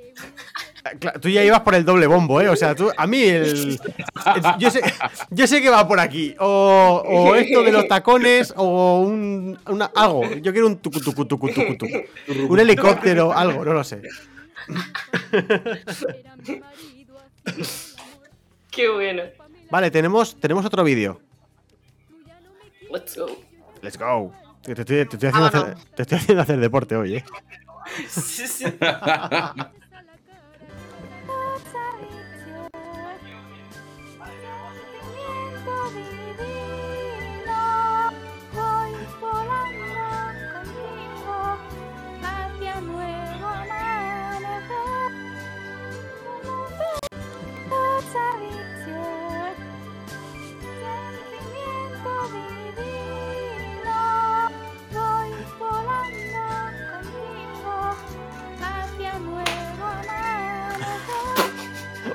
A: cla- tú ya ibas por el doble bombo, ¿eh? O sea, tú, a mí el. el- yo, sé, yo sé que va por aquí. O, o esto de los tacones, o un. una- algo. Yo quiero un tucu, tucu, tucu, tucu, tucu. Un helicóptero, algo, no lo sé.
G: Qué bueno.
A: Vale, tenemos, tenemos otro vídeo.
G: Let's go.
A: Let's go. Que Te estoy, te estoy haciendo hacer,
D: Vámonos.
A: te estoy haciendo hacer deporte hoy, ¿eh?
G: Sí, sí.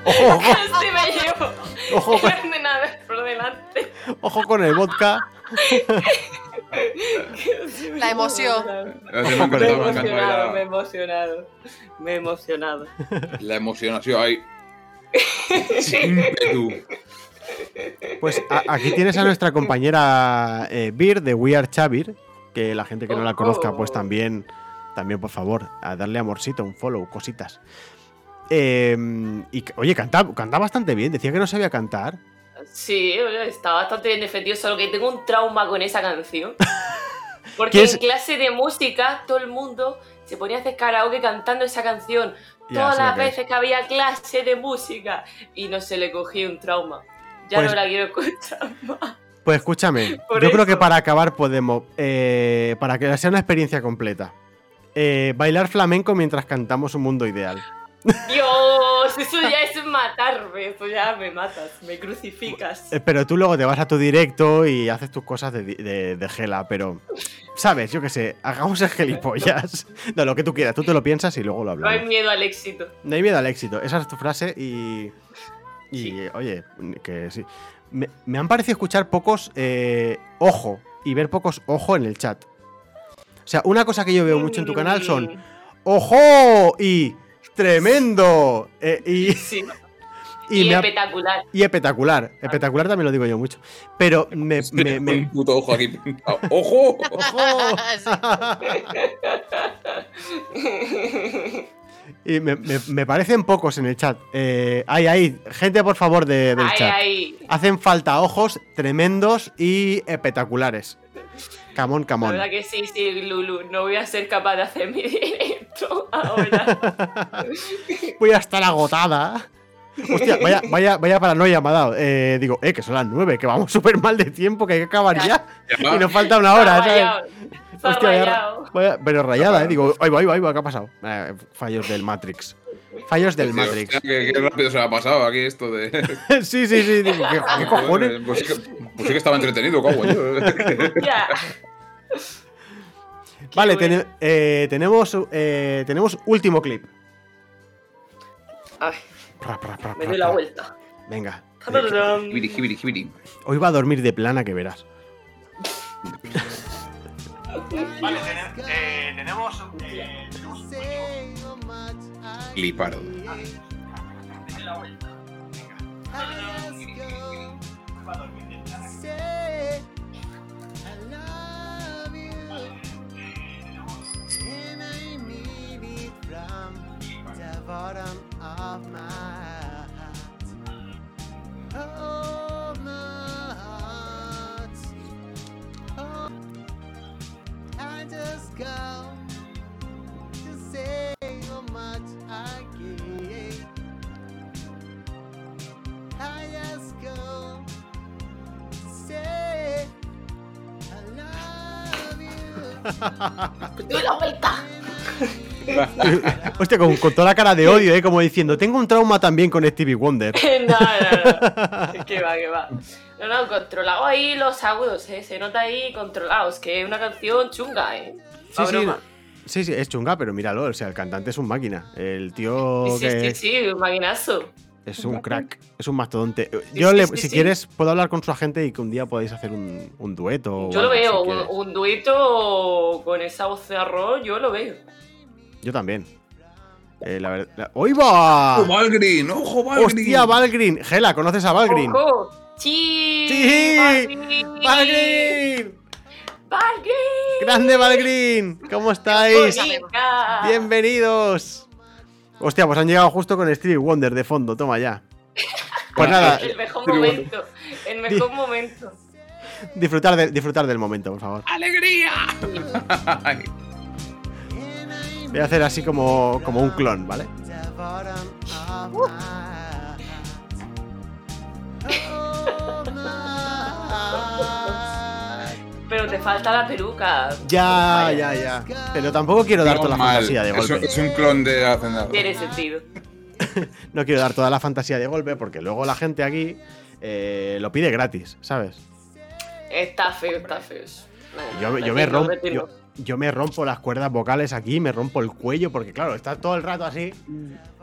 A: Ojo, ojo,
G: Casi me llevo.
A: ojo, con-
G: Eran de nada por delante.
A: ojo con el vodka.
G: Casi me
D: La emoción.
G: llevo.
B: No sé,
A: Ojo,
B: me
G: Me he
B: encantó, me encantó ahí
G: emocionado, me he
B: la,
G: emocionado. Me he emocionado.
B: la emocionación ahí. Ese ímpetu.
A: Pues a- aquí tienes a nuestra compañera eh, Bir de We Are Chavir, que la gente que no la conozca, pues también, también por favor, a darle amorcito, un follow, cositas. Eh, y c- oye, canta, canta bastante bien, decía que no sabía cantar.
G: Sí, oye, está bastante bien defendido, solo que tengo un trauma con esa canción. Porque
A: ¿Quién es?
G: en clase de música todo el mundo se ponía a hacer karaoke cantando esa canción
A: Ya,
G: todas
A: sé lo
G: las
A: que es.
G: veces que había clase de música y no se le cogía un trauma. Ya
A: Pues-
G: no la quiero escuchar más.
A: Pues escúchame,
G: Por
A: yo creo
G: eso.
A: que para acabar podemos, eh, para que sea una experiencia completa, eh, bailar flamenco mientras cantamos un mundo ideal.
G: Dios, eso ya es matarme, eso ya me matas, me crucificas.
A: Eh, Pero tú luego te vas a tu directo y haces tus cosas de, di- de- de gela, pero. ¿Sabes? Yo qué sé, hagamos el gilipollas. No, lo que tú quieras, tú te lo piensas y luego lo
G: No hay
A: hablamos.
G: miedo al éxito.
A: No hay miedo al éxito, esa es tu frase y. Y eh, oye, que sí. Me, me han parecido escuchar pocos eh, ojo y ver pocos ojo en el chat. O sea, una cosa que yo veo mucho en tu canal
G: Mm.
A: son ojo y tremendo eh, y,
G: Sí,
A: y
G: y,
A: me ha-
G: espectacular.
A: y espectacular. Espectacular también lo digo yo mucho. Pero me- me-
B: Con
A: me,
B: un puto ojo aquí pintado. ¡Ojo!
A: y me, me- me parecen pocos en el chat. Eh, ay, ay, gente, por favor, de- del
G: Ay,
A: chat.
G: ay.
A: Hacen falta ojos tremendos y espectaculares. Camón,
G: La
A: camón.
G: verdad que sí, sí, Lulu. No voy a ser capaz de hacer mi directo ahora.
A: Voy a estar agotada. Hostia, vaya, vaya, vaya paranoia me ha dado. Eh, digo, eh, que son las nueve, que vamos súper mal de tiempo, que hay que acabar ya. Y nos falta una hora,
G: Está
A: ¿sabes?
G: rayado, está
A: Hostia, vaya-
G: rayado.
A: vaya- pero rayada, eh. Digo, ahí va, ahí va, ahí va, ¿qué ha pasado? Eh, fallos del Matrix. Fallos del
B: Dios,
A: Matrix.
B: hostia, Qué, qué rápido se le ha pasado aquí esto de.
A: sí, sí, sí. digo, ¿qué, qué cojones?
B: Pues sí que, pues sí que estaba entretenido, cago en yo.
G: Ya.
A: Vale,
G: Quiero ver.
A: tene- eh, tenemos, eh, tenemos último clip.
G: A ver,
A: Ra, ra, ra,
G: me
A: ra,
G: doy la
A: ra.
G: vuelta.
A: Venga.
G: Tararán.
B: Jibiri, jibiri, jibiri.
A: Hoy va a dormir de plana que verás.
J: Vale, tene- eh, tenemos. eh, tenemos-
B: Clipardo.
A: Ah.
G: Me doy la vuelta.
A: Hostia, con, con toda la cara de odio, ¿eh? Como diciendo, tengo un trauma también con Stevie Wonder.
G: no, no, no. Que va, que va. No, no, controlado ahí los agudos, eh. Se nota ahí controlados, que es una canción chunga, eh.
A: Sí,
G: Pa'
A: sí,
G: broma.
A: sí, sí, es chunga, pero míralo, o sea, el cantante es un máquina. El tío
G: Sí,
A: que
G: sí, sí, un maquinazo.
A: es un crack, es un mastodonte. Yo, le-
G: sí, sí,
A: si
G: sí.
A: quieres, puedo hablar con su agente y que un día podáis hacer un, un dueto. o
G: Yo lo
A: algo, si
G: veo, un,
A: quieres.
G: un dueto con esa voz de arroz, yo lo veo.
A: Yo también. Eh, la verdad. la- ¡Hoy va!
B: ¡Ojo, Valgrin! ¡Ojo, Valgrin!
A: ¡Hostia, Valgrin! Gela, ¿conoces a Valgrin?
G: ¡Ojo! ¡Sí!
A: Sí.
G: ¡Valgrin!
A: ¡Valgrin!
G: ¡Valgrin!
A: ¡Grande Valgrin! ¿Cómo estáis?
G: ¡Bonica!
A: ¡Bienvenidos! Hostia, pues han llegado justo con Stevie Wonder de fondo, toma ya. Pues nada,
G: El mejor
B: Tributo.
G: momento. El mejor momento.
A: disfrutar, de- disfrutar del momento, por favor.
B: Ay,
A: Voy a hacer así como, como un clon, ¿vale?
G: Pero te falta la peluca.
A: Ya,
G: Vaya.
A: ya, ya. Pero tampoco quiero dar toda la
B: mal.
A: fantasía de
B: Es un-
A: golpe.
B: Es un clon de Hacendado.
G: Tiene sentido.
A: No quiero dar toda la fantasía de golpe porque luego la gente aquí eh, lo pide gratis, ¿sabes?
G: Está feo, está feo. eso. Vale,
A: Yo, yo
G: decirlo,
A: me rompo, yo,
G: decirlo.
A: yo me rompo las cuerdas vocales aquí, me rompo el cuello, porque claro, está todo el rato así.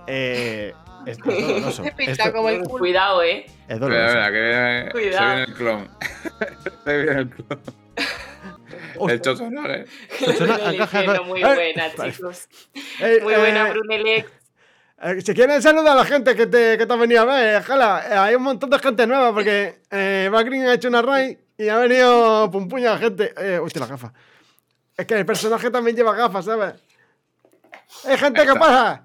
A: Eh, es, es doloroso.
D: Se pinta
A: Esto-
D: como el culo.
G: Cuidado, eh.
A: es
B: Espera,
A: doloroso.
B: espera, que se
G: Cuidado.
B: viene el clon. se viene el clon. El
A: Hostia,
B: chocho, ¿no? Eh,
A: Eso no-
G: Lo
A: encaja
G: hicieron
A: con-
G: muy
A: ¡Eh!
G: buena,
A: Vale.
G: chicos.
A: eh,
G: Muy buena,
A: eh,
G: Brunelec.
A: eh, si quieren saludar a la gente que te, que te ha venido a ver, jala, eh, hay un montón de gente nueva porque eh, Bad Green ha hecho una raid y ha venido pum puña gente. Eh, hostia, la gafa. Es que el personaje también lleva gafas, ¿sabes? ¡Hay gente que
B: Está.
A: pasa!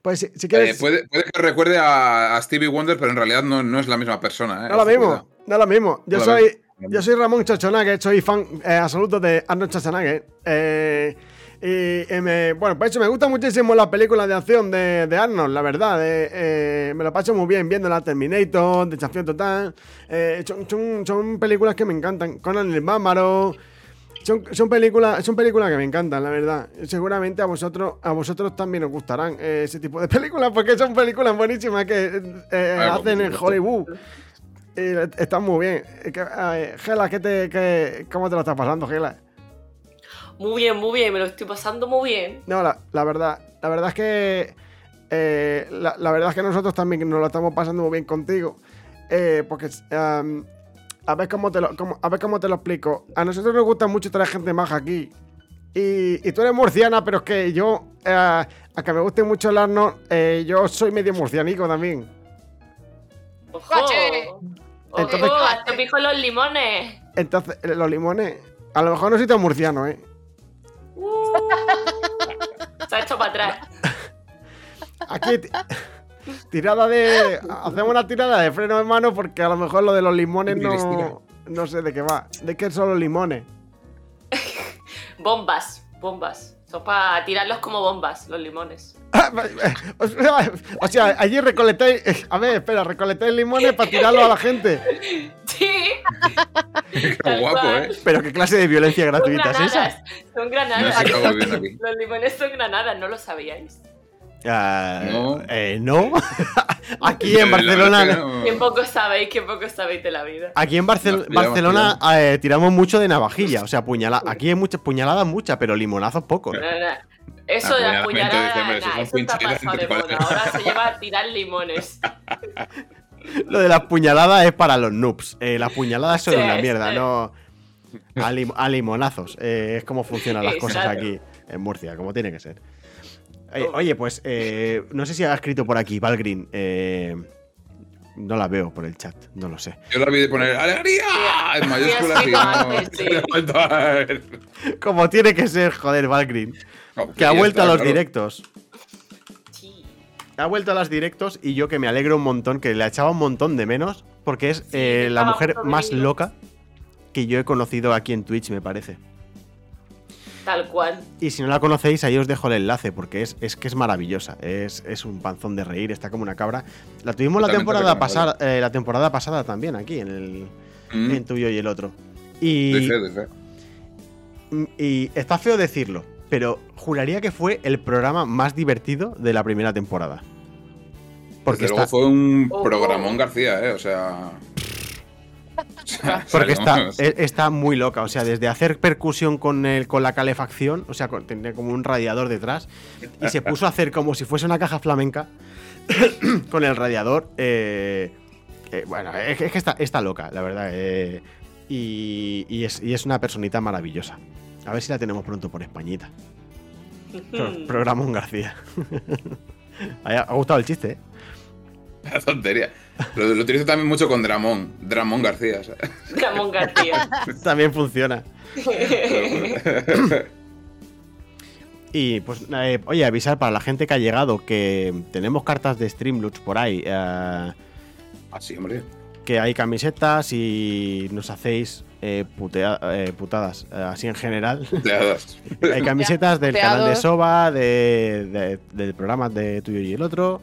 A: Pues si, si quieres.
B: Eh, puede, puede que recuerde a, a Stevie Wonder, pero en realidad no, no es la misma persona. Eh,
A: No lo
B: Ojo,
A: mismo,
B: cuidado.
A: no lo mismo. Yo
B: No lo
A: soy,
B: mismo.
A: yo soy Ramón Chachonague, soy fan eh, absoluto de Arnold Chachonague. Eh, y y me- bueno, pues eso, me gusta muchísimo las películas de acción de, de Arnold, la verdad. eh, eh, me lo paso muy bien viendo la Terminator, Desafío Total. eh, son, son- son películas que me encantan. Conan el Bámbaro. Son, son películas son películas que me encantan, la verdad. Seguramente a vosotros a vosotros también os gustarán eh, ese tipo de películas porque son películas buenísimas que eh, eh,
B: Ah, por
A: hacen en
B: supuesto.
A: Hollywood. Y está muy bien. Eh, que, eh, Gela, ¿qué te, qué- ¿cómo te lo estás pasando, Gela?
G: Muy bien, muy bien. Me lo estoy pasando muy bien.
A: No, la, la verdad, la verdad es que eh, la, la verdad es que nosotros también nos lo estamos pasando muy bien contigo. Eh, porque um, a ver cómo te lo cómo- a ver cómo te lo explico. A nosotros nos gusta mucho traer gente maja aquí. Y, y tú eres murciana, pero es que yo, eh, a que me guste mucho el Arno, eh, yo soy medio murcianico también.
G: ¡Ojo!
D: Caché.
G: ¡Ojo!
A: Entonces-
G: ¡Hazte pico en los limones!
A: Entonces, eh, los limones, a lo mejor no soy tan murciano, ¿eh?
G: Uh. Se ha hecho para atrás.
A: Aquí ti- tirada de. Hacemos una tirada de freno de mano porque a lo mejor lo de los limones
B: Tienes tira.
A: no. No sé de qué va. ¿De qué son los limones?
G: Bombas, bombas. Son para tirarlos como bombas, los limones.
A: O sea, o sea, allí recolectáis. A ver, espera, recolectáis limones para tirarlo a la gente.
G: Sí,
B: Qué
G: Tal
B: guapo, ¿eh?
G: cual.
A: Pero qué clase de violencia
G: son
A: gratuita es esa.
G: granadas. Son
B: No
G: granadas.
B: se acabó bien aquí.
G: Los limones son granadas, ¿no lo sabíais?
C: Ah,
B: No.
C: eh, no.
B: Ah,
C: aquí en Barcelona.
G: Qué poco sabéis, qué poco sabéis de la vida.
B: Ah,
C: Aquí en Barcel-
B: Nos pillamos,
C: Barcelona eh, tiramos mucho de navajilla. O sea, puñala- aquí hay muchas puñaladas, muchas, pero limonazos pocos.
G: No, no. Eso de
B: Ah, puñalada,
G: apuñalar,
B: hombre, eso
G: nah,
B: son
G: eso está
B: pinchaditas
G: pasado de
B: entre
G: moda.
B: colegas.
G: Ahora se lleva a tirar limones.
C: Lo de las puñaladas es para los noobs. Eh, las puñaladas son
G: Sí,
C: una mierda,
G: sí.
C: no. A, lim- a limonazos. Eh, es como funcionan las cosas
G: Exacto.
C: aquí en Murcia, como tiene que ser. Eh, oye, pues eh, no sé si ha escrito por aquí Valgrin. eh, no la veo por el chat, no lo sé.
B: Yo la vi de poner ¡Alegría! En mayúsculas y
G: sí,
B: no.
G: sí.
B: le he vuelto a ver.
C: Como tiene que ser, joder, Valgrin.
B: No,
C: Que ha
B: sí,
C: vuelto
B: está,
C: a los
B: claro.
C: directos.
G: Sí.
C: Ha vuelto a las directos y yo que me alegro un montón, que la echaba un montón de menos, porque es eh, la
G: estaba
C: mujer
G: justo
C: más
G: venido.
C: loca que yo he conocido aquí en Twitch, me parece.
G: Tal cual.
C: Y si no la conocéis, ahí os dejo el enlace, porque es, es que es maravillosa. Es, es un panzón de reír, está como una cabra. La tuvimos la
B: Totalmente
C: temporada,
B: recomendable.
C: pasada,
A: eh,
C: la temporada pasada también, aquí, en el
B: Mm,
C: en tuyo y el otro. Y,
B: de fe, de fe.
C: y está feo decirlo, pero juraría que fue el programa más divertido de la primera temporada. Porque
B: Desde luego
C: está,
B: fue un
G: Oh, oh.
B: programón García, ¿eh? O sea. o sea,
C: Porque está,
B: vamos.
C: e- está muy loca, o sea, desde hacer percusión con, el, con la calefacción, o sea, con- tenía como un radiador detrás, y se puso a hacer como si fuese una caja flamenca con el radiador. eh, eh, bueno, es, que- es que está, está loca, la verdad. eh, y, y es, y es una personita maravillosa. A ver si la tenemos pronto por Españita.
G: Hmm.
C: Pro- Programón García. Ahí ha ha gustado el chiste, ¿eh?
B: Una tontería. Lo, lo utilizo también mucho con Dramón. Dramón García. o sea.
G: Ramón García.
C: También funciona. Y pues, eh, oye, avisar para la gente que ha llegado que tenemos cartas de Streamloots por ahí, eh,
B: Así, hombre.
C: que hay camisetas y nos hacéis eh, putea- eh, putadas, eh, así en general.
B: Te das.
C: hay camisetas del canal de
D: Peados.
C: Soba, de, de- del programa de Tuyo y el Otro.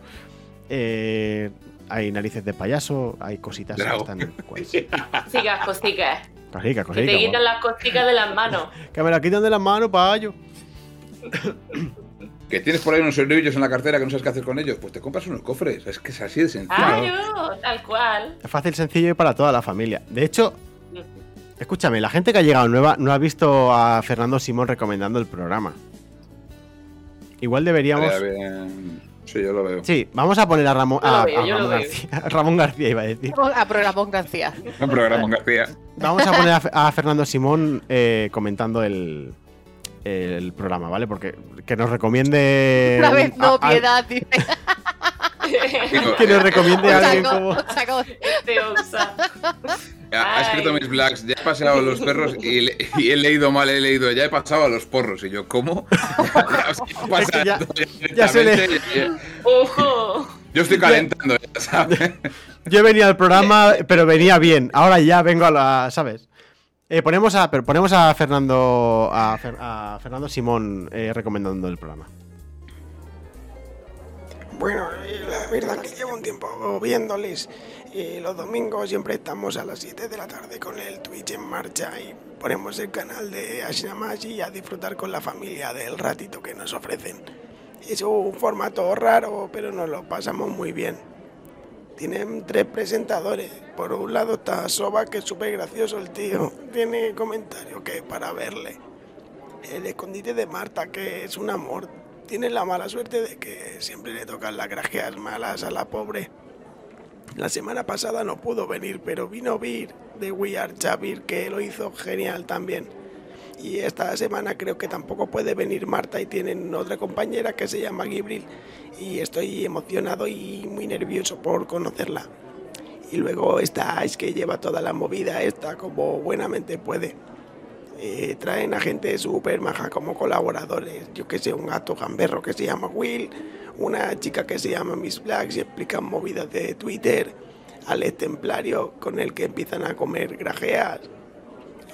C: eh, hay narices de payaso, hay cositas que
B: Drago.
C: están. Pues,
G: Cosicas, cosicas.
C: cosica,
G: Que te
C: cosica,
G: quitan las cosicas de las manos.
C: guau. Que me la quitan de las manos, payo.
B: Que tienes por ahí unos eurillos en la cartera que no sabes qué hacer con ellos, pues te compras unos cofres. Es que es así de sencillo.
G: Ay, oh, tal cual.
C: Es fácil, sencillo y para toda la familia. De hecho, escúchame, la gente que ha llegado nueva no ha visto a Fernando Simón recomendando el programa. Igual deberíamos.
B: Estaría bien. Sí, yo lo veo.
C: Sí, vamos a poner a, Ramón-
G: Yo lo
C: a-
G: veo,
C: a
G: yo lo
C: Ramón
G: veo.
C: García. a Ramón García iba a decir.
D: A programón García.
B: Un programa García.
C: Vamos a poner a, Fe- a Fernando Simón eh, comentando el, el programa, ¿vale? Porque que nos recomiende.
A: Eh,
D: Una vez
C: a-
D: no,
C: a-
D: piedad, dice.
B: Digo,
C: que nos recomiende a
D: Os
C: alguien
D: saco-
C: como.
D: os saco-
G: Te usa.
B: ha, ha escrito
G: Ay.
B: mis blacks, ya he pasado a los perros y, le- y he leído mal, he leído, ya he pasado a los porros. Y yo, ¿cómo? Ya,
C: Es que ya-
B: ya-
C: ya se le-
B: directamente, ya-
G: Ojo.
B: Yo estoy calentando, ya sabes.
C: Yo venía al programa, pero venía bien. Ahora ya vengo a la. ¿Sabes? Eh, ponemos, a, pero ponemos a Fernando a, Fer- a Fernando Simón eh, recomendando el programa.
A: Bueno, eh, la verdad que llevo un tiempo viéndoles. Y los domingos siempre estamos a las 7 de la tarde con el Twitch en marcha y ponemos el canal de Ashinamashi a disfrutar con la familia del ratito que nos ofrecen. Es un formato raro, pero nos lo pasamos muy bien. Tienen tres presentadores. Por un lado está Soba, que es súper gracioso el tío. Tiene comentarios que para verle. El escondite de Marta, que es un amor. Tiene la mala suerte de que siempre le tocan las grajeas malas a la pobre. La semana pasada no pudo venir, pero vino Vir de We Are Chavir, que lo hizo genial también. Y esta semana creo que tampoco puede venir Marta y tienen otra compañera que se llama Gibril. Y estoy emocionado y muy nervioso por conocerla. Y luego está Ash que lleva toda la movida esta como buenamente puede. Eh, traen a gente súper maja como colaboradores. Yo que sé, un gato gamberro que se llama Will, una chica que se llama Miss Black, y explican movidas de Twitter, al templario con el que empiezan a comer grajeas.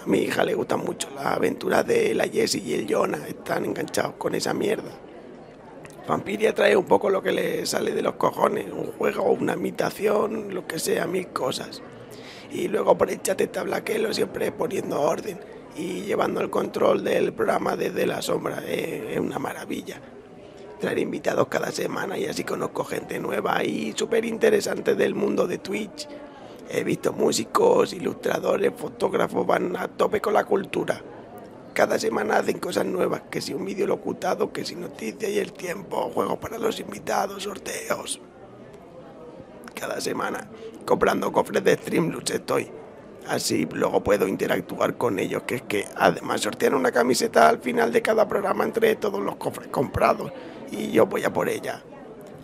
A: A mi hija le gustan mucho las aventuras de la Jessie y el Jonah, están enganchados con esa mierda. Vampiria trae un poco lo que le sale de los cojones, un juego, una imitación, lo que sea, mil cosas y luego por el chat está Blaquelo siempre poniendo orden y llevando el control del programa desde la sombra. Eh, es una maravilla. traer invitados cada semana y así conozco gente nueva y súper interesante del mundo de Twitch. He visto músicos, ilustradores, fotógrafos, van a tope con la cultura. Cada semana hacen cosas nuevas, que si un vídeo locutado, que si noticias y el tiempo, juegos para los invitados, sorteos. Cada semana, comprando cofres de Streamlabs estoy. Así luego puedo interactuar con ellos, que es que además sortean una camiseta al final de cada programa entre todos los cofres comprados y yo voy a por ella.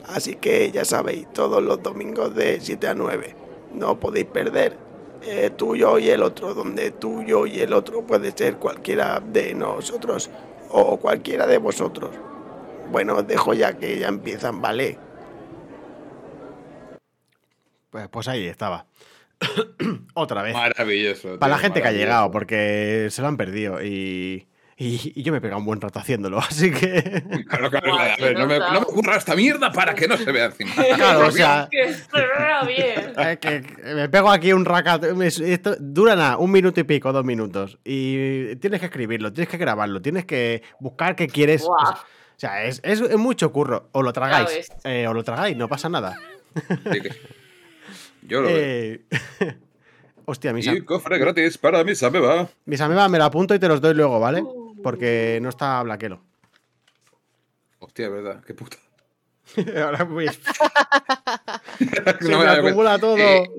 A: Así que ya sabéis, todos los domingos de 7 a 9, no podéis perder. Eh, tuyo y el otro, donde tuyo y el otro puede ser cualquiera de nosotros o cualquiera de vosotros. Bueno, os dejo ya que ya empiezan, ¿vale?
C: Pues, pues ahí estaba. Otra vez.
B: Maravilloso. tío,
C: Para la gente que ha
B: maravilloso.
C: llegado, porque se lo han perdido y, y- y yo me he pegado un buen rato haciéndolo, así que...
B: Claro, claro,
G: Guau,
B: a ver, no, me,
G: nota.
B: no me ocurra esta mierda para que no se vea encima.
C: Claro, o sea,
G: Que se vea bien.
C: eh, que- que me pego aquí un racat... Esto dura nada, un minuto y pico, dos minutos. Y tienes que escribirlo, tienes que grabarlo, tienes que buscar qué quieres.
G: Guau.
C: O sea, o sea, es, es- es mucho curro. O lo tragáis.
G: ves.
C: eh, o lo tragáis, no pasa nada.
B: Así que- Yo lo veo.
C: Eh, Hostia, mis,
B: Y cofre gratis para mí, ¿sabe? Va.
C: mis amebas me la apunto y te los doy luego, ¿vale? Porque no está Blaquelo.
B: Hostia, es verdad, qué puta.
C: Ahora pues, se
B: No
C: me
B: me había
C: acumula todo.
B: Eh,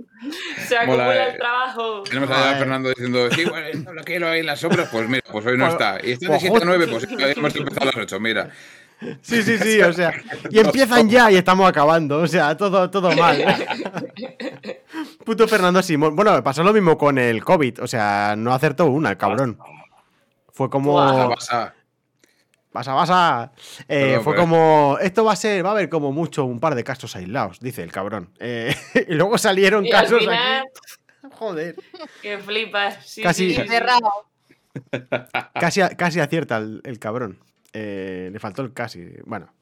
G: Se acumula
B: Mola, eh.
G: el trabajo.
B: Tenemos a
C: Ay.
B: Fernando diciendo, sí, bueno, está bloqueo ahí en las sombras. Pues mira, pues hoy no
C: Pues-
B: está. Y está de
C: pues
B: 7 a
C: justo.
B: 9, pues hemos empezado a las 8, mira.
C: Sí, sí, sí, o sea. Y empiezan ya y estamos acabando, o sea, todo, todo mal. Puto Fernando Simón. Bueno, me pasó lo mismo con el COVID, o sea, no acertó
B: Ah,
C: una, el cabrón. Fue
G: Oh,
B: La
C: como.
B: pasa.
C: Pasa, pasa. Eh,
B: Perdón,
C: fue
B: pero-
C: como. Esto va a ser, va a haber como mucho un par de casos aislados, dice el cabrón. Eh, y luego salieron
G: Y al
C: casos
G: final,
C: aquí. Joder.
G: que flipas. Sí,
C: Casi-
G: sí, sí, sí.
D: Cerrado.
C: Casi, a- casi acierta el, el cabrón. Eh, le faltó el casi. Bueno.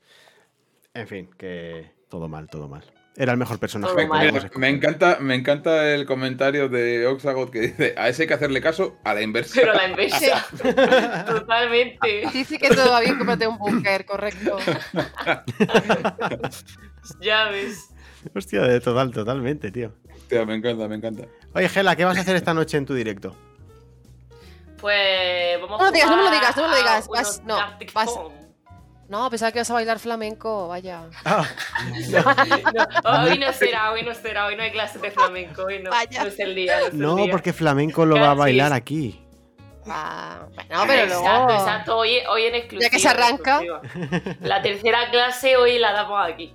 C: En fin, que todo mal, todo mal. Era el mejor personaje.
G: Todo
C: que
G: mal.
C: podíamos
B: Mira,
C: escoger.
B: me encanta, me encanta el comentario de Oxagot que dice, a ese hay que hacerle caso a la inversa.
G: Pero la envidia. Totalmente.
D: Dice que todo va bien, cómprate un búnker, correcto.
G: Ya ves.
C: Hostia, de total, totalmente, tío.
B: Hostia, me encanta, me encanta.
C: Oye, Gela, ¿qué vas a hacer esta noche en tu directo?
G: Pues vamos
D: No lo digas, no me lo
G: jugar
D: digas, no me lo
G: a
D: digas.
G: unos
D: Vas- no,
G: Galactic
D: vas-
G: Phone.
D: No, pensaba que ibas a bailar flamenco, vaya.
C: Ah,
G: No, hoy no será, hoy no será, hoy no hay clase de flamenco, hoy no,
D: Vaya.
G: no es el día. es el
C: No,
G: día.
C: porque flamenco lo va a
G: Casi.
C: bailar aquí.
D: Ah, bueno, pero luego.
G: Exacto, exacto, hoy, hoy en
D: Ya
G: exclusiva.
D: que se arranca.
G: en exclusiva. La tercera clase hoy la damos aquí.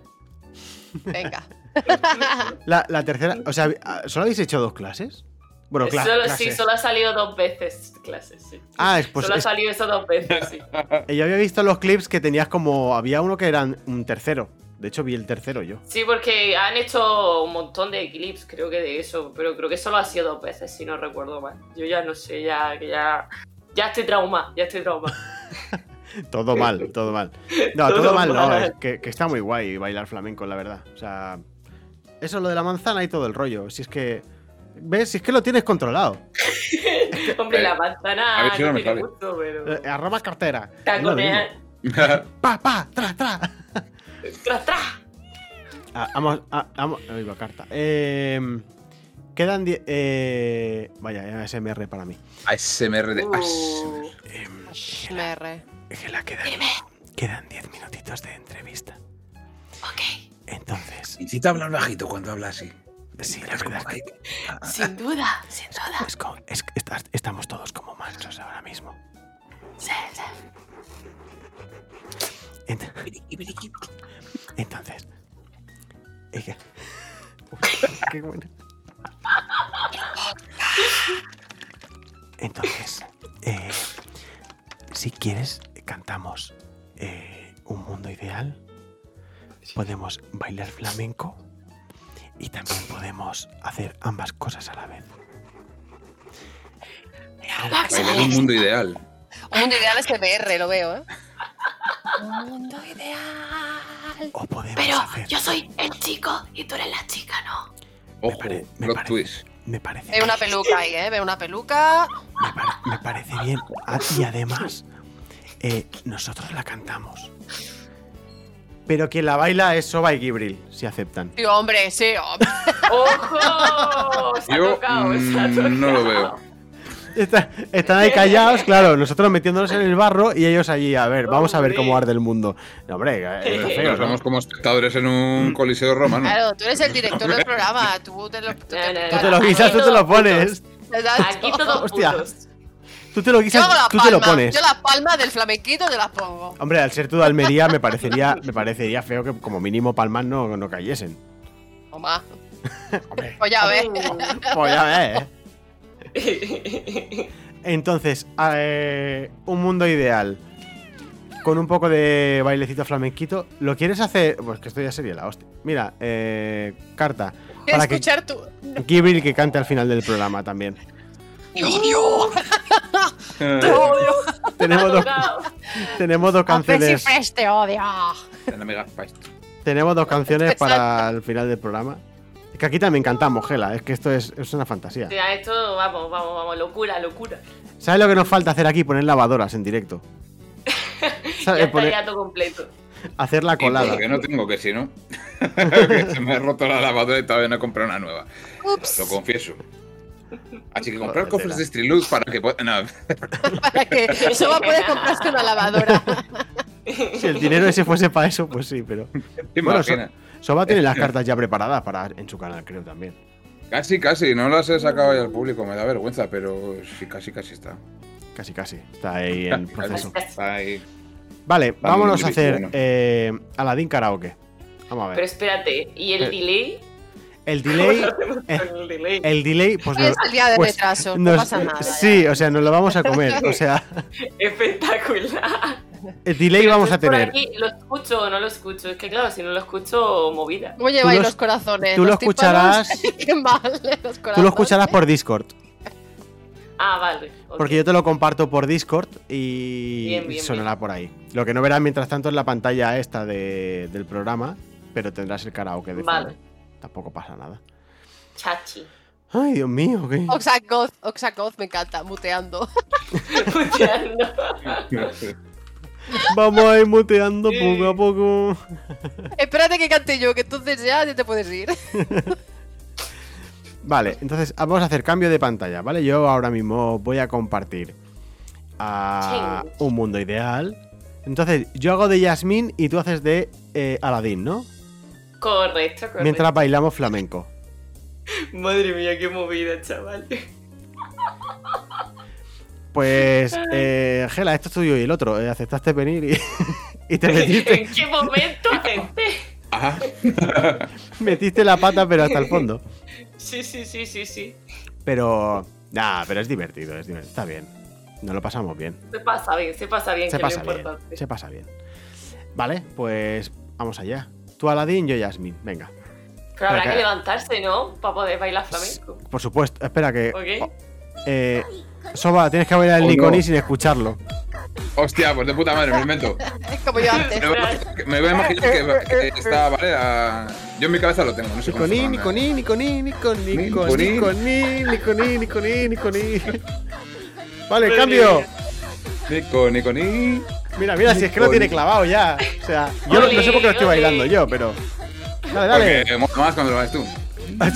D: Venga.
C: La, la tercera, o sea, ah, ¿solo habéis hecho dos clases? Bueno, claro.
G: solo, sí, solo ha salido dos veces clases, sí.
C: Ah, es, pues
G: solo ha
C: es-
G: salido eso dos veces, sí.
C: yo había visto los clips que tenías como. Había uno que eran un tercero. De hecho, vi el tercero yo.
G: Sí, porque han hecho un montón de clips, creo que de eso, pero creo que solo ha sido dos veces, si no recuerdo mal. Yo ya no sé, ya, que ya, ya estoy trauma, ya estoy trauma.
C: Todo mal, todo mal. No, todo,
G: Todo
C: mal, no.
G: mal.
C: es que, que está muy guay bailar flamenco, la verdad. O sea, eso lo de la manzana y todo el rollo. Si es que. ¿Ves? Si es que lo tienes controlado.
G: Hombre,
B: Eh,
G: la
B: a
G: manzana
B: ver si no
G: no
B: me
G: tiene
B: sale.
G: gusto, pero...
C: Eh, Arroba cartera. Es lo mismo.
G: Taconear.
C: Pa, pa, tra, tra.
G: ¡Tras, tras!
C: Ah, vamos, ah, vamos. ahí va, carta. Eh, quedan 10. Eh, vaya, SMR para mí.
B: ASMR de
G: Uh,
D: Me
A: Gela, quedan, quedan 10 minutitos de entrevista.
D: Ok,
A: Entonces,
B: Incita a hablar bajito cuando habla así.
A: sí, la verdad es que
D: sin duda, sin duda.
A: es co- es- estas- estamos todos como mansos ahora mismo. Ent- Entonces, es que-
C: Qué bueno.
A: entonces, eh, si quieres, cantamos eh, un mundo ideal. Podemos bailar flamenco y también podemos hacer ambas cosas a la vez.
B: Bailar un mundo ideal.
D: Un mundo ideal es CBR, lo veo, ¿eh?
K: Un mundo ideal.
A: O podemos
K: Pero
A: hacer.
K: yo soy el chico y tú eres la chica, ¿no?
B: Ojo,
A: pare- me
B: plot
A: parece.
B: twist.
A: Me parece.
D: Veo una peluca ahí, ¿eh? Veo una peluca.
A: Me, par- me parece Ah, bien. A- Y además, eh, nosotros la cantamos.
C: Pero quien la baila es Soba y Gibril, si aceptan.
D: Sí, hombre, sí, hombre.
G: ¡Ojo! Se ha
B: Yo
G: tocado, se ha
B: mm,
G: tocado.
B: no lo veo.
C: Está- están ahí callados, claro, nosotros metiéndonos en el barro y ellos allí, a ver, vamos a ver cómo arde el mundo. No, hombre, eh, está
B: Pero
C: feo, ¿no?
B: somos como espectadores en un coliseo romano.
D: Claro, tú eres el director del programa, tú te lo, tú te
G: No, no, no.
C: Tú
D: aplicas.
C: te lo guisas, tú te lo pones.
D: Exacto.
G: Aquí todos
C: Hostia.
G: putos.
C: Tú te lo
D: Yo
C: guisas,
D: hago la
C: tú te lo
D: palma,
C: pones.
D: yo la palma del flamenquito te la pongo.
C: Hombre, al ser tú de Almería, me parecería, me parecería feo que como mínimo Palmas no, no cayesen.
D: Toma.
C: Hombre,
D: Pues ya ves.
G: Uh.
C: pues ya ves. Entonces, eh, un mundo ideal. Con un poco de bailecito flamenquito. ¿Lo quieres hacer? Pues que esto ya sería la hostia. Mira, eh, carta. Para que
D: Escuchar tú.
C: Gibril que cante al final del programa también.
B: Eh,
C: Tenemos dos, tenemos dos canciones.
D: te odio.
B: no me hagas pa' esto.
C: Tenemos dos canciones para el final del programa. Es que aquí también cantamos, Gela. Es que esto es, es una fantasía.
G: Mira, esto, vamos, vamos, vamos, locura, locura.
C: ¿Sabes lo que nos falta hacer aquí? Poner lavadoras en directo.
G: Ya
C: ¿Sabes?
G: está
C: Poner-
G: el gato completo.
C: hacer la
B: Y todo
C: colada.
B: Que no tengo que si no. que se me ha roto la lavadora y todavía no he comprado una nueva. Lo
D: Ups.
B: confieso. Así que comprar
C: Joder,
B: cofres
C: tela.
B: de Striluz para que pueda. No,
D: Para que solo puedes comprarse una lavadora.
C: Si el dinero ese fuese para eso, pues sí, pero.
B: te
C: Bueno,
B: imaginas.
C: Soba tiene las cartas ya preparadas para en su canal, creo también.
B: Casi, casi. No las he sacado ya al público. Me da vergüenza, pero sí, casi, casi está.
C: Casi, casi. Está ahí en proceso.
B: Está ahí.
C: Vale, vámonos a hacer
B: Bueno.
C: eh, Aladdin Karaoke. Vamos a
G: Pero
C: ver.
G: espérate, ¿y el
C: Eh,
G: delay?
C: El delay. eh,
G: El delay.
C: El delay, pues
D: Es el día de
C: pues,
D: retraso, no
C: nos-
D: pasa nada.
C: Sí, o sea, nos lo vamos a comer. O sea,
G: Espectacular.
C: el delay vamos a
G: Yo por
C: tener.
G: aquí, ¿Lo escucho o no lo escucho? Es que claro, si no lo escucho, movida.
D: ¿Cómo
C: Tú
D: lleváis
C: lo-
D: los
G: eh,
D: corazones?
C: tú lo
D: ¿Los tímpanos?
C: escucharás-
D: Qué mal, los corazones.
C: Tú lo escucharás por Discord.
G: Ah, vale. ok.
C: Porque yo te lo comparto por Discord y
G: Bien, bien,
C: sonará por ahí. Lo que no verás mientras tanto es la pantalla esta de- del programa, pero tendrás el karaoke de
G: Vale.
C: fondo. Tampoco pasa nada.
G: Chachi.
C: Ay, Dios mío, qué.
D: Oxagoth, Oxagoth me encanta, muteando.
C: Vamos a ir muteando poco a poco.
D: Espérate que cante yo, que entonces ya, ya te puedes ir.
C: Vale, entonces ah, vamos a hacer cambio de pantalla, ¿vale? Yo ahora mismo voy a compartir a
G: Sí.
C: un mundo ideal. Entonces, yo hago de Yasmín y tú haces de eh, Aladín, ¿no?
G: correcto, correcto.
C: Mientras bailamos flamenco.
G: Madre mía, qué movida, chaval.
C: Pues, eh, Gela, esto es tuyo y el otro. eh, aceptaste venir y, y te metiste,
G: ¿En qué momento, gente?
B: Ajá.
C: metiste la pata, pero hasta el fondo.
G: Sí, sí, sí, sí, sí.
C: Pero, nah, pero es divertido, es divertido. Está bien. Nos lo pasamos bien.
G: Se pasa bien, se pasa bien,
C: Se
G: que es lo
C: pasa bien.
G: importante.
C: Se pasa bien. Vale, pues vamos allá. Tú, Aladín, yo, Yasmin. Venga.
G: Pero
C: Pero
G: habrá que
C: que-
G: levantarse, ¿no? Para poder bailar flamenco.
C: Por supuesto, espera que.
G: ¿Ok?
C: eh, Soba, tienes que bailar el
B: Oh, no.
C: Nikoni sin escucharlo.
B: Hostia, pues de puta madre, me lo invento.
D: Es como yo antes.
B: Me voy a- Me voy a imaginar
C: Eh,
B: que, que está, ¿vale? A- Yo en mi cabeza lo tengo, no sé cómo se
C: Nikoni,
B: llama.
C: Nikoni, Nikoni, Nikoni, Nikoni, Nikoni, Nikoni, Nikoni, Nikoni. Vale, cambio.
B: Nico, Nico, ni.
C: Mira, mira, si es que lo tiene clavado ya. O sea, yo no, no sé por qué lo estoy
G: Ole,
C: bailando
G: ole.
C: yo, pero. Dale, dale.
B: Porque mola más cuando lo haces tú.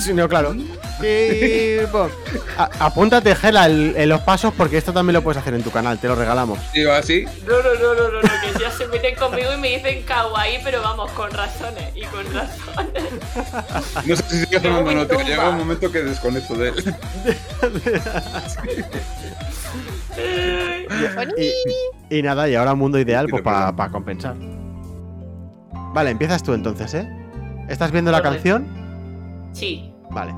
C: Sí, No, claro. Sí, po. A- apúntate, Gela, el- en los pasos porque esto también lo puedes hacer en tu canal, te lo regalamos.
B: Digo así.
G: No, no, no, no, no, no, que ya se meten conmigo y me dicen kawaii, pero vamos, con razones y con razones.
B: No sé si sigue sonando o no, tío.
G: Tumba.
B: Llega un momento que desconecto de él.
C: Y, y nada, y ahora mundo ideal pues, para compensar. Vale, empiezas tú entonces, ¿eh? ¿Estás viendo la
G: Vale.
C: canción?
G: Sí.
C: Vale.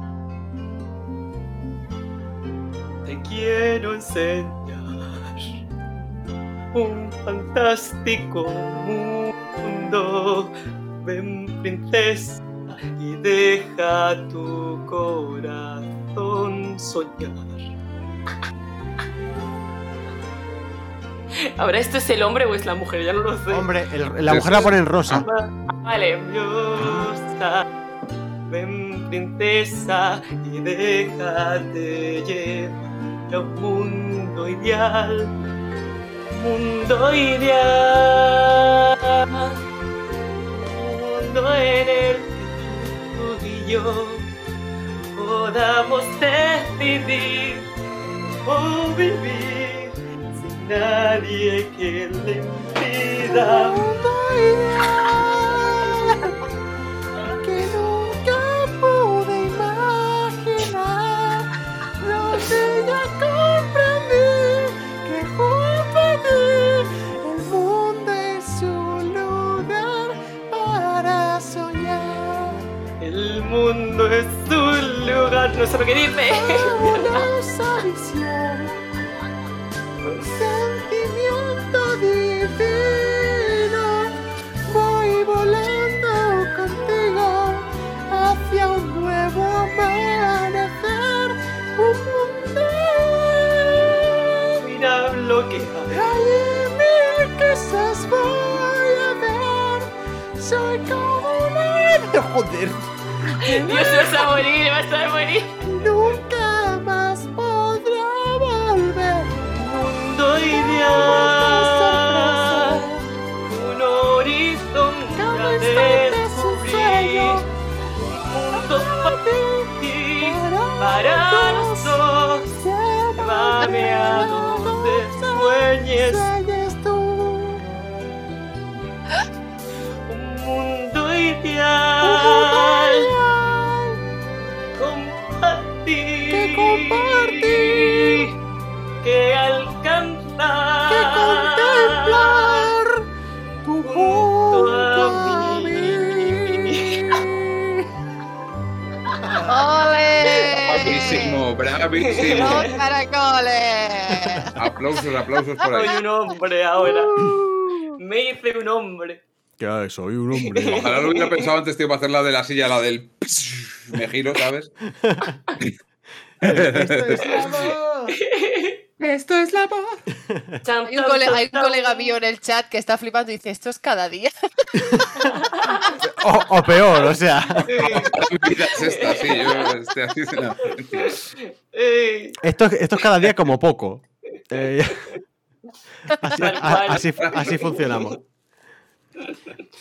G: Te quiero enseñar un fantástico mundo. Ven, princesa, y deja tu corazón soñar. Ahora, ¿esto es el hombre o es la mujer? Ya no lo sé.
C: Hombre, el- la mujer la pone en rosa.
G: Maravillosa, ven princesa y déjate llevar a un mundo ideal, mundo ideal.
L: pensando en el que tú y yo podamos decidir o vivir sin nadie que le impida.
H: que nunca pude imaginar. No sé, ya comprendí que junto a ti el mundo es un lugar para soñar.
L: El mundo es un lugar, no sé lo que dice.
H: Una visión, un sentimiento divino. Voy volando contigo hacia un nuevo amanecer, un mundo.
L: Mira lo que hay.
H: Hay mil cosas voy a ver. Soy como una. Joder.
G: Dios, te vas a morir, vas a morir.
H: Nunca más podrá volver.
L: Mundo ideal, un horizonte a descubrir, un mundo para ti, para los dos, llévame a donde sueñes,
H: Sueñas tú.
L: mundo ideal, compartir, que compartir, que alcanzar, que contemplar,
H: Tú
L: junto a mí.
B: Bravísimo, bravísimo.
D: ¡Los caracoles!
B: aplausos, aplausos por ahí.
L: Soy un hombre ahora. Me hice un hombre.
C: ¿Qué? Soy un hombre.
B: Ojalá lo hubiera pensado antes, tío, para hacer la de la silla, la del. Me giro, ¿sabes?
H: Esto es la voz.
D: Hay un, cole- hay un colega mío en el chat que está flipando y dice, esto es cada día.
C: O, o peor, o sea.
B: Mi vida es esta, sí, yo, este, así se la-
C: Esto, esto es cada día como poco. Eh, así,
H: Tal
C: a-
H: cual.
C: así- así funcionamos.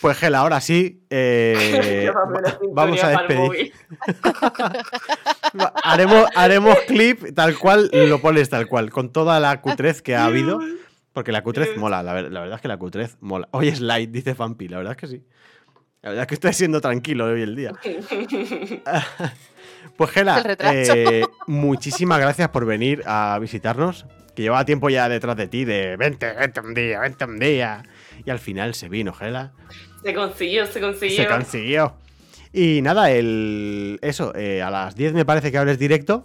C: Pues Gel, ahora sí. eh,
H: Llévame la
C: va- vamos a
H: sintonía pa'l
C: despedir. Va- haremos, haremos clip tal cual lo pones tal cual, con toda la cutrez que ha habido. Porque la cutrez mola, la, ver- la verdad es que la cutrez mola. Hoy es light, dice Fampi, la verdad es que sí. La verdad es que estoy siendo tranquilo hoy el día. Pues Gela,
H: El retraso.
C: eh, muchísimas gracias por venir a visitarnos. Que llevaba tiempo ya detrás de ti, de vente, vente un día, vente un día. Y al final se vino, Gela.
G: Se consiguió, se consiguió.
C: Se consiguió. Y nada, el. Eso, eh, a las 10 me parece que abres directo.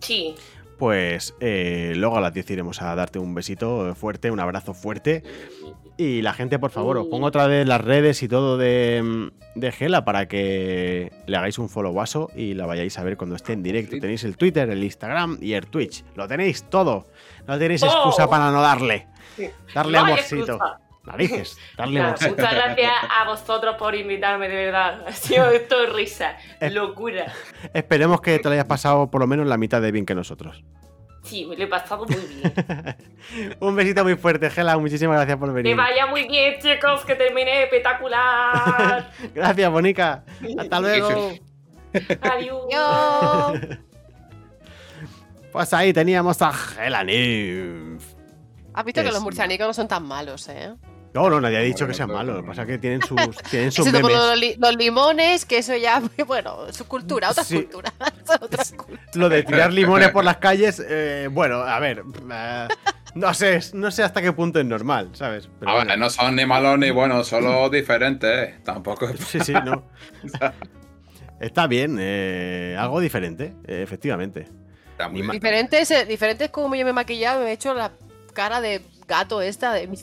G: Sí.
C: Pues eh, luego a las 10 iremos a darte un besito fuerte, un abrazo fuerte. Y la gente, por favor, os pongo otra vez las redes y todo de, mm, de Gela para que le hagáis un followazo y la vayáis a ver cuando esté en directo. Tenéis el Twitter, el Instagram y el Twitch. Lo tenéis todo. No tenéis excusa
G: Oh.
C: para no darle. Darle
G: No hay
C: amorcito.
G: excusa.
C: Narices, darle
G: Nada,
C: amorcito.
G: muchas gracias a vosotros por invitarme, de verdad. Ha sido esto risa,
C: Eh.
G: locura.
C: Esperemos que te lo hayas pasado por lo menos la mitad de bien que nosotros.
G: Sí, me lo he pasado muy bien.
C: Un besito muy fuerte, Gela. Muchísimas gracias por
G: Que
C: venir.
G: vaya muy bien, chicos, que termine espectacular.
C: Gracias, Bonica. Hasta luego.
G: Adiós.
C: Pues ahí teníamos a Gela Nymph.
D: Has visto que
C: Es-
D: los murcianicos no son tan malos, ¿eh?
C: No, no, nadie ha dicho que sean malos. Lo que pasa es que tienen sus, tienen sus
D: Excepto por
C: memes.
D: los, li- los limones, que eso ya, bueno, su cultura, otras
C: Sí.
D: culturas. otras culturas.
C: Lo de tirar limones por las calles, eh, bueno, a ver. eh, no sé, no sé hasta qué punto es normal, ¿sabes? Pero
B: A ver, no son ni malos ni buenos, solo diferentes. Tampoco es.
C: Sí, sí, no. Está bien, eh, algo diferente, eh, efectivamente. Ni ma-
D: Diferentes, eh, diferentes como yo me he maquillado, me he hecho la cara de gato esta de mi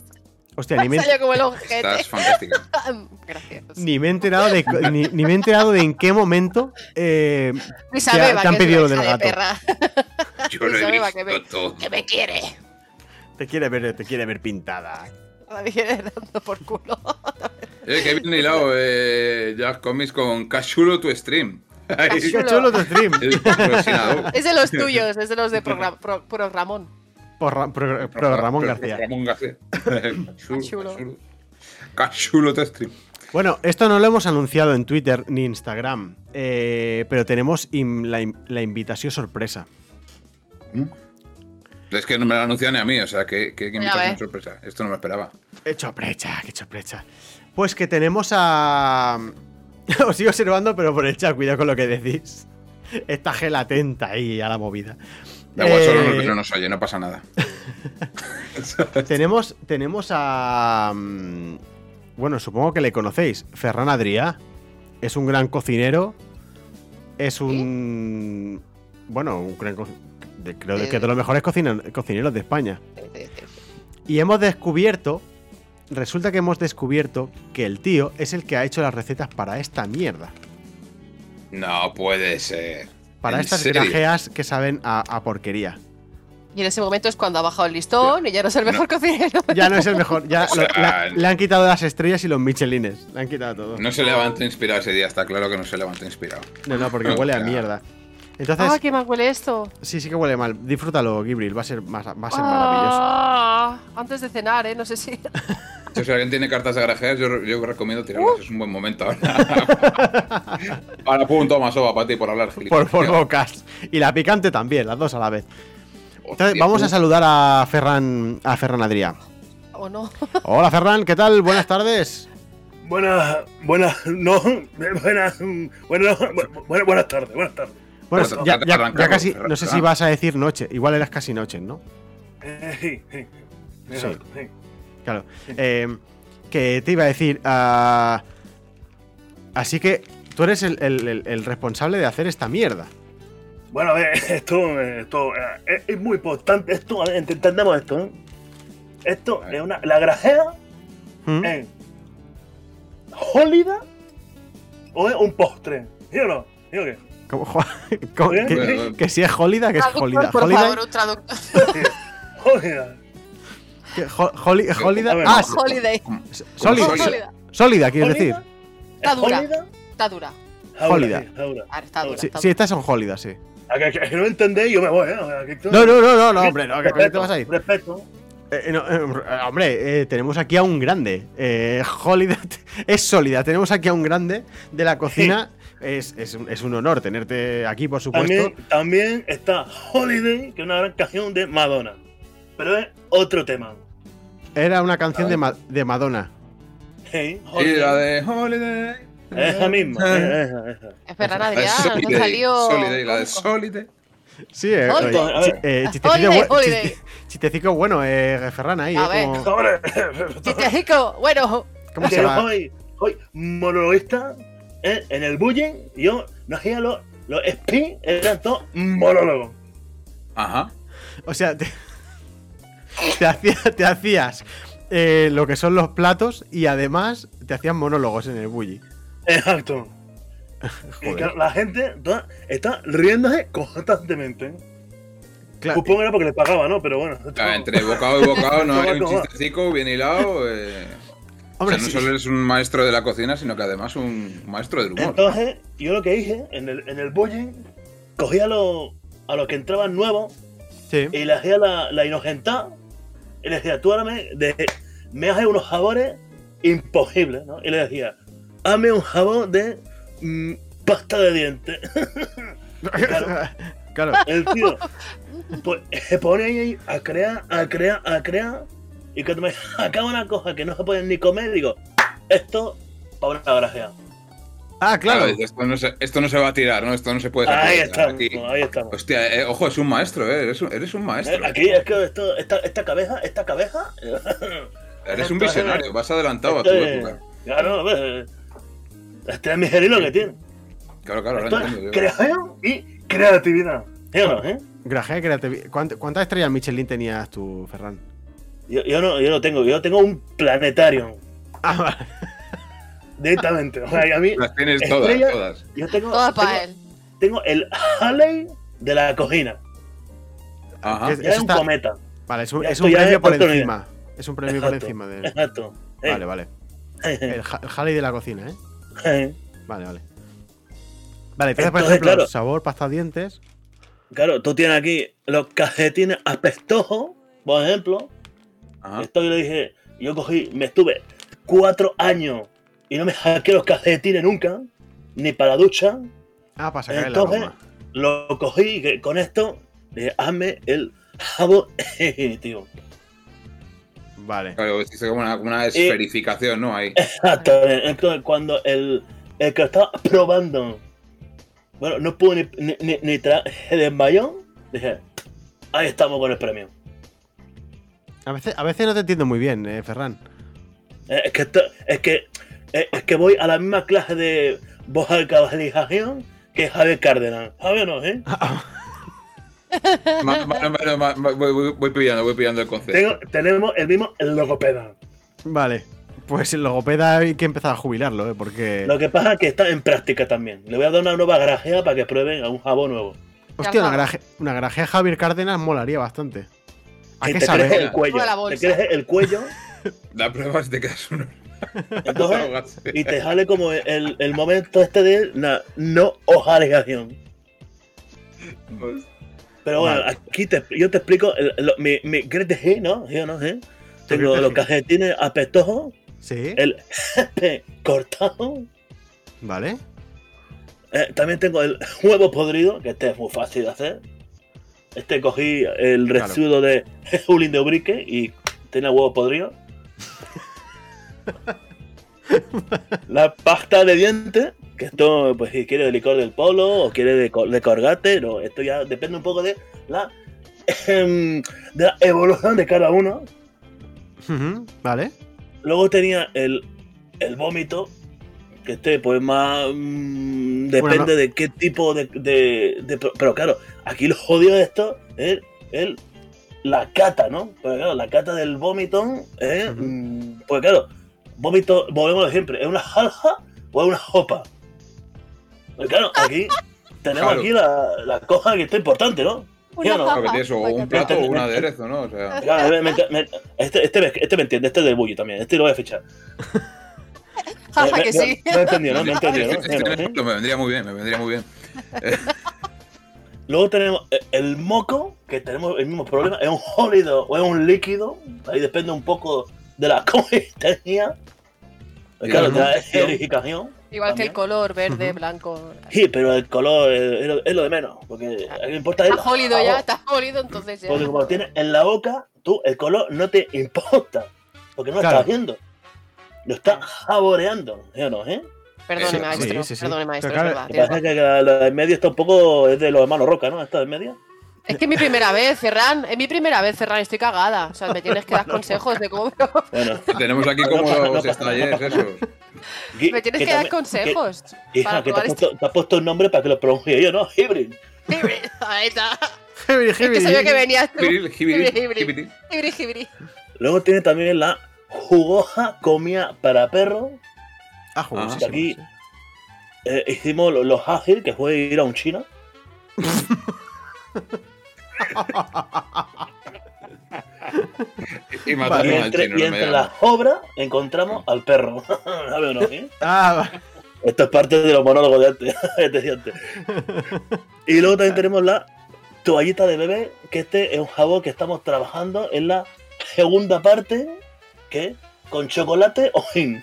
C: Hostia, ni me,
D: Salió como el Ah, ojete.
B: Estás fantástica.
D: Gracias.
C: ni me he enterado de co- ni, ni me he enterado de en qué momento eh,
D: Luis
C: te, ha-
D: Abeba,
C: te han
D: que es
C: pedido lo
D: una
C: del
D: hija de
C: gato.
D: perra.
B: Yo lo
D: Luis
B: he
D: Abeba,
B: visto
D: que me,
B: todo.
D: que me quiere.
C: Te quiere ver, te quiere ver pintada.
D: Me viene dando por culo.
B: Eh, que bien hilado, eh, Jack Comis con Cachulo tu stream.
D: Cachulo.
C: Cachulo tu stream.
B: El patrocinador.
D: Es de los tuyos, es de los de program, pro- pro Ramón.
C: Por, Ra- pro- pro Ramón García.
B: Ramón García. Cachulo,
D: Chulo.
B: Cachulo tu stream.
C: Bueno, esto no lo hemos anunciado en Twitter ni Instagram, eh, pero tenemos im- la, im- la invitación sorpresa.
B: Es que no me lo anuncian ni a mí, o sea, que, que,
C: Ya
B: que me trae
C: ves.
B: una sorpresa. Esto no me esperaba.
C: ¡Qué sorpresa, qué sorpresa! Pues que tenemos a... Os sigo observando, pero por el chat, cuidado con lo que decís. Está gel atenta ahí a la movida.
B: Da igual, solo
C: Eh,
B: no- no nos oye, no pasa nada.
C: tenemos, tenemos a. mm, Bueno, supongo que le conocéis. Ferran Adrià. Es un gran cocinero. Es un. Bueno, un gran co- de- creo
B: Eh.
C: que de los mejores cocina- cocineros de España.
D: Eh,
C: Y hemos descubierto. Resulta que hemos descubierto que el tío es el que ha hecho las recetas para esta mierda.
B: No puede ser.
C: Para
B: ¿En
C: estas
B: serio?
C: grajeas que saben a, a porquería.
D: Y en ese momento es cuando ha bajado el listón y ya no es el mejor cocinero.
C: Ya no es el mejor. Ya
B: O sea,
C: lo- la- le han quitado las estrellas y los michelines. Le han quitado todo.
B: No se levantó inspirado ese día, está claro que no se levantó inspirado.
C: No, no, porque huele a mierda. Entonces,
D: ¡Ah, qué mal huele esto!
C: sí, sí que huele mal. Disfrútalo, Gibril. Va a ser, más- va a ser maravilloso.
D: Ah, antes de cenar, ¿eh? No sé si.
B: Si alguien tiene cartas de grajeas, yo, yo recomiendo
C: Uh.
B: tirarlas. Es un buen momento ahora. ahora, pum, toma soba para ti por hablar.
C: Por,
B: gilipollas.
C: por bocas. Y la picante también, las dos a la vez. Entonces,
B: Hostia,
C: vamos a
B: tú.
C: saludar a Ferran, a Ferran Adrià.
D: ¿O no?
C: Hola, Ferran, ¿qué tal? Buenas tardes.
I: Buenas, buenas, no, buenas, buenas, buenas, buenas tardes, buenas tardes.
C: Bueno,
I: Buenas
C: ya,
I: tardes.
C: ya- ya casi, no sé si vas a decir noche. Igual eras casi noche, ¿no?
I: Eh, sí, sí,
C: Sí.
I: sí.
C: Claro. Eh, que te iba a decir. ah, así que tú eres el- el- el- el responsable de hacer esta mierda.
I: Bueno, a ver, esto, esto eh, es, es muy importante, esto, a ver, ent- entendemos esto, ¿eh? ¿no? Esto es una, la grajea
C: ¿Mm?
I: en Hólida o es un postre, ¿sí o no? ¿Sí o qué?
C: ¿Cómo, jo- cómo-
I: Bien,
C: que,
I: bien, bien.
C: que si es Hólida, que es Hólida. Hólida-
D: un traductor.
I: Hólida.
C: que jo- holi- Hólida.
I: A ver,
C: Ah,
I: ¿cómo-
D: Holiday.
C: s- sólida.
D: ¿cómo-
C: sólida. Sólida, quiero decir.
D: Está dura. Está dura.
C: Hólida.
D: Ah, está dura.
C: Sí,
D: está
C: sí,
D: dura.
C: estas son Hólidas, sí.
I: A que, que no entendéis, yo me voy, ¿eh? A que-
C: No, no, no, no, no, hombre, no, que
I: Respeto,
C: te vas a ir.
I: Respeto.
C: Eh, no, eh, hombre, eh, tenemos aquí a un grande. Eh, Hólida es sólida. Tenemos aquí a un grande de la cocina. Es, es un- es un honor tenerte aquí, por supuesto.
I: También, también está Holiday, que es una gran canción de Madonna. Pero es otro tema.
C: Era una canción de, Ma- de Madonna.
I: Hey,
B: Y
I: Holiday.
B: la de Holiday.
I: Esa misma, eh, esa, esa.
D: Es Ferran
B: La de
D: Adrià, nos ha
B: Soliday,
D: salido-
B: Soliday, eh, la de Soliday.
C: Sí, eh,
I: Holiday.
C: oye, chi- eh, chistecillo,
D: Holiday,
C: bu-
D: holiday.
C: chiste- chistecico bueno, eh, Ferran ahí.
D: A
C: eh,
D: ver.
C: como-
I: Hombre,
D: Chico, bueno.
C: ¿Cómo se
I: que
C: llama?
I: Hoy, hoy monologuista eh, en el bullying, yo no hacía los, los spin, eran todos monólogos.
B: Ajá.
C: O sea, te, te hacía- te hacías eh, lo que son los platos y además te hacían monólogos en el bully.
I: Exacto. Y
C: Joder.
I: claro, la gente toda- está riéndose constantemente.
C: Claro.
I: Supongo que era porque le pagaba, ¿no? Pero bueno.
B: Claro, entre bocado y bocado no
I: Toma,
B: hay un
I: toma.
B: chistecico bien hilado. eh.
C: Hombre,
B: o sea, no
C: sí.
B: solo eres un maestro de la cocina, sino que además un maestro del humor.
I: Entonces, yo lo que hice en el, en el bullying, cogía a los, a los que entraban nuevos
C: Sí.
I: y le hacía la, la inocentada y le decía, tú ahora me, de- me haces unos jabones imposibles, ¿no? Y le decía, hazme un jabón de mm, pasta de dientes. claro,
C: Claro.
I: el tío pues, se pone ahí a crear, a crear, a crear y cuando me acaba una cosa que no se pueden ni comer, digo, esto para una gracia.
C: Ah,
B: claro. dices, esto, no se, esto no se va a tirar, ¿no? Esto no se puede
I: Ahí
B: sacrificar
I: estamos, ahí estamos.
B: Hostia, eh, ojo, es un maestro, eh, eres, un, eres un maestro.
I: Aquí es que esto, esta, esta cabeza, esta cabeza.
B: Eres un
I: Esto es-
B: visionario, vas adelantado a tu
I: esto es-
B: época.
I: Claro, pues, este es mi genio que tiene.
B: Claro, claro,
I: Esto
B: ahora
I: es
B: entiendo. yo.
I: creo y creatividad. ¿Sí o no, eh?
C: Grajea creativi- ¿Cuánt- ¿Cuántas estrellas Michelin tenías tú, Ferran?
I: Yo, yo no, yo no tengo, yo tengo un planetario.
C: Ah, vale.
I: Directamente. O sea, y a mí,
B: Las tienes todas,
I: estrellas,
B: todas.
I: Yo tengo,
D: Todas
I: tengo,
D: para él.
I: tengo el Halley de la cocina.
B: Ajá.
C: Es-
I: Ah, Ya es
C: eso
I: un
C: está-
I: cometa.
C: Vale, es un,
I: Ya
C: es un
I: esto ya
C: premio
I: es
C: por
I: otro nivel.
C: encima. Es un premio por
I: Exacto,
C: encima del.
I: Exacto. eh. Sí.
C: Vale, vale. El, ja- el Halley de la cocina, ¿eh?
I: Eh,
C: Vale, vale. Vale, entonces, por
I: Entonces,
C: ejemplo,
I: claro.
C: sabor, pasta dientes.
I: Claro, tú tienes aquí los cajetines apestojos, por ejemplo. Esto yo le dije, yo cogí, me estuve cuatro años y no me saqué los calcetines nunca, ni para la ducha.
A: Ah, para sacar el
I: Entonces
A: aroma.
I: lo cogí y que- con esto le hazme el jabón definitivo.
A: Vale.
B: Claro, es que es como una, como
I: Eh,
B: una esferificación, ¿no? Ahí.
I: Exactamente. Eh, Entonces, cuando el, el que lo estaba probando, bueno, no pudo ni, ni, ni, ni traer el desmayón, dije, ahí estamos con el premio.
A: A veces, a veces no te entiendo muy bien, eh, Ferran.
I: Eh, Es que, esto- es, que, eh, es que voy a la misma clase de voz al cabalización que Javier Cárdenas. Javier no, ¿eh?
B: Ma- ma- ma- ma- ma- voy, voy- voy pillando, voy pillando el concepto.
I: Tengo- tenemos el mismo logopeda.
A: Vale. Pues el logopeda hay que empezar a jubilarlo, ¿eh? Porque.
I: Lo que pasa es que está en práctica también. Le voy a dar una nueva garajea para que prueben a un jabón nuevo.
A: Hostia, una garaje, una garaje Javier Cárdenas molaría bastante. ¿A
I: Que
A: qué
I: te
A: sabe?
I: crees el cuello. Te crees el cuello
B: La prueba es de que es un.
I: entonces, y te sale como el, el momento este de la no ojalización. Pero bueno, aquí te- yo te explico el- lo- mi, mi Grete G, ¿no? Yo no sé. Tengo
A: Grete
I: los
A: G.
I: cajetines apestojos,
A: Sí.
I: el cortado.
A: Vale.
I: Eh, también tengo el huevo podrido, que este es muy fácil de hacer. Este cogí el
A: Claro.
I: residuo de Julín de Ubrique y tenía huevo podrido. la pasta de dientes, que esto, pues si quiere de licor del polo o quiere de, co- de corgate, no, esto ya depende un poco de la, em, de la evolución de cada uno.
A: Ujú, Vale.
I: Luego tenía el, el vómito, que este pues más... mm, depende
A: Bueno, no.
I: de qué tipo de, de- de- Pero claro, aquí lo jodido de esto es el, la cata, ¿no? Pero claro, la cata del vómito es... mm, Pues claro, vómito, volvemos a siempre, ¿es una jalja o es una jopa? Pues claro, aquí tenemos
B: Claro.
I: aquí la, la cosa que está importante, ¿no? ¿Sí o no?
B: Claro que tienes o un plato o un aderezo, ¿no? O sea,
I: Claro, me- me- me- este, este, me, este me entiende, este es del bully también, este lo voy a fichar.
D: Jaja,
I: me-
D: que sí.
I: me- me entendió, ¿no? Me entendió, ¿no?
B: Este- este ejemplo me vendría muy bien, me vendría muy bien.
I: Luego tenemos e- el moco, que tenemos el mismo problema, es un sólido o es un líquido, ahí depende un poco de la consistencia.
B: Y
I: Pues Claro, eh,
B: la
I: de la
B: emulsión.
I: esterificación.
D: Igual que el color verde, blanco.
I: Sí, pero el color es, es lo, es lo de menos, porque lo que importa es el
D: Estás jodido ya,
I: sabor.
D: estás jodido, entonces ya.
I: Porque como lo tienes en la boca, tú el color no te importa. Porque no lo
A: Claro.
I: estás viendo. Lo estás saboreando, ¿sí o no? ¿eh?
D: Perdone,
I: Sí,
D: maestro.
A: sí, sí.
D: Perdone, maestro.
A: Pero
D: es
A: claro,
D: verdad,
I: Lo que
D: tienes
I: pasa es que la, la de en medio está un poco. Es de los hermanos Roca, ¿no? Esta de en medio.
D: Es que es mi primera vez, Ferran. Es mi primera vez, Ferran. Estoy cagada. O sea, me tienes que dar consejos de cómo.
I: Bueno.
B: Tenemos aquí como los estalleres, eso.
D: me tienes que, dar consejos.
I: que-
D: para
I: hija, que te, has
D: probar este.
I: puesto, te has puesto un nombre para que lo pronuncie yo, ¿no? Hybrid.
D: Ahí está.
A: Jibiri,
D: Es que sabía que venías tú.
I: Jibiri, jibiri,
D: Jibiri,
I: jibiri.
D: Jibiri, jibiri.
I: Luego tiene también la jugoja comida para perro.
A: Ah,
I: que aquí eh, hicimos lo- los ágil, que fue ir a un chino.
B: Y mataron
I: Y
B: al
I: entre,
B: chino,
I: y
B: no me
I: entre
B: llamas.
I: las obras encontramos al perro. ¿Sabes o no? eh?
A: Ah, va.
I: Esto es parte de los monólogos de antes. que te decía antes. y luego también tenemos la toallita de bebé, que este es un jabón que estamos trabajando en la segunda parte, que es con chocolate o sin.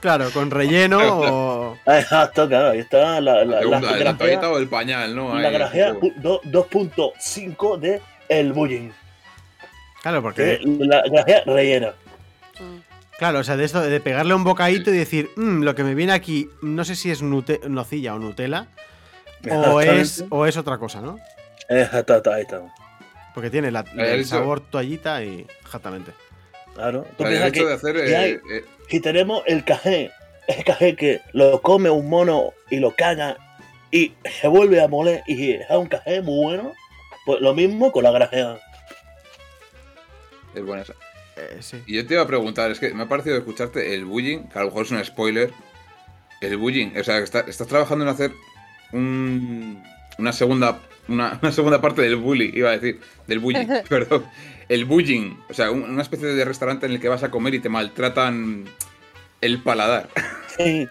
A: claro, con relleno o.
I: Ah, Exacto, claro, ahí está la, la, la,
B: Segunda, la
I: grajea-
B: toalleta o el pañal, ¿no?
I: la
B: Ahí,
I: grajea
B: un poco.
I: pu- do- 2.5 de el bullying.
A: Claro,
I: que
A: porque.
I: es La grajea rellena.
A: Claro, o sea, de esto de pegarle un bocadito y decir, "Mm, lo que me viene aquí, no sé si es nute- nocilla o Nutella, o
I: Exactamente.
A: es, o es otra cosa, ¿no?
I: Exacto, ahí está.
A: Porque tiene la-
B: Eh,
A: el
B: eso-
A: sabor toallita y. Exactamente.
I: Claro. Tú
B: Claro,
I: piensas
B: el hecho
I: que-
B: de hacer,
I: que
B: eh,
I: hay-
B: eh,
I: si tenemos el cajé, el cajé que lo come un mono y lo caga y se vuelve a moler y es un cajé muy bueno, pues lo mismo con la grajea.
B: Es buena esa.
A: Eh, sí.
B: Y yo te iba a preguntar, es que me ha parecido escucharte el bullying, que a lo mejor es un spoiler. El bullying, o sea, que está- estás trabajando en hacer un- una segunda una, una segunda parte del bully, iba a decir, del bullying, perdón. El bullying, o sea, un- una especie de restaurante en el que vas a comer y te maltratan el paladar.
I: Sí,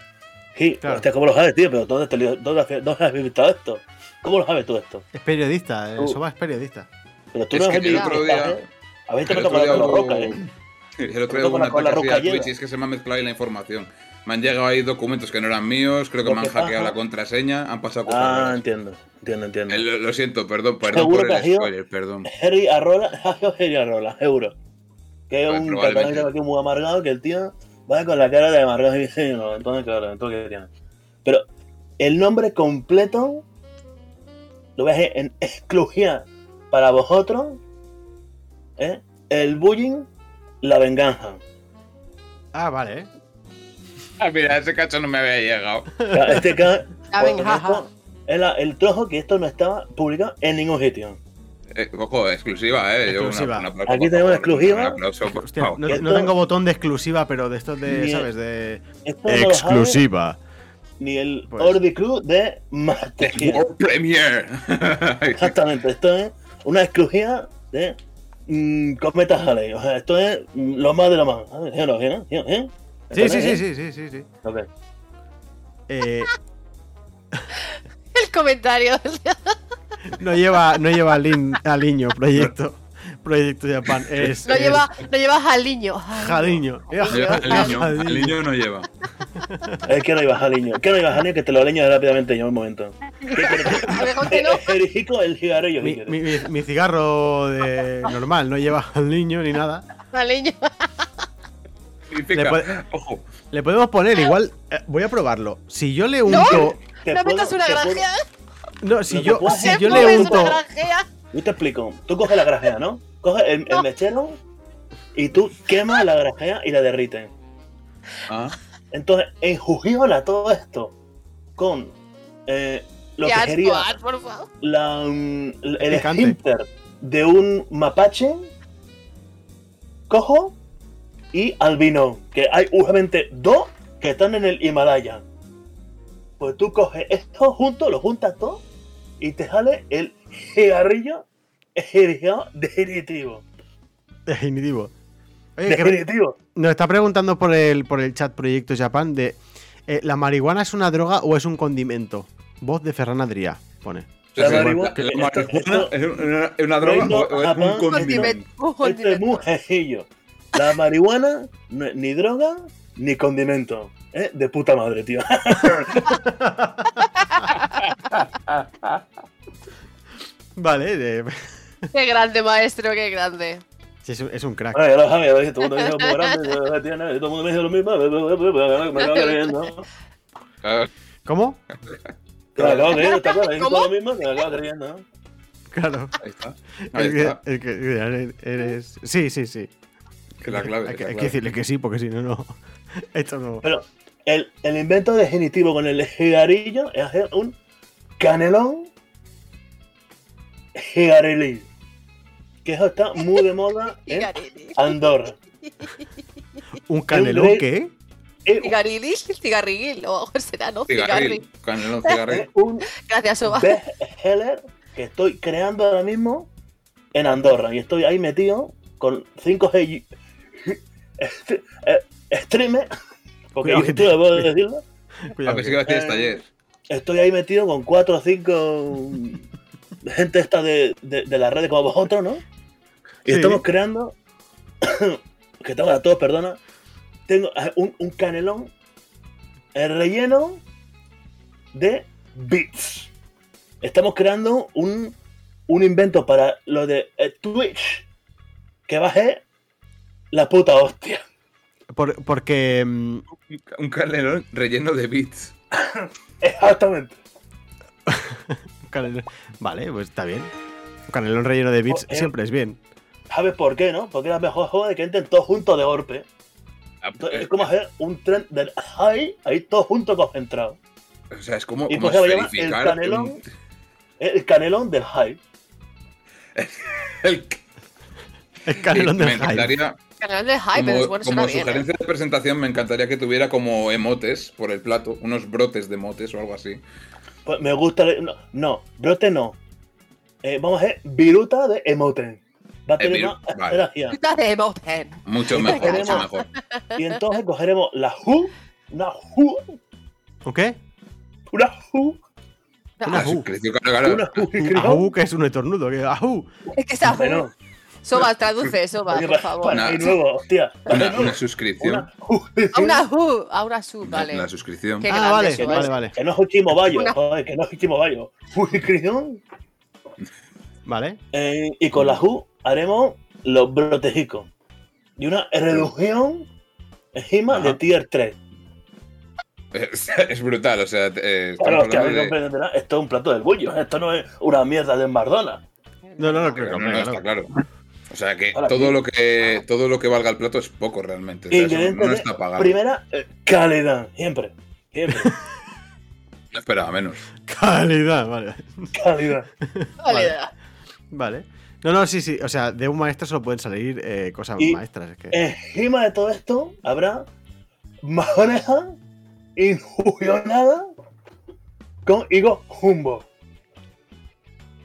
I: sí, hostia, ¿cómo lo sabes, tío? Pero ¿dónde, te lo- dónde has- dónde has vivido esto? ¿Cómo lo sabes tú esto?
A: Es periodista, eh,
I: Uh.
A: Soba es periodista.
I: Pero tú
B: Es
I: no has
B: que el
I: vivido
B: otro
I: esto,
B: día-
I: ¿eh? A ver, te
B: el
I: toca
B: otro
I: con
B: día
I: la
B: hubo-
I: roca, ¿eh?
B: El otro día
I: Todo
B: hubo un
I: con la- con
B: ataque así
I: la
B: a
I: rocallera.
B: Twitch y es que se me ha mezclado ahí la información. Me han llegado ahí documentos que no eran míos, creo que
I: Lo
B: me han
I: que
B: hackeado
I: pasa-
B: la contraseña, han pasado cosas.
I: Ah,
B: raras.
I: entiendo, entiendo, entiendo.
B: Eh, lo, lo siento, perdón, perdón
I: Seguro
B: por
I: que
B: el
I: ha sido-
B: spoiler, perdón.
I: Harry Arrola, Harry Arrola, seguro. Que es
B: Pues
I: un
B: probablemente.
I: catalán que está aquí muy amargado, que el tío va con la cara de amargado y dice, no, entonces claro, entonces que tiene. Pero el nombre completo lo voy a dejar en exclusiva para vosotros. ¿eh? El bullying, la venganza.
C: Ah, vale.
B: Ah, mira, ese cacho no me había llegado.
I: O sea, Este ca-
D: La venganza.
I: esto es la- el trozo que esto no estaba publicado en ningún sitio.
B: Eh, ojo, exclusiva, eh. Yo una-
C: Exclusiva.
B: un aplauso,
I: Aquí
B: por
I: tenemos
B: favor,
I: exclusiva.
B: Un aplauso, por
C: Hostia,
B: favor.
C: no,
I: esto-
C: no tengo botón de exclusiva, pero de estos de,
I: Bien.
C: ¿sabes? De
I: Esto no lo sabe
C: exclusiva.
I: ni el
C: Pues-
I: Orbi Club de Marte.
B: The World Premiere.
I: Exactamente, esto es una exclusiva de mm, Cometa Halley. O sea, esto es mm, lo más de lo más. ¿sabes? ¿Sí o no? ¿Sí o no? ¿Sí o no?
C: Sí, sí,
I: ¿Sí?
C: sí,
I: ¿Entendés?
C: sí, sí, sí, sí.
I: Ok.
C: Eh,
D: El comentario del día.
C: no lleva, no lleva Alin- Aliño, proyecto. Proyecto Japan. Es,
D: Lo
C: es
D: lleva, lo lleva Jaliño. Ay,
C: Jadiño.
B: No lleva el niño,
C: Jadiño.
B: el niño no lleva.
I: Eh, que no ibas al niño. Que no ibas al niño, que te lo leño rápidamente yo en un momento.
D: a ver,
I: Eh,
D: cógelo.
I: eh, Erigico, el cigarrillo.
C: Mi, mi- mi- mi cigarro de normal no lleva al niño ni nada.
D: Jaliño.
B: Significa,
C: puede-
B: ojo,
C: Le podemos poner igual. eh, voy a probarlo. Si yo le unto.
I: Te
D: No
I: puedo-
D: metas una
I: te puedo-
D: granja.
C: No, si
I: Lo que
C: yo,
I: puedo
C: si
I: hacer-
C: yo
D: No
C: le
D: ves
C: unto.
D: una granjea.
I: Yo te explico. Tú coges la grajea, ¿no? Coges el, el mechero y tú quemas la grajea y la derrites.
B: ah,
I: Entonces, enjugiola todo esto con eh, lo
D: Qué
I: que
D: asco,
I: sería
D: Ad, por favor.
I: la, mm, el
C: Picante.
I: esfínter de un mapache cojo y albino, que hay justamente dos que están en el Himalaya. Pues tú coges esto junto, lo juntas todo y te sale el cigarrillo cigarrillo definitivo.
C: Definitivo. Oye, que
I: Definitivo.
C: nos está preguntando por el, por el chat Proyecto Japan de. eh, ¿La marihuana es una droga o es un condimento? Voz de Ferran Adrià, pone.
I: La
B: es que
I: marihuana-
B: la- la
I: esto-
B: marihuana es una- es una droga
I: Reino
B: o- o es
I: Japón.
B: un condimento.
D: Condimento, un
I: Esto es
D: condimento.
I: muy sencillo. La marihuana no es ni droga ni condimento. ¿eh? De puta madre, tío.
C: Vale, de-
D: Qué grande, maestro, qué grande.
C: sí, es, un, es un crack.
I: Bueno, ya lo sabes, ya lo dije, todo el mundo me dijo muy grande, ya lo tiene, todo el mundo me dice lo mismo, me acabo creyendo.
B: Claro,
C: ¿Cómo?
I: Que Me acabo creyendo, ¿te acuerdas? Dije
D: ¿Cómo?
I: todo lo mismo, que me acabo creyendo.
C: Claro.
B: ahí está. Ahí
C: Es que,
B: está.
C: es que eres. Sí, sí, sí.
B: Que la clave.
C: Hay que,
B: que la
C: hay que
B: clave.
C: decirle que sí, porque si no, no. Esto no.
I: Pero el, el invento definitivo con el cigarrillo es hacer un canelón cigarrilí. Que eso está muy de moda
D: Y
I: en
D: Garili.
I: Andorra.
C: ¿Un canelón
I: rey-
C: qué?
I: Es
D: Y Garili, cigarriguil, o algo será, ¿no? Cigarri.
B: Cigarril, canelón, cigarril.
I: un
D: Gracias, Oba.
I: bestseller que estoy creando ahora mismo en Andorra. Y estoy ahí metido con 5 streamers. eh, Porque
C: Cuidado
I: yo
C: que
I: estoy,
C: te-
I: puedo decirlo.
B: A
C: Cuidado.
B: ver si
C: que-
B: Ah, iba a decir
I: Eh,
B: hasta ayer.
I: Estoy ahí metido con 4 o 5 gente esta de, de, de las redes como vosotros, ¿no? Y
C: Sí.
I: estamos creando. que tengo a todos, perdona. Tengo eh, un, un canelón el relleno de bits. Estamos creando un, un invento para lo de eh, Twitch que va a ser la puta hostia.
C: por- porque. mm,
B: Un canelón relleno de bits.
I: Exactamente.
C: un canelón- Vale, pues está bien. Un canelón relleno de bits
I: Oh, eh.
C: siempre es bien.
I: ¿Sabes por qué, no? Porque es la mejor joda de que entren todos juntos de golpe.
B: Ah,
I: Entonces,
B: eh,
I: pues, es como hacer un tren del high, ahí todos juntos concentrados.
B: O sea, es como,
I: Y
B: como
I: pues se va a llamar el
B: esferificar
I: canelón.
B: un-
I: El canelón del high.
B: el
C: El canelón
B: Me
C: del hype.
B: encantaría,
D: Canal de hype, pero es
B: como,
D: bueno,
B: como
D: suena bien. ¿eh?
B: sugerencia de presentación, me encantaría que tuviera como emotes por el plato, unos brotes de motes o algo así.
I: Pues me gusta. el- No, no, brote no. Eh, vamos a hacer viruta de emote. Va a
B: Eh,
I: tener
B: viru-
I: más Este
B: vale.
I: energía.
D: Puta de eh. Mountain.
B: Mucho
I: Venga,
B: mejor, mucho
I: queremos-
B: mejor.
I: Y entonces cogeremos la Ju, una Ju,
C: ¿Un qué?
I: una Ju,
C: Una
B: Ah, sí,
C: ajú.
B: creció, claro, claro.
I: una Ju que
C: Un
I: creó.
C: ajú que es un estornudo. Que, ajú.
D: Es que está
I: Bueno,
D: Soba, traduce, Soba,
I: Oye,
D: por
I: pa-
D: favor.
I: para mí nuevo, hostia.
B: Una, una suscripción.
D: A una who, a una sub, vale.
B: La suscripción.
D: Qué grande eh. Soba.
I: que no es- Que no es Uchimo Bayo, joder, que no es Uchimo Bayo. Suscripción.
C: Vale.
I: Eh, y con la U haremos los brotejicos. Y una reducción encima de tier 3.
B: Es, es brutal, o sea, eh, estamos
I: Claro, que a
B: hablando
I: mí
B: de-
I: no comprenderá, esto es un plato del bollo, esto no es una mierda de Mardona.
C: No, no, no,
B: no, no, está claro. O sea que
I: Ahora,
B: todo lo que todo lo que valga el plato es poco realmente. O sea, eso
I: Ingredientes
B: no
I: de
B: está pagado.
I: primera eh, calidad, siempre. Siempre.
B: No esperaba menos.
C: Calidad, vale.
I: Calidad.
C: Calidad. Vale. No, no, sí, sí. O sea, de un maestro solo pueden salir eh, cosas
I: Y- eh,
C: maestras. Es que...
I: Encima de todo esto habrá mayoneja infusionada con higo jumbo.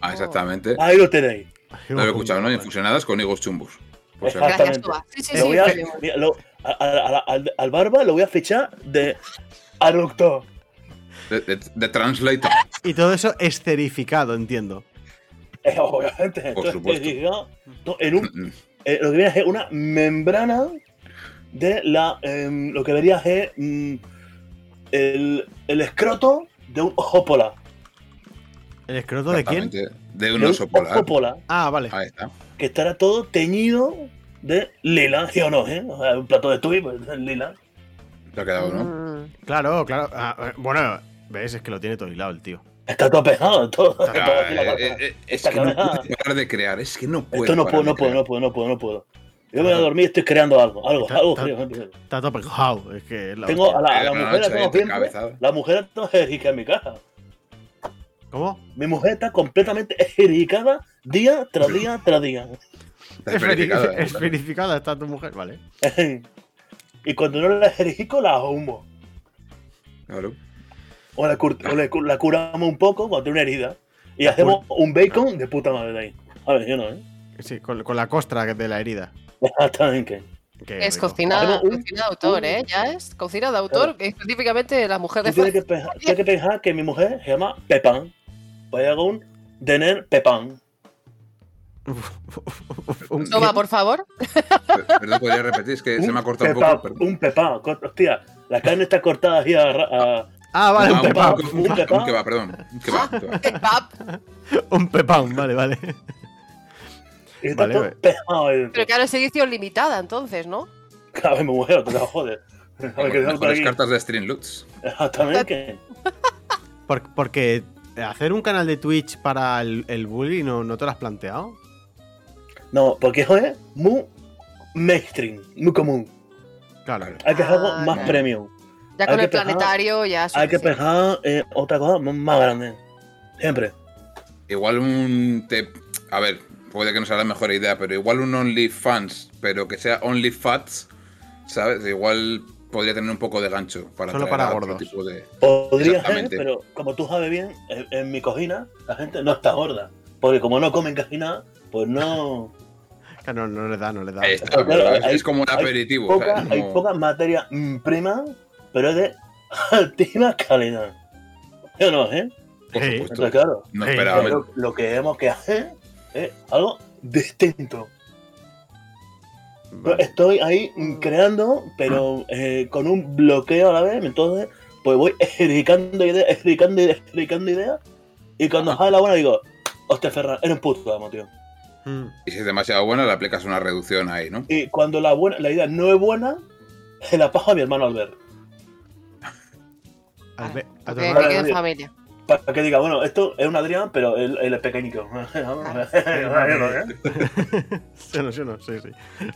B: Ah, exactamente.
I: Ahí lo tenéis.
B: Lo he escuchado, ¿no? Infusionadas con higos chumbos. Por si acaso.
I: Exactamente. Le voy a- mira, lo- a- a- a- al, al barba lo voy a fichar de aductor.
B: de, de, de translator.
C: Y todo eso esterificado, entiendo.
I: Eh, obviamente.
B: Por
I: entonces,
B: supuesto.
I: eh, diga, no, en
B: Mm,
I: un, eh, lo que verías es una membrana de la. em, lo que verías es mm, el, el escroto de un ojópola.
C: ¿El escroto de quién?
B: De
I: un De un oso polar. oso polar.
C: Ah, vale.
B: Ahí está.
I: que estará todo teñido de lila, ¿sí o no? eh? O sea, un plato de tubi, pues lila.
B: Te ha quedado, ¿no?
I: Mm.
C: Claro, claro. Ah, eh, bueno, ves, es que lo tiene todo hilado el tío.
I: Está todo pegado, todo.
B: Ah, eh, eh, eh, es que no puedes parar de crear, es que no puedes.
I: Esto no
B: parar
I: puedo,
B: de
I: no puedo,
B: crear.
I: no puedo, no puedo, no puedo. Yo me voy a dormir y estoy creando algo, algo, algo. creo.
C: Está todo pegado. Es que es la
I: Tengo
C: hostia.
I: Ah, a la, a la mujer, la tengo siempre, la mujer la tengo jericada en mi casa.
C: ¿Cómo?
I: Mi mujer está completamente jericada día tras día tras día.
C: Es verificada, es verificada está tu mujer, vale.
I: y cuando no la jerico, la humo.
B: Claro.
I: O la, cur- o le cu- la curamos un poco cuando tiene una herida. Y hacemos un bacon de puta madre de ahí. A ver, yo no, ¿eh?
C: Sí, con, con la costra de la herida.
I: Exactamente.
C: Qué
D: Es
C: rico.
D: cocina,
I: Uh.
D: cocina de autor, ¿eh? Ya es cocina de autor, que es específicamente la mujer de
I: Tú tienes
D: Frank.
I: que, pensar, tienes que pensar que mi mujer se llama Pepán. Voy a un tener Pepán.
D: Toma, por favor.
B: Perdón, podría repetir, es que se me ha cortado un
I: Pepán,
B: poco. perdón.
I: un Pepán. co- Hostia, la carne está cortada así a... a-
C: Ah, vale, un
I: pepán,
C: pepán.
I: Un pepán.
B: Un kebab, perdón. Un kebab. kebab.
C: Un pepán, vale, vale.
I: Y está
C: Vale,
I: todo
C: vale.
I: pegado ahí dentro.
D: Pero claro, es edición limitada, entonces, ¿no?
I: Cabe mi mujer, te la joder. A ver, que tengo
B: Mejores
I: aquí.
B: cartas de Streamloots.
I: Exactamente.
C: Por- porque hacer un canal de Twitch para el, el bully no, no te lo has planteado.
I: No, porque eso es muy mainstream, muy común.
C: Claro.
I: Hay que hacer algo
D: Ah,
I: más
D: claro.
I: premium.
D: Ya con
I: Hay
D: el
I: que pensar-
D: planetario, ya.
I: Hay que
D: suficiente.
I: pensar en otra cosa más- más grande. Siempre.
B: Igual un. Te... A ver, puede que no sea la mejor idea, pero igual un OnlyFans, pero que sea OnlyFats, ¿sabes? Igual podría tener un poco de gancho para
C: Solo
B: atraer
C: para
B: a otro
C: gordos.
B: tipo de.
I: Podría ser,
B: Exactamente.
I: pero como tú sabes bien, en, en mi cocina la gente no está gorda. Porque como no comen casi nada, pues no.
C: Claro, no, no le da, no le da.
B: Ahí está,
I: Claro,
B: pero es,
I: hay-
B: es como un
I: hay
B: aperitivo.
I: poca-
B: ¿sabes?
I: Hay
B: Como-
I: poca materia mm, prima, pero es de altísima calidad. ¿Sí o no, eh?
B: Por supuesto.
I: Entonces, claro.
B: No esperaba
I: Lo,
B: menos.
I: lo que tenemos que hacer es algo distinto. Yo Estoy ahí mm, creando, pero eh, con un bloqueo a la vez, entonces pues voy ericando ideas, ericando ideas, ericando ideas, y
D: Ah.
I: cuando sale la buena digo, hostia Ferran, eres un puto amo, tío.
B: Y si es demasiado buena, le aplicas una reducción ahí, ¿no?
I: Y cuando la buena, la idea no es buena, se la paja a mi hermano Albert.
C: Al ve- a tu
D: Que
C: hermano-
D: que quede en familia.
I: Para que diga, bueno, esto es un Adrián, pero él, él es pequeñito.
C: Sí, no, sí, no, sí, sí.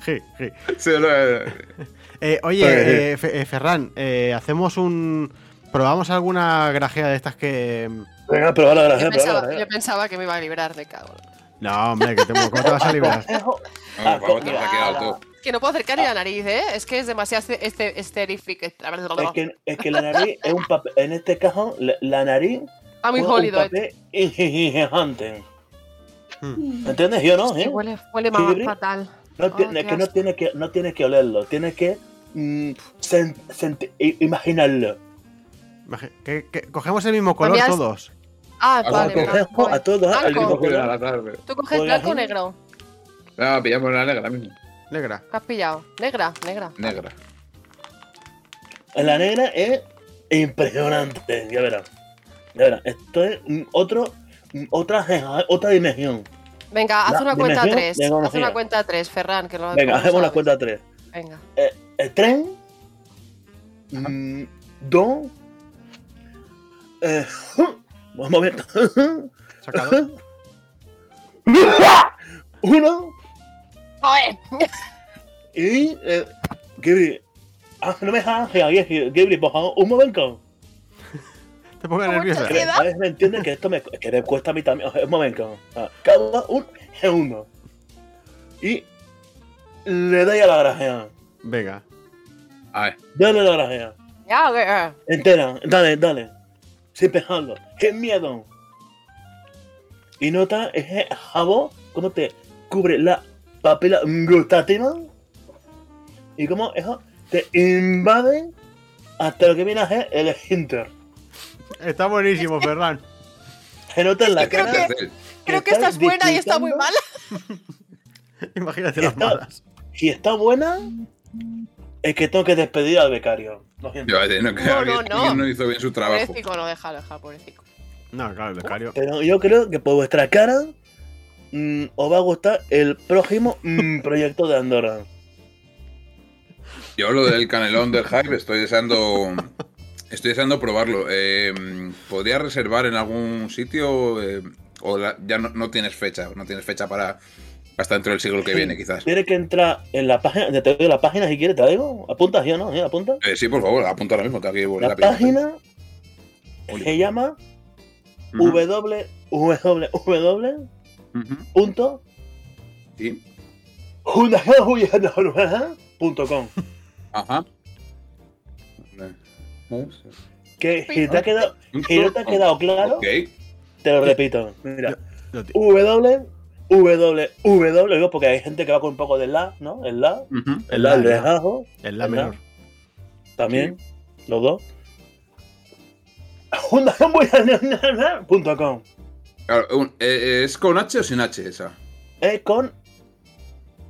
C: Sí, sí.
B: Solo, eh,
C: Eh, oye, eh, Fe- eh, Ferran, eh, hacemos un. ¿Probamos alguna grajea de estas que.?
I: Venga, pero la
D: Yo
I: grajea, pero
D: pensaba, yo pensaba que me iba a librar, me cago.
C: No, hombre, que te, ¿cómo te vas a liberar?
B: Vamos, vamos, te has quedado todo.
D: Es que no puedo acercar ni la nariz, ¿eh? Es que es demasiado este, este, esterific-
I: Es que, es que la nariz es un papel. En este caso, la, la nariz.
D: Ah, muy
I: es
D: jodido, eh.
I: Un papel ingigante. ¿Entiendes? Yo no,
D: Sí,
I: ¿eh?
D: huele, huele
I: Sí,
D: más
I: Bri.
D: fatal.
I: No
D: Oh,
I: ti-
D: qué
I: es que no
D: asco.
I: tienes que, no tienes que olerlo, tienes que mm, sen- senti- i- imaginarlo.
C: Imagi- que- que cogemos el mismo color
D: Cambias-
C: todos.
D: Ah,
I: Ah,
D: vale,
I: cogemos
D: blanco,
I: a ¿eh? todos al
D: Blanco.
I: mismo color.
D: ¿Tú coges
I: Oiga,
D: blanco o negro?
B: Ah, pillamos la negra mismo.
C: Negra.
D: ¿Qué has pillado? Negra, negra.
B: Negra.
I: La negra es impresionante, ya verás. Ya verás, esto es mm, otro, mm, otra, jeja- otra dimensión.
D: Venga, haz
I: La
D: una cuenta
I: dimensión
D: 3.
I: de
D: Haz
I: conocida.
D: una cuenta 3, Ferran, que lo
I: Venga,
D: lo
I: hacemos la
D: sabes.
I: cuenta 3.
D: Venga.
I: El tren. mm, Dos. Eh, vamos a ver.
C: Sacado.
I: Uno.
D: ¡Joder!
I: Y. Eh, Gabriel. Ah, no me dejas, Gabriel, Gabriel, por favor, un momento.
C: Te pongo nerviosa.
I: Que, ¿sabes? ¿Me entiendes? Que esto me, que me cuesta a mí también. Un momento. Ah, Cada uno es uno. Y le doy a la grajea.
C: Venga.
B: A ver.
I: Dale a la grajea.
D: Ya, venga.
I: Entera. Dale, dale. Sin pensarlo. ¡Qué miedo! Y nota ese jabón cómo te cubre la papila gustativa y cómo eso te invade hasta lo que viene a ser el hinter.
C: Está buenísimo, Ferran.
I: Se nota en la cara.
D: Creo que esta es buena y está muy mala.
C: Imagínate las malas.
I: Si está buena, es que tengo que despedir al becario. Lo siento.
B: Yo, eh, no, que
D: No,
B: Gabriel
D: no, no.
B: King no hizo bien su trabajo.
D: Pobrecito, no, déjalo, déjalo, pobrecito.
C: No, claro, el becario.
I: Pero yo creo que por vuestra cara mm, os va a gustar el próximo mm, proyecto de Andorra.
B: Yo lo del canelón del hype estoy deseando. Estoy deseando probarlo. Eh, ¿Podría reservar en algún sitio? Eh, o la- ya no, no tienes fecha. No tienes fecha para hasta dentro del siglo que viene, quizás.
I: Tienes que entrar en la página, te doy la página si quieres, te la digo. ¿Apuntas yo no? ¿Eh? ¿Apunta?
B: Eh, sí, por favor, apunta ahora mismo. Tengo que volver
I: La
B: a pillar.
I: página se llama
B: Ujú.
I: www.
B: Ujú.
I: punto
B: Sí.
I: punto com
B: Ajá.
I: que si te ha quedado, si no te
B: Punto
I: ha quedado
B: com.
I: claro
B: Ok.
I: te lo repito mira
C: lo ti-
I: w w w digo, porque hay gente que va con un poco de la no el la
B: Ujú.
I: el la el lejajo
C: Es la
I: el
C: menor.
I: también los dos punto com
B: Claro, un- eh, eh, ¿Es con H o sin H esa?
I: es Eh, con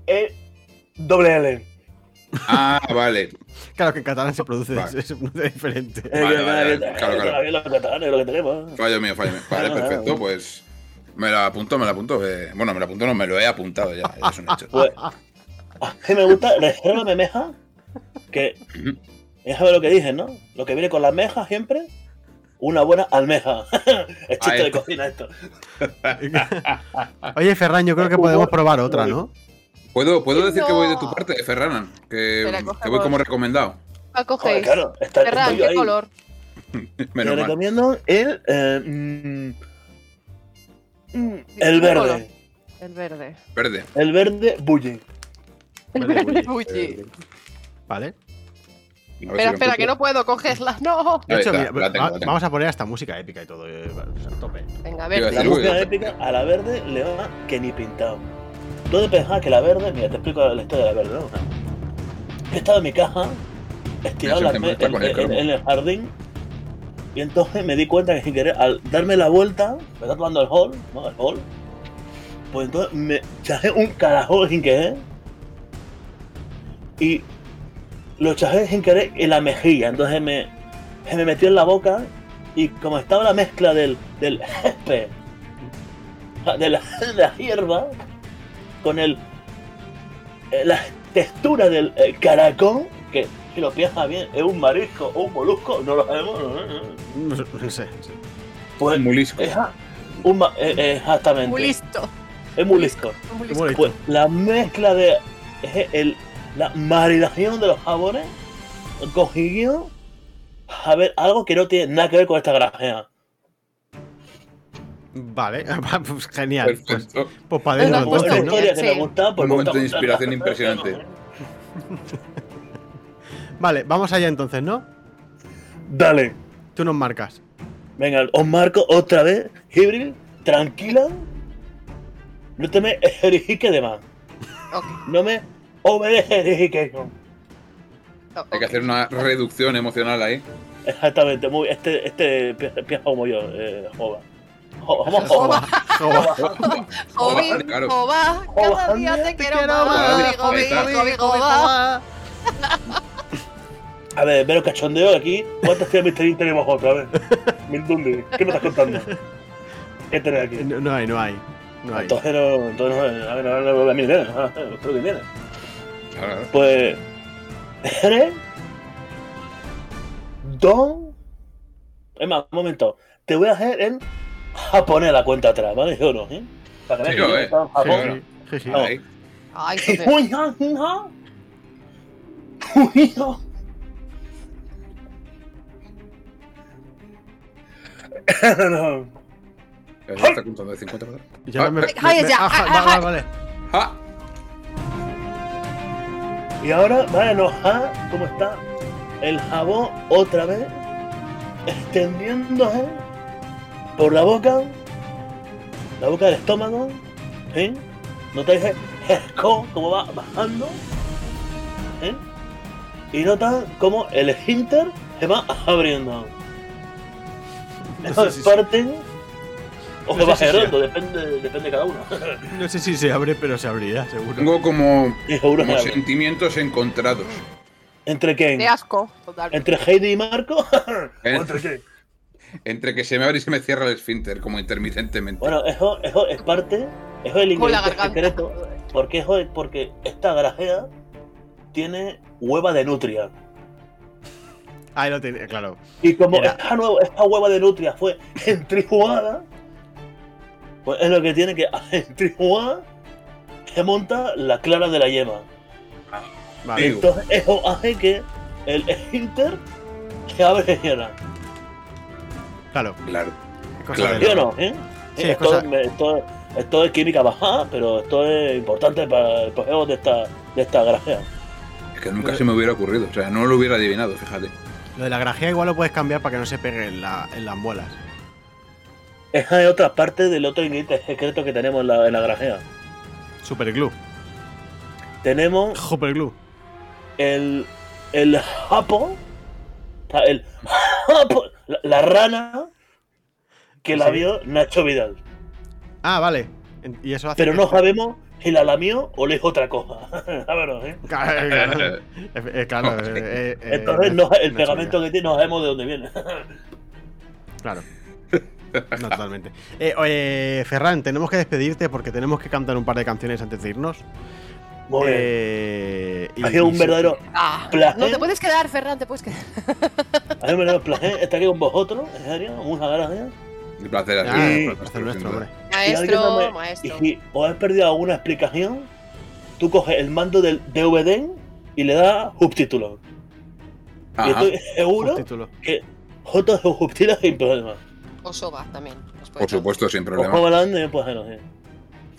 I: e doble L
B: Ah, vale.
C: Claro que en catalán se produce,
B: Vale.
C: se produce diferente.
I: Eh,
B: Vale,
I: que-
B: vale,
I: que-
B: vale, claro,
I: que-
B: claro.
I: que- lo que tenemos, lo que tenemos.
B: Fallo mío, fallo mío. Vale,
I: Claro,
B: perfecto,
I: claro.
B: pues. Me la apunto, me la apunto. eh, bueno, me la apunto, no, me lo he apuntado ya. ya Es un hecho.
I: Pues, a mí me gusta, reserva me meja, que ya sabes lo que dije, ¿no? Lo que viene con la meja siempre, una buena almeja. es chiste
B: Ahí
I: de
B: está.
I: cocina esto.
C: Oye, Ferran, yo creo que podemos probar otra, ¿no?
B: ¿Puedo, puedo decir que voy de tu
D: No.
B: parte, Ferranan? Que,
D: Espera, coge
B: que voy
D: por-
B: como recomendado.
D: ¿Cuál
I: Joder,
D: cogéis?
I: claro, está
D: Ferran,
I: estoy yo
D: ¿qué
I: ahí.
D: color?
I: Te
B: Menos mal.
I: recomiendo el, eh, mm, mm, el
D: ¿Qué color?
I: verde,
D: El verde.
B: Verde.
I: el verde bullying.
D: Uy,
C: Vale.
B: A ver si
D: Espera,
B: lo
D: espera,
B: encuentro.
D: que no puedo cogerlas, no.
C: De
B: Ahí
C: hecho,
B: está,
C: mira,
B: la tengo,
C: va-
B: la tengo.
C: vamos a poner hasta música épica y todo. eh, o sea, tope.
D: Venga,
B: Iba a decir,
I: La
D: verde.
B: uy,
I: música
B: yo-
I: épica a la verde le va que ni pintado. Tú de pensar que la verde, mira, te explico la historia de la verde, ¿no? Yo estaba en mi caja, estirado
B: Mira, se
I: en, la
B: me
I: me-
B: está con el
I: en- en-
B: cromo.
I: en el jardín, y entonces me di cuenta que sin querer, al darme la vuelta, me está tomando el hall, ¿no? El hall, pues entonces me chajé un carajo sin querer, y lo chajé sin querer en la mejilla, entonces me, se me metió en la boca, y como estaba la mezcla del, del césped, de la, de la hierba con el eh, la textura del eh, caracol que si lo piensas bien es un marisco o un molusco no lo sabemos no, no, no.
C: No, no sé. sí.
I: pues
B: Mulisco.
I: es a- un ma- eh, eh, exactamente
D: Muy listo.
I: es mulisco
D: Muy
C: Qué
D: listo.
C: bonito.
I: pues la mezcla de es el, la marinación de los jabones consiguió a ver algo que no tiene nada que ver con esta grajea
C: Vale, pues genial. Pues,
B: Perfecto.
C: pues para
D: Venga,
C: dentro
I: una
D: pues,
C: entonces, ¿no?
I: historia que me
D: Sí.
I: gusta pues
B: Un
I: me
B: momento
I: gusta
B: de
I: contarla.
B: inspiración impresionante.
C: Vale, vamos allá entonces, ¿no?
I: dale
C: Tú nos marcas.
I: Venga, os marco otra vez, Gibril, tranquila. No te me erigique de más.
D: Ok,
I: No me obedece
D: ok.
B: Hay que hacer una reducción emocional ahí.
I: Exactamente, muy, este, este pi- piensa como yo, eh, Jova.
D: Jobin,
B: claro.
D: Jobá, cada día te quiero más. Jobin, Jobin, Jobá.
I: A ver, pero cachondeo aquí. ¿Cuántas tías Mr. tenemos otra? A ver. Mindundi, ¿qué me estás contando? ¿Qué tenés aquí?
C: No, no hay, no hay. No hay.
I: Entonces no, entonces no, a ver, no, no, no, a mí no, no, no, creo que viene. Pues. Eres. Don. Es más, un momento. Te voy a hacer en japonés la cuenta atrás, ¿vale? Yo no, ¿eh? Para que
B: Sí,
I: veas
B: lo
I: que yo
B: es.
I: estaba en
B: Sí,
I: Japón.
C: Sí, sí.
I: Vamos.
B: Ahí.
D: Ay,
I: Que
D: joder.
I: voy a- no. Voy a- no, no.
D: Oh.
B: Eso está contando de 50 para atrás.
C: Ya me- me-
D: ay,
C: me-
D: ya,
C: ah,
D: ah,
C: vale,
D: ah,
C: vale, vale.
B: Ah,
I: Y ahora va a enojar cómo está el jabón otra vez, extendiéndose por la boca, la boca del estómago, ¿eh? Notáis el esco como va bajando, ¿eh? Y notan como el esfínter se va abriendo. Eso es parte o se
C: Sí,
I: va
C: sí, sí.
I: cerrando, depende, depende de cada uno.
C: No sé si se abre, pero se abrirá, seguro.
B: tengo como,
I: seguro
B: como
I: que abre.
B: sentimientos encontrados.
I: ¿Entre quién?
D: De asco, totalmente.
I: ¿Entre Heidi y Marco? ¿O
B: ¿eh?
I: entre quién?
B: Entre que se me abre y se me cierra el esfínter, como intermitentemente.
I: Bueno, eso, eso es parte, eso es el
D: Con la
I: ingrediente
D: garganta.
I: secreto, porque eso es porque esta grajea tiene hueva de nutria.
C: Ahí lo tenía, claro.
I: Y como
C: Mira.
I: esta, nueva- esta hueva de nutria fue entrijuada, pues es lo que tiene que entrijuada se monta la clara de la yema.
C: Vale.
B: Digo,
I: Entonces eso hace que el Inter se abre y cierra.
C: Claro.
B: claro.
C: Cosa
B: Claro.
C: de-
I: ¿Sí o no? ¿Eh?
C: Sí,
I: Eh,
C: es
I: esto,
C: cosa-
I: es- esto es- esto es química baja, pero esto es importante para el proceso de esta, de esta grajea.
B: Es que nunca se me hubiera ocurrido. O sea, no lo hubiera adivinado, fíjate.
C: Lo de la grajea igual lo puedes cambiar para que no se pegue en, la, en las muelas.
I: Esa es otra parte del otro ingrediente secreto que tenemos en la, en la grajea.
C: Superglue.
I: Tenemos
C: Superglue.
I: el, el japo, o sea, el japo, la, la rana que la
C: Sí.
I: vio Nacho Vidal.
C: Ah, vale. En- Y eso hace.
I: Pero
C: que-
I: no sabemos si la lamió o le dijo otra cosa. A ver, ¿eh?
C: Claro, claro. Eh, eh, claro, eh, eh, eh,
I: Entonces no-
C: Nacho-
I: el
C: Nacho
I: pegamento que tiene no sabemos de dónde viene.
C: Claro. No, totalmente. Eh, oye, Ferran, tenemos que despedirte porque tenemos que cantar un par de canciones antes de irnos.
I: Muy bien.
C: Eh, y-
I: Ha sido un verdadero
D: Ah,
I: placer.
D: no te puedes quedar, Ferran, te puedes quedar.
I: A mí me da placer estar aquí con vosotros, en serio, muchas gracias.
B: Un placer.
C: Ah,
B: hacer
C: por
B: esto,
C: el placer
B: sin
C: nuestro,
B: duda.
C: hombre.
I: alguien no
D: Maestro,
I: me- Y
D: maestro.
I: si os has perdido alguna explicación, tú coges el mando del DVD y le das subtítulos. Y
B: Ajá.
I: estoy seguro
C: Subtítulo.
I: que Jotos sus subtítulos sin problema.
D: O Soba también. os puede
B: Por
D: traducir.
B: supuesto, sin
I: Os
B: problema.
I: juego hablando y pues no sé.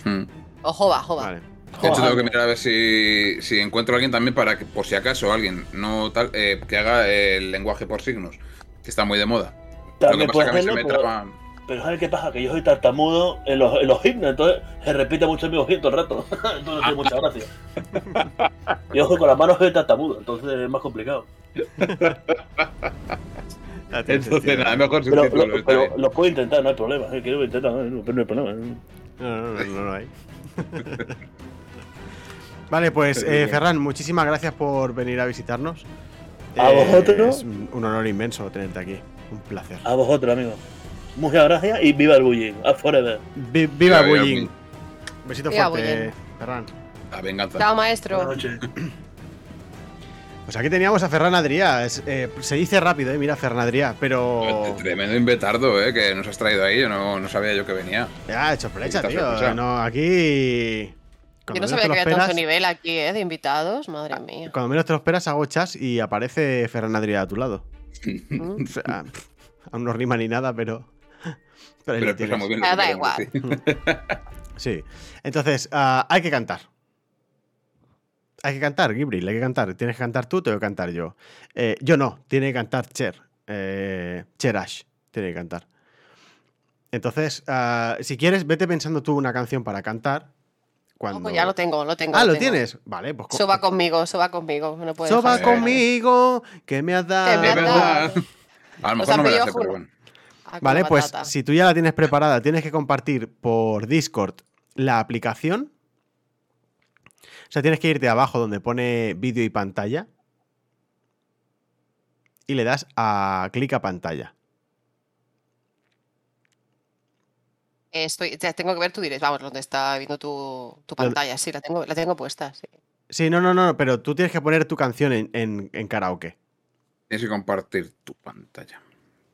B: Mm.
D: O Joba, Joba.
C: Vale.
B: De hecho, tengo que mirar a ver si, si encuentro a alguien también para que, por si acaso, alguien no tal, eh, que haga el lenguaje por signos, que está muy de moda. Lo que pasa
I: También
B: es que
I: puedes
B: a mí se
I: hacerlo,
B: me
I: pero,
B: traba.
I: pero ¿sabes qué pasa? Que yo soy tartamudo en los, en los himnos, entonces se repite mucho en mi ojito el rato. entonces no tiene mucha gracia. yo soy con las manos soy tartamudo, entonces es más complicado.
C: Ah, tiene
B: Entonces,
C: sentido.
B: nada, mejor
I: Pero,
B: subtítulos,
I: lo,
B: está
I: pero
B: bien.
I: lo puedo intentar, no hay problema. eh, Quiero intentar, no, no, no hay problema.
C: No, no, no, no, no hay. vale, pues eh, Ferran, muchísimas gracias por venir a visitarnos. Eh,
I: A vosotros.
C: Es un un honor inmenso tenerte aquí. Un placer.
I: A vosotros, amigos. Muchas gracias y viva el bullying. A forever.
C: Vi- viva
B: Viva
C: Bullying.
B: Bullying.
C: Besito
D: Viva
C: fuerte,
D: Bullying.
C: Ferran.
B: La venganza.
D: Chao, maestro.
I: Buenas noches.
C: Pues aquí teníamos a Ferran Adrià. Es, eh, se dice rápido, eh, mira, Ferran Adrià, pero.
B: Este Tremendo invetardo, eh, que nos has traído ahí. Yo no, no sabía yo que venía.
C: Ya, hecho flecha,
B: Quita
C: tío.
B: sorpresa.
C: No, aquí.
D: Yo
C: cuando
D: no
C: menos
D: sabía
C: te
D: que
C: lo
D: había tanto
C: esperas-
D: nivel aquí, ¿eh? De invitados, madre mía.
C: Cuando menos te lo esperas, hago chas y aparece Ferran Adrià a tu lado.
D: Mm.
C: O sea, pf, aún no rima ni nada, pero. Pero, ahí lo
B: Pero explica
C: tienes.
B: muy bien.
D: Ah,
B: lo que
D: da
B: queremos
D: igual.
B: decir.
C: Sí. Entonces, ah, hay que cantar. Hay que cantar, Gibril, hay que cantar. Tienes que cantar tú, tengo que cantar yo. Eh, yo no, tiene que cantar Cher. Eh, Cher Ash, tiene que cantar. Entonces, ah, si quieres, vete pensando tú una canción para cantar. Cuando...
D: No, pues ya lo tengo, lo tengo.
C: Ah, ¿lo
D: tengo.
C: tienes? Vale, pues... co-
D: Soba conmigo, soba conmigo. No puedes
C: Soba
B: dejar.
C: conmigo, que me has dado...
D: Que me has
B: Es
D: dado.
B: verdad. A lo
D: O
B: mejor
D: sea,
B: no me
D: pero
B: la sé,
D: yo
B: pero
D: juro.
B: bueno.
D: Ah, con
C: Vale,
D: la
C: pues
D: batata.
C: si tú ya la tienes preparada, tienes que compartir por Discord la aplicación. O sea, tienes que irte abajo donde pone vídeo y pantalla. Y le das a clic a pantalla.
D: Eh, Estoy, te- tengo que ver tu direct, vamos, donde está viendo tu, tu
C: Lo-
D: pantalla. Sí, la tengo, la tengo puesta. sí.
C: Sí, no, no, no, pero tú tienes que poner tu canción en, en- en karaoke.
B: Tienes que compartir tu pantalla.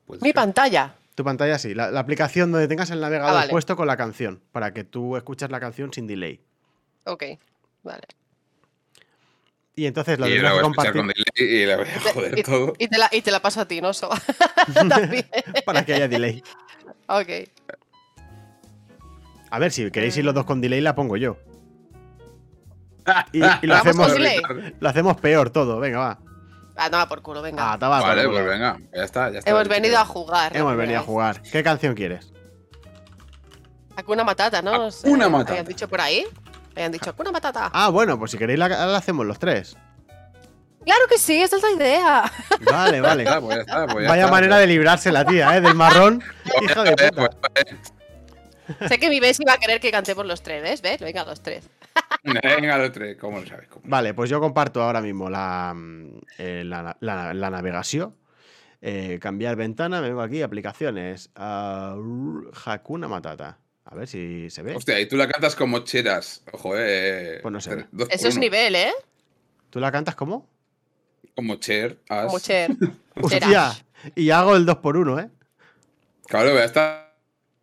B: Pues
D: Mi pantalla.
C: Tu pantalla sí, la, la aplicación donde tengas el navegador
D: Ah, vale.
C: puesto con la canción, para que tú escuches la canción sin delay.
D: Ok, vale.
C: Y entonces lo
B: y yo la
C: tendrás
B: voy
C: que
B: a escuchar
C: compartir
B: con delay y la voy a
D: Y-
B: joder todo.
D: Y te, la, y te la paso a ti, ¿no? So-
C: para que haya delay.
D: ok.
C: A ver, si queréis ir los dos con delay, la pongo yo. Ah, Y, y lo,
D: ¿Vamos con
C: hacemos,
D: delay?
C: lo hacemos peor todo, venga, va.
D: Ah, no, por culo, venga.
C: A tabaco.
B: Vale, pues venga, ya está, ya está.
D: Hemos venido a jugar.
C: Hemos venido a jugar. ¿Qué canción quieres?
D: Hakuna Matata, ¿no? No sé,
C: Hakuna Matata.
D: Habían dicho por ahí. Habían dicho Hakuna Matata.
C: Ah, bueno, pues si queréis la, la hacemos los tres.
D: Claro que sí, esa es la idea.
C: Vale, vale.
B: Ya está, pues ya está, pues ya
C: Vaya
B: está.
C: manera de librarse la tía, ¿eh? Del marrón. Hija de puta. Ah.
D: sé que mi vez iba a querer que cantemos los tres, ¿ves? ¿Ves? Venga, los tres.
B: Venga, los tres, ¿cómo lo sabes?
C: Vale, pues yo comparto ahora mismo la, mm, eh, la, la- la navegación. Eh, cambiar ventana, me vengo aquí, aplicaciones. Ah, uh, Hakuna Matata. A ver si se ve.
B: Hostia, y tú la cantas como cheras. Ojo, eh. Pues no sé.
D: Eso es nivel, ¿eh?
C: ¿Tú la cantas como?
B: Como cher, as.
D: Como Cher. Chera.
C: Hostia. Y hago el 2x1, ¿eh?
B: Claro, ya está.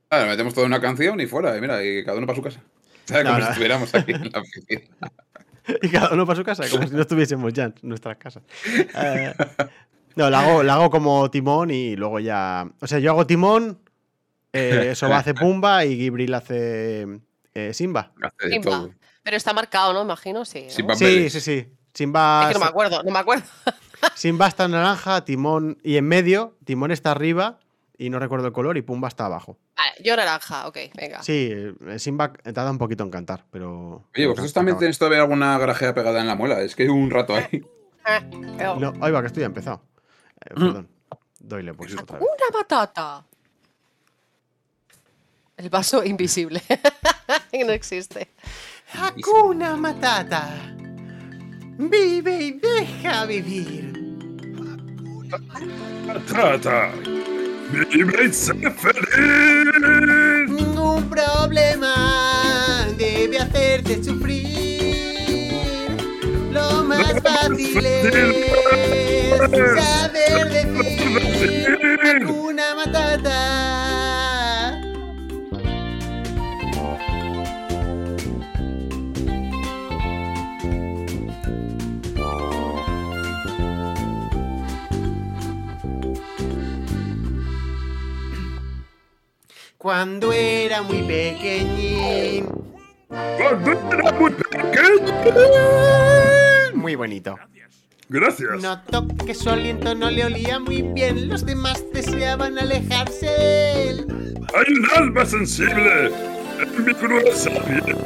B: Claro, metemos toda una canción y fuera, y mira, y cada uno para su casa. ¿Sabes?
C: No,
B: como
C: no.
B: si estuviéramos aquí en la oficina.
C: Y cada uno para su casa, como si no estuviésemos ya en nuestras casas. Eh, no, la hago, la hago como timón y luego ya. O sea, yo hago timón, eh, Soba hace Pumba y Gibril hace eh, Simba.
B: Hace
D: Simba. Pero está marcado, ¿no? Imagino, sí. ¿no?
C: Sí, sí, sí. Simba,
D: Es que no me acuerdo, no me acuerdo.
C: Simba está en naranja, timón. Y en medio, timón está arriba y no recuerdo el color y Pumba está abajo.
D: Vale, yo naranja, ok, venga.
C: Sí, eh, Simba tarda un poquito en cantar, pero.
B: Oye, vosotros también tenéis todavía alguna grajea pegada en la muela. Es que hay un rato ahí.
C: No, ahí va, que esto ya ha empezado. Eh,
B: Mm.
C: perdón. Doyle, pues otra vez.
D: Una patata. El vaso invisible. que no existe.
M: Hakuna Matata. Vive y deja vivir.
I: Trata. Libre y sé feliz.
M: Ningún problema debe hacerte sufrir. Lo más fácil es saber decir Hakuna Matata.
A: Cuando era muy pequeñín.
I: Cuando era muy
C: Muy bonito.
I: Gracias.
A: Notó que su aliento no le olía muy bien. Los demás deseaban alejarse de él.
I: Hay un alma sensible en mi cruel sabiel.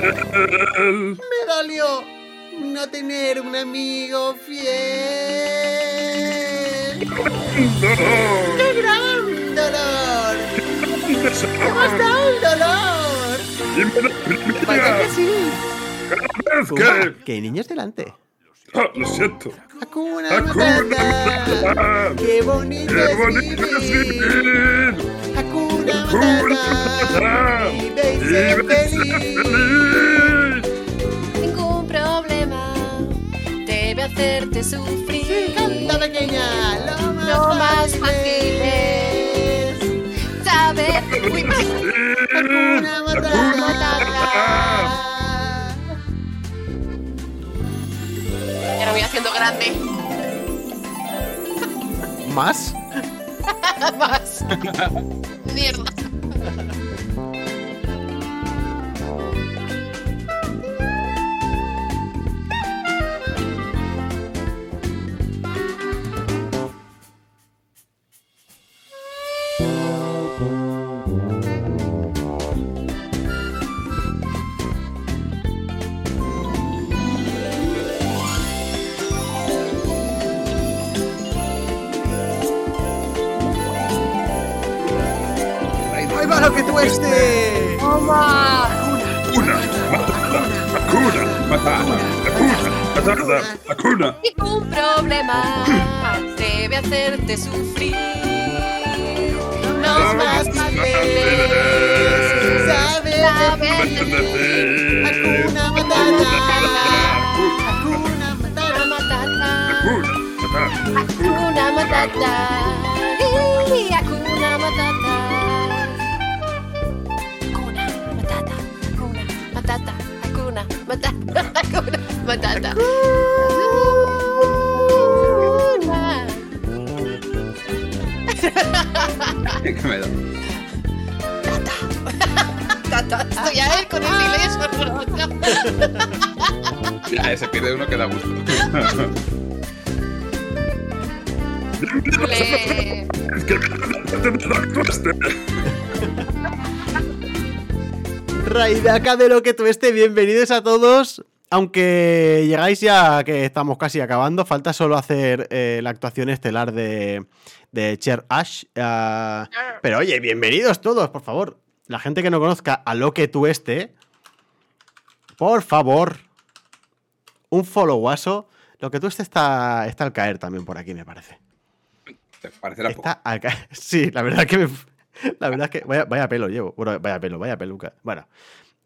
A: Me dolió no tener un amigo fiel. ¡Qué gran dolor! ¿Cómo está el dolor?
I: Y me
A: Vaya que sí.
I: que-
C: que hay niños delante.
I: Ah, lo siento.
A: Hakuna
I: Hakuna
A: Matata. Qué bonito
I: Qué
A: es
I: bonito es
A: vivir.
I: vivir.
A: Hakuna
I: Matata.
A: Matata. Vive y sé
I: Vive y sé feliz.
D: Ningún problema debe hacerte sufrir.
A: canta, pequeña, lo más fácil
D: es saber decir
A: Hakuna Matata.
D: Ya lo voy haciendo grande.
C: ¿Más?
D: Más. Mierda.
I: tueste.
N: Una, vacuna, patata, vacuna, patata, vacuna.
H: Ningún problema debe hacerte sufrir.
I: Los más papeles. Saber de ti. Hakuna Matata. Hakuna Matata.
H: Hakuna Matata. Y Hakuna Matata. Hakuna Matata. Hakuna Matata. Hakuna Matata. Hakuna Matata. Hakuna.
B: Que me da.
H: Matata. Estoy a él con el silencio.
B: Ya, se pierde uno que da gusto.
H: Le-
A: Raidaca de lo que tú esté, bienvenidos a todos. Aunque llegáis ya que estamos casi acabando, falta solo hacer eh, la actuación estelar de, de Cher Ash. ah, pero oye, bienvenidos todos, por favor. La gente que no conozca a lo que tú esté, por favor, un followazo. Lo que tú esté está, está al caer también por aquí, me parece.
B: Te parecerá poco.
A: Está al ca- Sí, la verdad que me... La verdad es que vaya, vaya pelo llevo. Bueno, vaya pelo, vaya peluca. Bueno.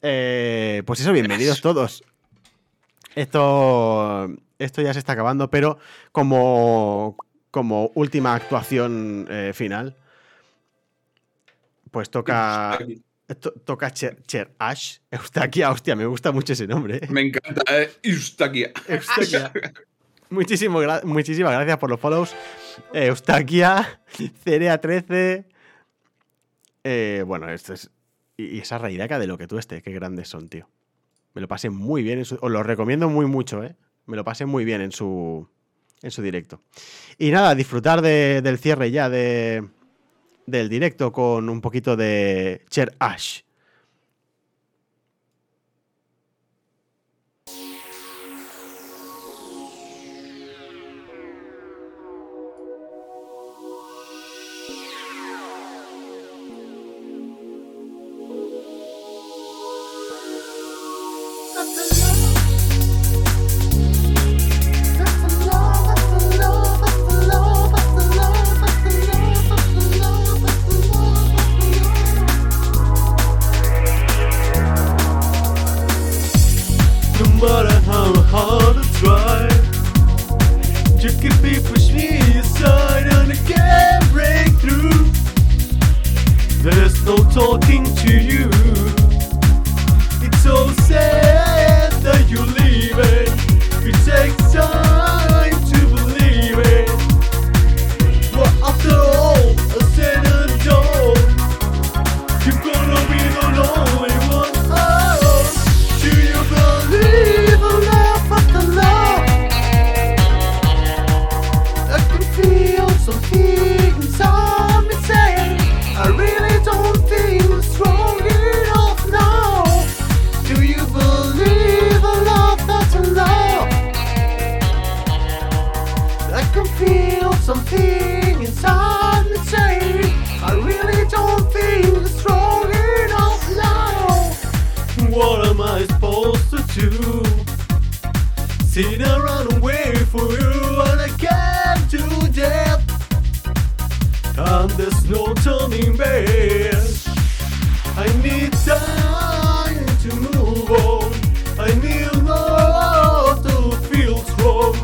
A: eh, pues eso, bienvenidos todos. Esto, esto ya se está acabando, pero como, como última actuación eh, final, pues toca, to- toca Cher, Cher Ash. Eustaquia, hostia, me gusta mucho ese nombre. eh.
B: Me encanta. Eh, Eustaquia.
A: Eustaquia. Muchísimo gra- muchísimas gracias por los follows. Eh, Eustaquia, Cerea13. eh, bueno, esto es. Y y esa raídaca de lo que tú estés, qué grandes son, tío. Me lo pasé muy bien. en su- os lo recomiendo muy mucho, ¿eh? Me lo pasé muy bien en su, en su directo. Y nada, disfrutar de- del cierre ya de, del directo con un poquito de Cher Ash.
I: No matter how hard I try, you can be pushed me aside and I can't break through. There's no talking to you. It's so sad that you're leaving. It takes time to believe it. But after all, I said and done, you're gonna be the lonely one. Oh. Do you believe in love after love? I can feel something inside me saying I really don't feel strong enough now. Do you believe in love after love? I can feel something inside me saying I really don't feel strong enough now. What am I supposed to do? Sit around and wait for you, and I can't do that. And there's no turning back. I need time to move on. I need love to feel strong.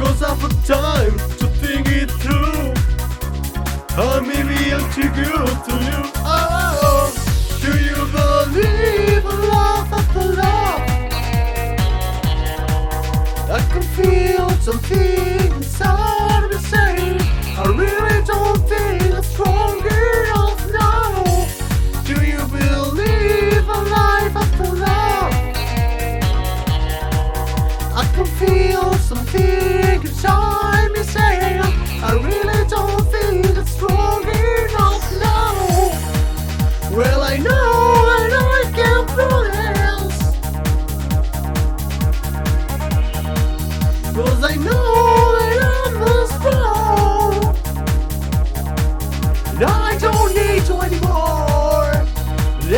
I: Cause I've had time to think it through. And maybe I'm too good to you. Oh, do you believe in love after love? I can feel something inside me saying I really don't feel strong enough now. Do you believe in life after love? I can feel something inside me saying I really don't feel strong enough now. Well, I know and I can promise. Cause I know that I'm the strong. And I don't need you anymore.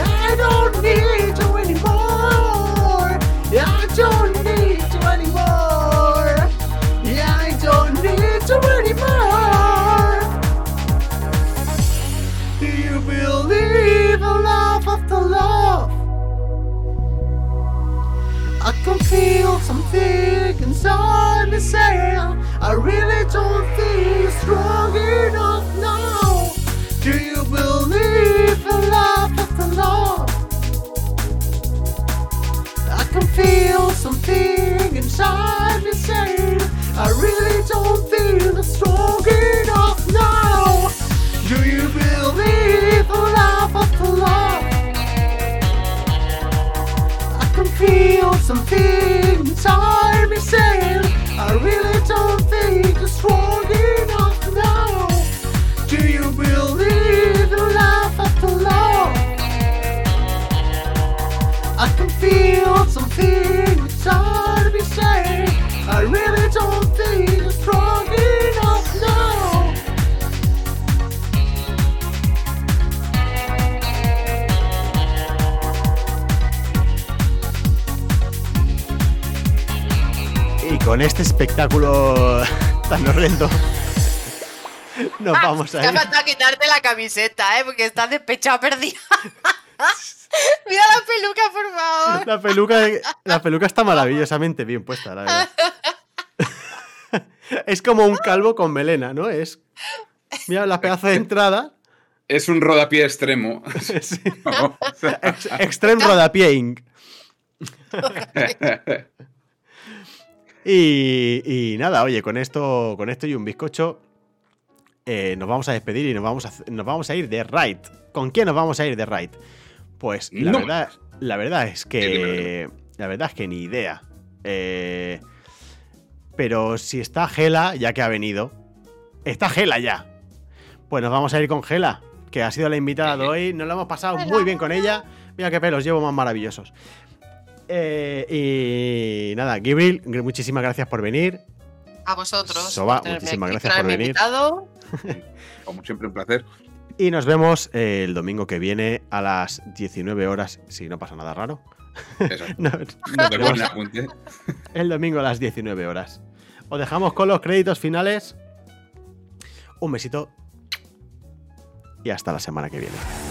I: something inside me saying I really don't feel strong enough now. Do you believe in love after love? I can feel something inside me saying I really don't feel strong enough now. Do you believe in love after love? I can feel something inside me saying I really don't think it's strong enough now. Do you believe in love after love? I can feel something inside me saying I really don't think it's strong enough now.
A: Y con este espectáculo tan horrendo, nos vamos a
D: Te ha
A: ir.
D: faltado quitarte la camiseta, ¿eh? Porque estás despechado perdida. Mira la peluca, por favor.
A: La peluca, la peluca está maravillosamente bien puesta, la verdad. Es como un calvo con melena, ¿no? Es. Mira la pedazo de entrada.
B: Es un rodapié extremo.
A: Ex- Extreme Rodapié Inc. Y, y nada, oye, con esto, con esto y un bizcocho, eh, nos vamos a despedir y nos vamos a, hac- nos vamos a ir de right. ¿Con quién nos vamos a ir de right? Pues la,
B: No Eh, me
A: verdad, la verdad es que. La verdad es que ni idea. Eh, pero si está Gela, ya que ha venido. Está Gela ya. Pues nos vamos a ir con Gela, que ha sido la invitada de hoy. Nos lo hemos pasado muy bien con ella. Mira qué pelos llevo más maravillosos. Eh, y nada, Gibril, gr- muchísimas gracias por venir.
D: A vosotros.
A: Soba,
D: por tenerme
A: muchísimas
D: aquí,
A: gracias
D: por
A: por
D: haberme
A: venir.
D: invitado.
B: Como siempre, un placer.
A: Y nos vemos eh, el domingo que viene a las 19 horas, si no pasa nada raro.
B: Eso.
A: No,
B: No tengo
A: nos-
B: ni apunte.
A: el domingo a las 19 horas. Os dejamos con los créditos finales. Un besito. Y hasta la semana que viene.